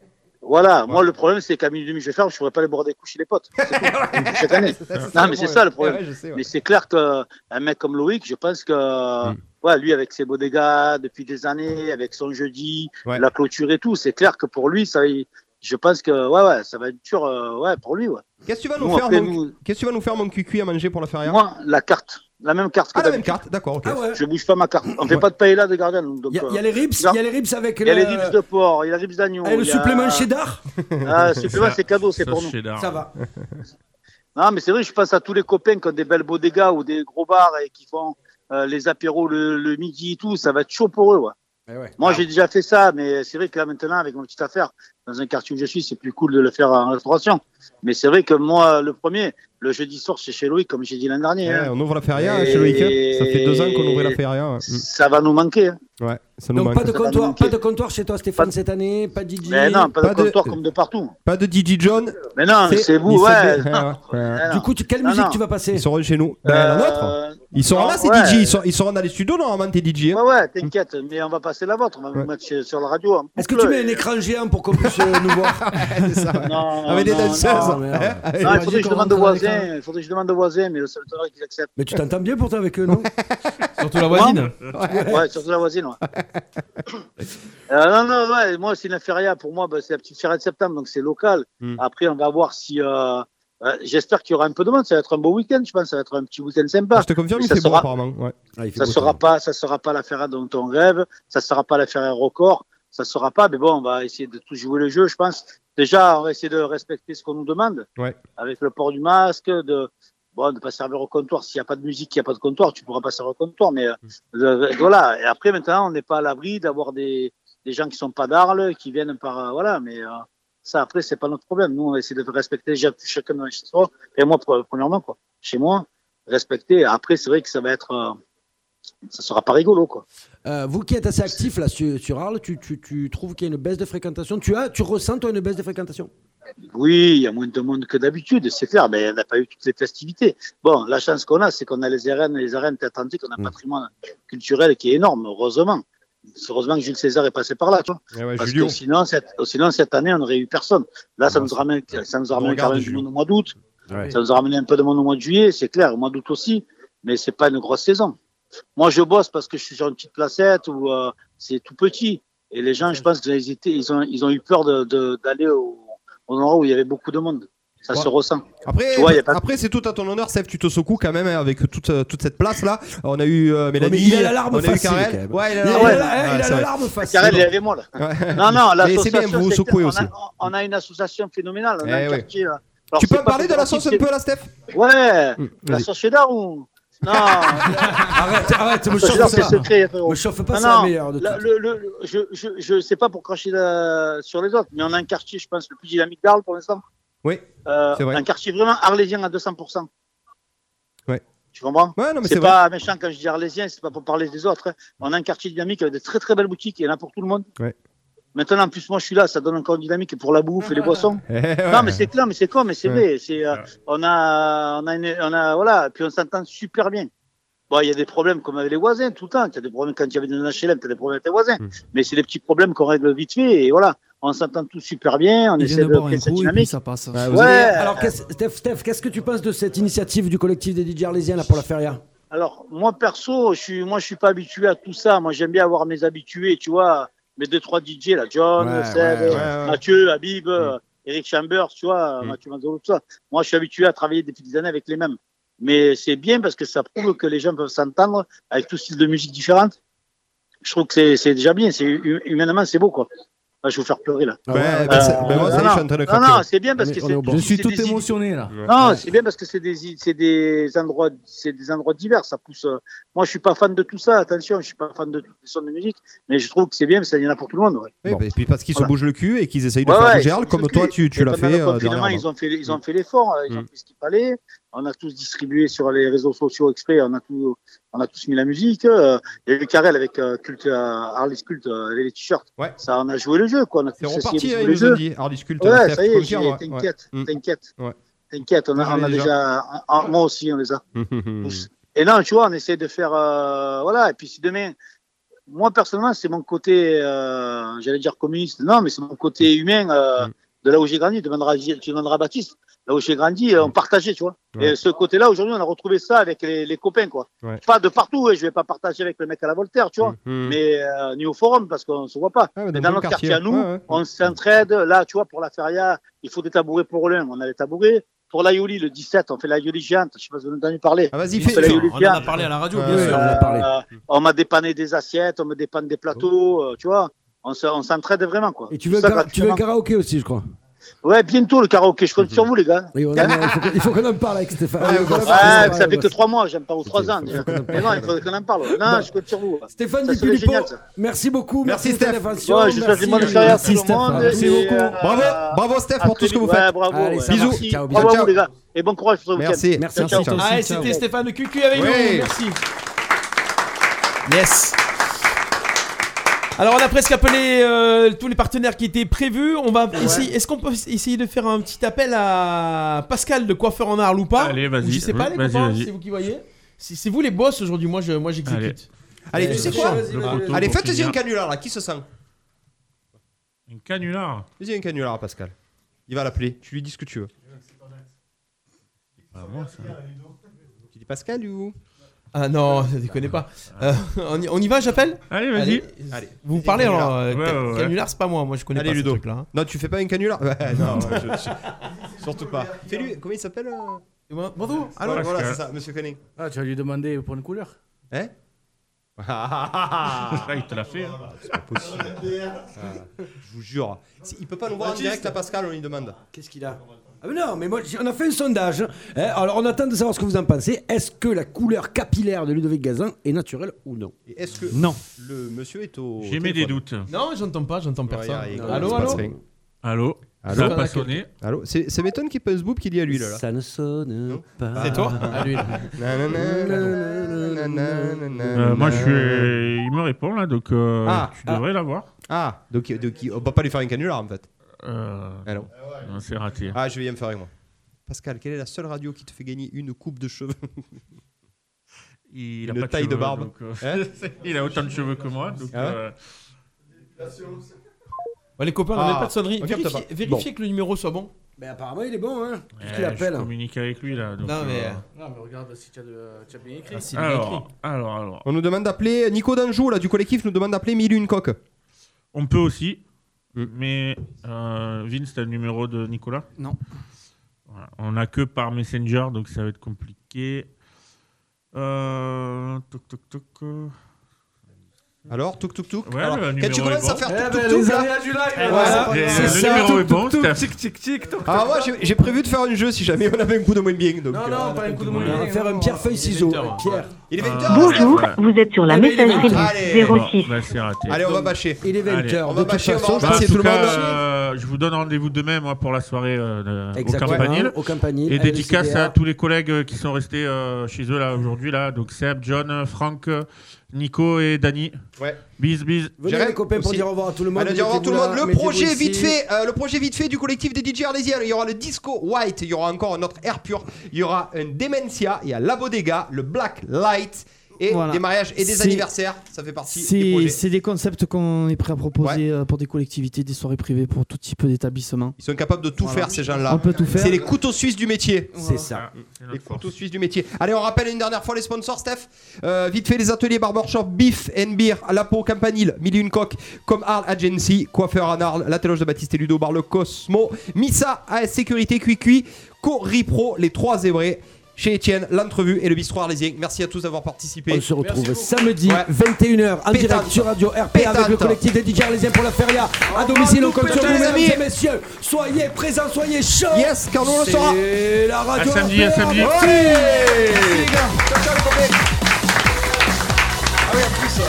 S18: Voilà, moi le problème c'est qu'à minuit et demi je ferme, je ne pourrais pas aller boire des coups chez les potes.
S2: *laughs*
S18: C'est tout. Chaque année.
S2: c'est ça,
S18: non
S2: le
S18: mais c'est
S2: problème.
S18: ça le problème.
S2: Ouais, ouais, je sais, ouais. Hmm.
S18: Mais c'est clair qu'un mec comme Loïc, je pense que ouais, lui avec ses beaux dégâts depuis des années, avec son jeudi,
S2: Ouais.
S18: la clôture et tout, c'est clair que pour lui, ça, je pense que ouais, ouais, ça va être dur euh, ouais, pour lui. Ouais.
S2: Qu'est-ce que tu vas
S18: Nous,
S2: nous faire,
S18: après,
S2: mon-
S18: nous-
S2: Qu'est-ce que tu vas nous faire, mon cucu, à manger pour la faire
S18: Moi, la carte. La même carte que
S2: Ah, la même carte, d'accord, ok.
S18: Je bouge pas ma carte. On fait pas de paella de gardien. euh, Il
S2: Y a- y a
S3: les rips, il y a les rips avec
S18: Il y a
S3: le-
S18: les rips de porc, il y a les rips d'agneau.
S3: Ah, et le
S18: il y a-
S3: supplément cheddar
S18: Ah,
S3: *laughs*
S18: le supplément, c'est cadeau, c'est pour nous.
S3: Ça va.
S18: *laughs* Non, mais c'est vrai, je pense à tous les copains qui ont des belles bodegas ou des gros bars et qui font euh, les apéros le, le midi et tout. Ça va être chaud pour eux. Ouais.
S3: Eh
S2: Ah.
S18: Moi, j'ai déjà fait ça, mais c'est vrai que là, maintenant, avec mon petite affaire, dans un quartier où je suis, c'est plus cool de le faire en restauration. Mais c'est vrai que moi, le premier, le jeudi soir, c'est chez Loïc, comme j'ai dit l'an dernier.
S2: Ouais,
S18: hein.
S2: on ouvre la feria chez Loïc. hein.
S18: Et-
S2: Ça fait deux ans qu'on ouvrait la feria. ouais.
S18: Ça va nous manquer. hein.
S2: Ouais, ça nous
S3: Donc
S2: manque.
S3: pas de comptoir, pas de comptoir chez toi Stéphane cette année, pas de DJ.
S18: Mais Ben non, pas, de comptoir comme de partout.
S2: Pas de DJ John.
S18: Mais non, c'est vous,
S2: Mr.
S18: ouais.
S2: B. ouais, ouais.
S18: Du coup, tu- quelle
S2: Non,
S18: musique
S2: non.
S18: tu vas passer
S2: Ils seront chez nous.
S18: Euh,
S2: Ben, la nôtre. Ils seront
S18: non,
S2: là, ces
S18: ouais.
S2: DJ. Ils seront, ils seront dans les studios, normalement, tes DJ. hein.
S18: Ouais, ouais, t'inquiète, mais on va passer la vôtre, on va vous mettre chez- sur la radio. hein.
S3: Est-ce que tu mets un écran géant pour qu'on puisse euh,
S2: *laughs*
S3: nous voir
S18: Non,
S3: Avec des
S18: non,
S3: danseuses.
S18: Non, Non,
S3: Merde. Avec
S18: il faudrait que je
S3: qu'on
S18: demande aux
S3: rentre avec
S18: voisins, il faudrait que je demande aux voisins, mais le seul travail qu'ils acceptent.
S3: Mais tu t'entends bien pourtant avec eux, non
S1: Surtout la
S18: voisine. Ouais, surtout la voisine, ouais. *laughs* Euh, non, non, ouais, moi, c'est la feria. Pour moi, bah, c'est la petite feria de septembre, donc c'est local.
S1: Hmm.
S18: Après, on va voir si. euh, euh, J'espère qu'il y aura un peu de monde. Ça va être un beau week-end, je pense. Ça va être un petit week-end sympa.
S2: Je te confirme,
S18: Mais
S2: il
S18: ça
S2: fait hein. bon,
S18: sera-
S2: apparemment. Ouais.
S18: ça sera pas, ça sera pas la Ferrari dont on rêve, ça sera pas la Ferrari record, ça sera pas. Mais bon, on va essayer de tout jouer le jeu, je pense. Déjà, on va essayer de respecter ce qu'on nous demande,
S2: Ouais.
S18: avec le port du masque, de bon, de pas servir au comptoir. S'il n'y a pas de musique, il n'y a pas de comptoir, tu pourras pas servir au comptoir. Mais euh,
S2: Hmm.
S18: euh, *laughs* voilà. Et après, maintenant, on n'est pas à l'abri d'avoir des, des gens qui sont pas d'Arles, qui viennent par euh, voilà. Mais euh, ça, après, c'est pas notre problème. Nous, on va essayer de respecter cha- chacun dans chez soi. Et moi, pre- premièrement, quoi, chez moi, respecter. Après, c'est vrai que ça va être euh, ça sera pas rigolo quoi.
S3: Euh, vous qui êtes assez actif là sur, sur Arles, tu, tu, tu trouves qu'il y a une baisse de fréquentation Tu as, tu ressens toi une baisse de fréquentation
S18: Oui, il y a moins de monde que d'habitude, c'est clair, mais on n'a pas eu toutes les festivités. Bon, la chance qu'on a, c'est qu'on a les arènes, les arènes atlantiques, on a un patrimoine culturel qui est énorme, heureusement. Heureusement que Jules César est passé par là, tu vois.
S2: Eh ouais,
S18: Parce
S2: Julio.
S18: que sinon cette, sinon, cette année, on n'aurait eu personne. Là, ça nous ramène, ça nous ramène
S2: regarde,
S18: quand même du
S2: Julio.
S18: monde au mois d'août.
S2: Ouais.
S18: Ça nous a ramené un peu de monde au mois de juillet, c'est clair, au mois d'août aussi, mais c'est pas une grosse saison. Moi, je bosse parce que je suis sur une petite placette où euh, c'est tout petit. Et les gens, je pense qu'ils ont hésité, ils ont, ils ont eu peur de- de- d'aller au, au endroit où il y avait beaucoup de monde. Ça
S2: Ouais.
S18: se ressent.
S2: Après,
S18: tu vois, il y a pas
S2: après c'est tout à ton honneur, Seb. Tu te secoues quand même hein, avec toute, euh, toute cette place là. On a eu euh, Mélanie.
S3: mais il a la larme
S2: on a eu
S3: facile,
S2: Karel.
S3: quand même.
S2: Ouais, il a
S3: Il
S2: la
S3: a
S2: larme.
S3: la- il a
S2: Ouais,
S3: la
S2: c'est vrai.
S3: larme facile.
S18: Karel, il y avait moi là.
S2: Ouais.
S18: Non, non,
S2: Mais c'est
S18: l'association.
S2: bien, vous vous
S18: c'est
S2: secouez
S18: clair,
S2: aussi.
S18: On a, on a une association phénoménale. On a
S2: Eh
S18: un
S2: ouais.
S18: quartier,
S2: Tu
S18: euh, alors,
S2: peux
S18: c'est
S2: me
S18: pas
S2: parler de la sauce un
S18: compliqué.
S2: peu là, Steph
S18: Ouais, la
S2: Mmh, vas-y.
S18: sauce cheddar ou
S2: *laughs*
S18: Non,
S3: Arrête, arrête, me
S18: Ça,
S3: chauffe
S18: c'est
S3: pas.
S18: secret, frérot.
S3: Me chauffe pas,
S18: Non,
S3: c'est la
S18: non,
S3: meilleure de
S18: la-
S3: toutes.
S18: le- le- le- je, je, je sais pas pour cracher la- sur les autres, mais on a un quartier, je pense, le plus dynamique d'Arles pour l'instant.
S2: Oui.
S18: Euh,
S2: C'est vrai.
S18: un quartier vraiment arlésien à 200%.
S2: Ouais.
S18: Tu comprends
S2: Ouais, non, mais
S18: C'est
S2: c'est
S18: pas méchant quand je dis arlésien, c'est pas pour parler des autres. hein. On a un quartier dynamique avec des très très belles boutiques, il y en a pour tout le monde.
S2: Ouais.
S18: Maintenant, en plus, moi, je suis là, ça donne encore une dynamique pour la bouffe
S10: *laughs*
S18: et les boissons.
S2: Eh ouais.
S18: Non, mais c'est clair, mais c'est con, mais c'est
S2: Ouais.
S18: vrai. C'est, euh, on a, on a, une- on a, voilà, puis on s'entend super bien. Bon, il y a des problèmes comme avec les voisins tout le temps. T'as des problèmes quand il y avait des HLM, t'as des problèmes avec les voisins.
S10: Mm.
S18: Mais c'est des petits problèmes qu'on règle vite fait. Et voilà, on s'entend tous super bien. On
S10: Il vient
S18: essaie
S10: de
S18: de
S10: boire un
S18: créer cette
S10: coup et puis
S18: dynamique.
S10: ça passe.
S18: Ouais,
S3: Vous avez- Alors, qu'est-ce- Steph, Steph, qu'est-ce que tu penses de cette initiative du collectif des DJ arlésiens là pour la feria
S18: Alors, moi, perso, je suis, moi, je suis pas habitué à tout ça. Moi, j'aime bien avoir mes habitués, tu vois, mes deux, trois DJ, là, John,
S3: Ouais,
S18: Seb,
S3: ouais,
S18: euh,
S3: ouais, ouais.
S18: Mathieu, Habib, euh, Eric Chambers, tu vois,
S3: Mm.
S18: Mathieu Manzolo, tout ça. Moi, je suis habitué à travailler depuis des années avec les mêmes. Mais c'est bien parce que ça prouve que les gens peuvent s'entendre avec tout style de musique différente. Je trouve que c'est- c'est déjà bien. C'est, hu- humainement, c'est beau, quoi. Ah, je vais vous faire pleurer, là. Euh,
S2: Ouais,
S3: bah,
S5: bah,
S2: ben, c'est- ben, moi, ça y est, je suis en train de
S18: non,
S2: craquer.
S18: non, c'est bien parce que c'est.
S10: Je suis
S18: c'est
S10: tout
S18: des idées-
S10: émotionné là.
S18: non, c'est bien parce que c'est des, i- c'est des endroits, c'est des endroits divers. Ça pousse. euh, Moi, je suis pas fan de tout ça. Attention, je suis pas fan de toutes les sons de musique, mais je trouve que c'est bien parce qu'il y en a pour tout le monde. ouais.
S2: Oui, ben, Et puis parce qu'ils se
S18: Voilà.
S2: bougent le cul et qu'ils essayent de
S18: Ouais,
S2: faire
S18: ouais,
S2: bouger Arles,
S18: ils se
S2: comme
S18: bougent
S2: toi
S18: le cul.
S2: tu, tu
S18: Et
S2: l'as
S18: pendant
S2: fait.
S18: le
S2: euh,
S18: confinement,
S2: dernièrement.
S18: ils ont fait, ils ont fait l'effort. euh, Ils ont fait ce qu'il fallait. On a tous distribué sur les réseaux sociaux exprès. On a tout, on a tous mis la musique. euh, Il y a eu Karel avec euh, culte, euh, Harley's culte, euh, les t-shirts. Ça, on a joué le jeu, quoi. On a
S2: C'est
S18: tous essayé de
S2: reparti,
S18: jouer
S2: hein, ils
S18: le
S2: nous ont
S18: jeu.
S2: dit. Harley's Cult,
S18: Ouais,
S2: Steph,
S18: ça y est, j'y
S2: confirme, ouais.
S18: ai, t'inquiète,
S2: Ouais. Mm.
S18: t'inquiète.
S2: Ouais.
S18: T'inquiète, on, a-
S2: Moi, j'en
S18: on
S2: ai
S18: a
S2: déjà.
S18: déjà. un- un- moi aussi, on les a.
S2: Mhm.
S18: Et non, tu vois, on essaie de faire. euh, voilà, et puis si demain, moi personnellement, c'est mon côté, euh, j'allais dire communiste, non, mais c'est mon
S19: Mm.
S18: côté humain euh, de là où j'ai grandi. Tu demanderas, à Gi- tu demanderas à Baptiste, là où j'ai grandi, euh, on partageait, tu vois.
S19: Mm. Ouais.
S18: Et ce côté-là, aujourd'hui, on a retrouvé ça avec les, les copains, quoi.
S19: Ouais.
S18: Pas de partout, ouais, je vais pas partager avec le mec à la Voltaire, tu vois,
S19: Mhm.
S18: mais euh, ni au forum parce qu'on se voit pas.
S19: Ah, mais dans
S18: mais
S19: le
S18: dans
S19: même
S18: notre quartier, à
S19: quartier,
S18: nous,
S19: ouais, ouais.
S18: on s'entraide. Là, tu vois, pour la feria, il faut des tabourets pour l'un, on a les tabourets. Pour l'Aioli, le 17, on fait l'Aioli géante. Je sais pas si vous en avez entendu parler.
S19: Ah,
S1: Vas-y,
S18: On fait
S1: fais
S18: l'Aioli
S1: On en a
S18: géante.
S1: parlé à la radio,
S18: Euh,
S1: bien sûr.
S18: euh, on m'a dépanné des assiettes, on me dépanne des plateaux, euh, tu vois. On se- on s'entraide vraiment, quoi.
S3: Et tu veux,
S18: Ça,
S3: le kara- tu veux le
S18: gratuitement.
S3: karaoké aussi, je crois.
S18: Ouais, bientôt le karaoké, je compte sur vous, les gars.
S3: Oui, on a- il faut que- il faut qu'on en parle avec Stéphane.
S18: Ouais,
S3: Ah, Ouais,
S18: ça
S3: ouais,
S18: fait
S3: ouais.
S18: que trois mois, j'aime pas, ou trois ans. déjà. Mais non, il faudrait qu'on en parle. Non,
S3: Bon.
S18: je compte sur vous.
S3: Stéphane
S18: Ça
S3: Di
S18: serait
S3: Filippo,
S18: génial, ça.
S3: merci beaucoup.
S18: Merci,
S3: pour ta
S18: Steph.
S3: intervention,
S18: Ouais, je souhaite une bonne
S3: merci,
S18: soirée à
S3: merci,
S18: tout le monde,
S3: Stéphane.
S18: et, euh, Bravo,
S2: bravo, Steph,
S18: à
S2: pour tout
S18: très
S2: ce que vous
S18: vite. Ouais,
S2: faites.
S18: bravo.
S2: Allez,
S18: ouais.
S2: ça marche.
S18: Merci.
S2: Ciao,
S18: Bravo à
S2: bisous.
S18: vous, les gars. Et bon courage pour le week-end.
S2: Merci.
S18: Ciao, ciao.
S1: Ah, et c'était Stéphane Cucu avec
S18: Ouais.
S1: nous. Merci. Yes. Alors on a presque appelé euh, tous les partenaires qui étaient prévus. On va essayer- Est-ce qu'on peut essayer de faire un petit appel à Pascal de coiffeur en Arles ou pas
S4: Allez, vas-y.
S1: Je sais pas les
S4: Vas-y,
S1: copains,
S4: vas-y.
S1: c'est vous qui voyez. C'est c'est vous les boss aujourd'hui. Moi je, moi j'exécute.
S2: Allez,
S1: Euh,
S2: tu sais
S1: Jean,
S2: quoi
S1: vas-y, vas-y, vas-y.
S2: Allez, faites-y un canular là, qui se sent
S4: Un canular
S2: Fais-y un canular à Pascal. Il va l'appeler, tu lui dis ce que tu veux. Tu dis Pascal ou
S1: Ah non, ne déconnez pas. Euh, on, y, on y va, j'appelle
S4: Allez,
S2: vas-y.
S1: Allez.
S2: Allez.
S1: Vous parlez
S2: Canular.
S1: alors euh,
S2: Ouais,
S1: ca-
S2: ouais, ouais.
S1: Canular, c'est pas moi. Moi je connais
S2: Allez,
S1: pas ce hein.
S2: Ludo.
S1: truc là.
S2: Non, tu fais pas un canular *laughs* Ouais, non, je- je- surtout pas. Fais-lui, comment il s'appelle
S1: euh Bonjour.
S2: Alors,
S6: Pascal.
S2: Ah voilà, c'est ça, monsieur Koenig.
S6: Ah, tu vas lui demander pour une couleur.
S2: Hein
S4: Là, il te l'a fait. hein.
S2: C'est pas possible. Ah, je vous jure. C'est- Il peut pas nous voir en direct à Pascal, on lui demande.
S3: Qu'est-ce qu'il a Ah, mais non, mais moi, j'ai- on a fait un sondage. hein. Eh, Alors, on attend de savoir ce que vous en pensez. Est-ce que la couleur capillaire de Ludovic Gazan est naturelle ou non
S2: Et Est-ce que
S3: Non.
S2: le monsieur est au.
S4: J'ai mis des
S2: téléphone
S4: doutes.
S1: Non, j'entends pas, j'entends personne.
S2: Ouais, y a- y a- il
S1: allô,
S2: se passe
S1: allô.
S2: rien.
S4: Allô
S2: Allô
S4: Ça a pas sonné.
S2: Allô C'est c'est m'étonne qu'il pèse boob qu'il y a lui là. là.
S3: Ça ne sonne pas.
S2: C'est toi
S3: Ah, lui, là.
S4: Euh, moi, je suis. Il me répond là, donc euh,
S2: Ah,
S4: tu devrais l'avoir.
S2: Ah, donc, donc il- on peut pas lui faire une canular en fait.
S4: Euh,
S2: Allô
S4: Non, c'est raté.
S2: Ah, je vais y me faire rire, moi. Pascal, quelle est la seule radio qui te fait gagner une coupe de cheveux
S4: Il a
S2: Une
S4: pas
S2: taille de
S4: cheveux,
S2: barbe. Hein
S4: donc, euh, *laughs* il a autant de cheveux que moi. Donc,
S2: Ah ouais
S4: euh,
S1: Ouais, les copains, on
S4: Ah.
S1: n'a pas de sonnerie.
S4: On capte
S1: Vérifiez,
S4: pas.
S1: vérifiez que le numéro soit bon.
S3: Mais apparemment, il est bon, hein
S4: eh,
S3: qu'il appelle.
S4: Je communique avec lui là. donc,
S1: Non, mais,
S4: euh,
S6: Non, mais regarde si tu as, Ah, bien écrit.
S4: alors, alors, alors.
S2: On nous demande d'appeler euh, Nico Danjou, là, du collectif, nous demande d'appeler Mille et une coque.
S4: On peut aussi. Mais euh, Vince, t'as le numéro de Nicolas
S10: Non.
S4: Voilà, On a que par Messenger, donc ça va être compliqué. Euh, toc toc toc. euh.
S2: Alors, touk touk touk.
S4: Ouais,
S2: Alors,
S4: le
S2: quand
S4: numéro
S2: tu
S4: est
S2: commences à
S4: bon.
S2: faire
S4: Eh
S2: touk
S4: ben,
S2: touk touk
S4: les
S2: là.
S4: aléas du live,
S2: Eh,
S4: voilà.
S2: voilà.
S4: ben, Le
S2: C'est ça,
S4: numéro
S2: touk,
S4: est bon,
S2: touk,
S4: Steph.
S2: touk. Alors, moi, Ah, j'ai- j'ai prévu de faire un jeu si jamais on avait un coup de moins bien. donc, euh,
S6: non, pas un coup de
S3: On va faire un pierre feuille ciseau. Pierre.
S2: Il est
S4: Bonjour,
S2: vous
S13: êtes sur la messagerie
S4: Bon, bah, c'est raté.
S2: Allez, on va bâcher.
S3: Il est
S4: Allez.
S3: 20h.
S2: on va bâcher, on va
S4: Bah, en
S2: remercier
S4: tout
S2: tout le
S4: cas,
S2: monde.
S4: euh, je vous donne rendez-vous demain moi, pour la soirée euh, de- au
S3: Exactement,
S4: Campanile.
S3: au Campanile,
S4: Et
S3: LCDA.
S4: dédicace à tous les collègues euh, qui sont restés euh, chez eux là aujourd'hui. là. Donc Seb, John, Franck, euh, Nico et Dani.
S2: Ouais.
S4: Bise, bise.
S3: Venez les copains pour dire au revoir à tout le monde.
S2: Allez, dire au revoir tout le monde. Le
S3: Mettez-vous
S2: projet
S3: ici.
S2: vite fait, euh, le projet vite fait du collectif des DJ Arlésiens. Il y aura le disco white, il y aura encore un autre air pur, il y aura un dementia, il y a la bodega, le black light et
S10: Voilà.
S2: des mariages et des
S10: C'est-
S2: anniversaires. Ça fait partie des
S10: C'est
S2: projets.
S10: c'est des concepts qu'on est prêt à proposer euh, pour des collectivités, des soirées privées, pour tout type d'établissement.
S2: Ils sont capables de tout
S10: Voilà.
S2: faire ces gens-là.
S10: On peut tout faire.
S2: C'est les couteaux suisses du métier.
S3: C'est ça.
S2: Les couteaux suisses du métier. Allez, on rappelle une dernière fois les sponsors, Steph. Euh, vite fait, les ateliers Barbershop, Beef and Beer, La Peau, Campanile, Mille et une Coque, comme Arles Agency, Coiffeur en Arles, La Téloge de Baptiste et Ludo, Bar Le Cosmo, Missa, AS Sécurité, Cuicui, Coripro, Les Trois Zébrés, chez Étienne, l'entrevue et le bistrot arlésien. Merci à tous d'avoir participé.
S3: On se retrouve samedi 21h en direct sur Radio RP avec le collectif des DJ Arlésiens pour la feria. À domicile, on compte sur
S2: Oh,
S3: vous,
S2: pétante, les
S3: mesdames
S2: amis.
S3: et messieurs. Soyez présents, soyez chauds.
S2: Yes, car on le saura.
S3: C'est la radio.
S2: À samedi, à
S3: RPA.
S2: samedi.
S3: Merci.
S2: Ouais. Merci, les gars. Ciao, ciao, les copains. Ah oui, en plus. euh,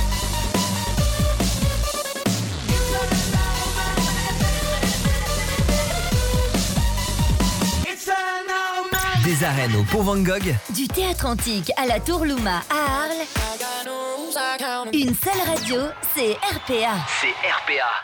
S15: Thank
S9: Des arènes au Pont Van Gogh,
S8: Du théâtre antique à la Tour Louma à Arles. Une seule radio, c'est RPA.
S9: c'est RPA.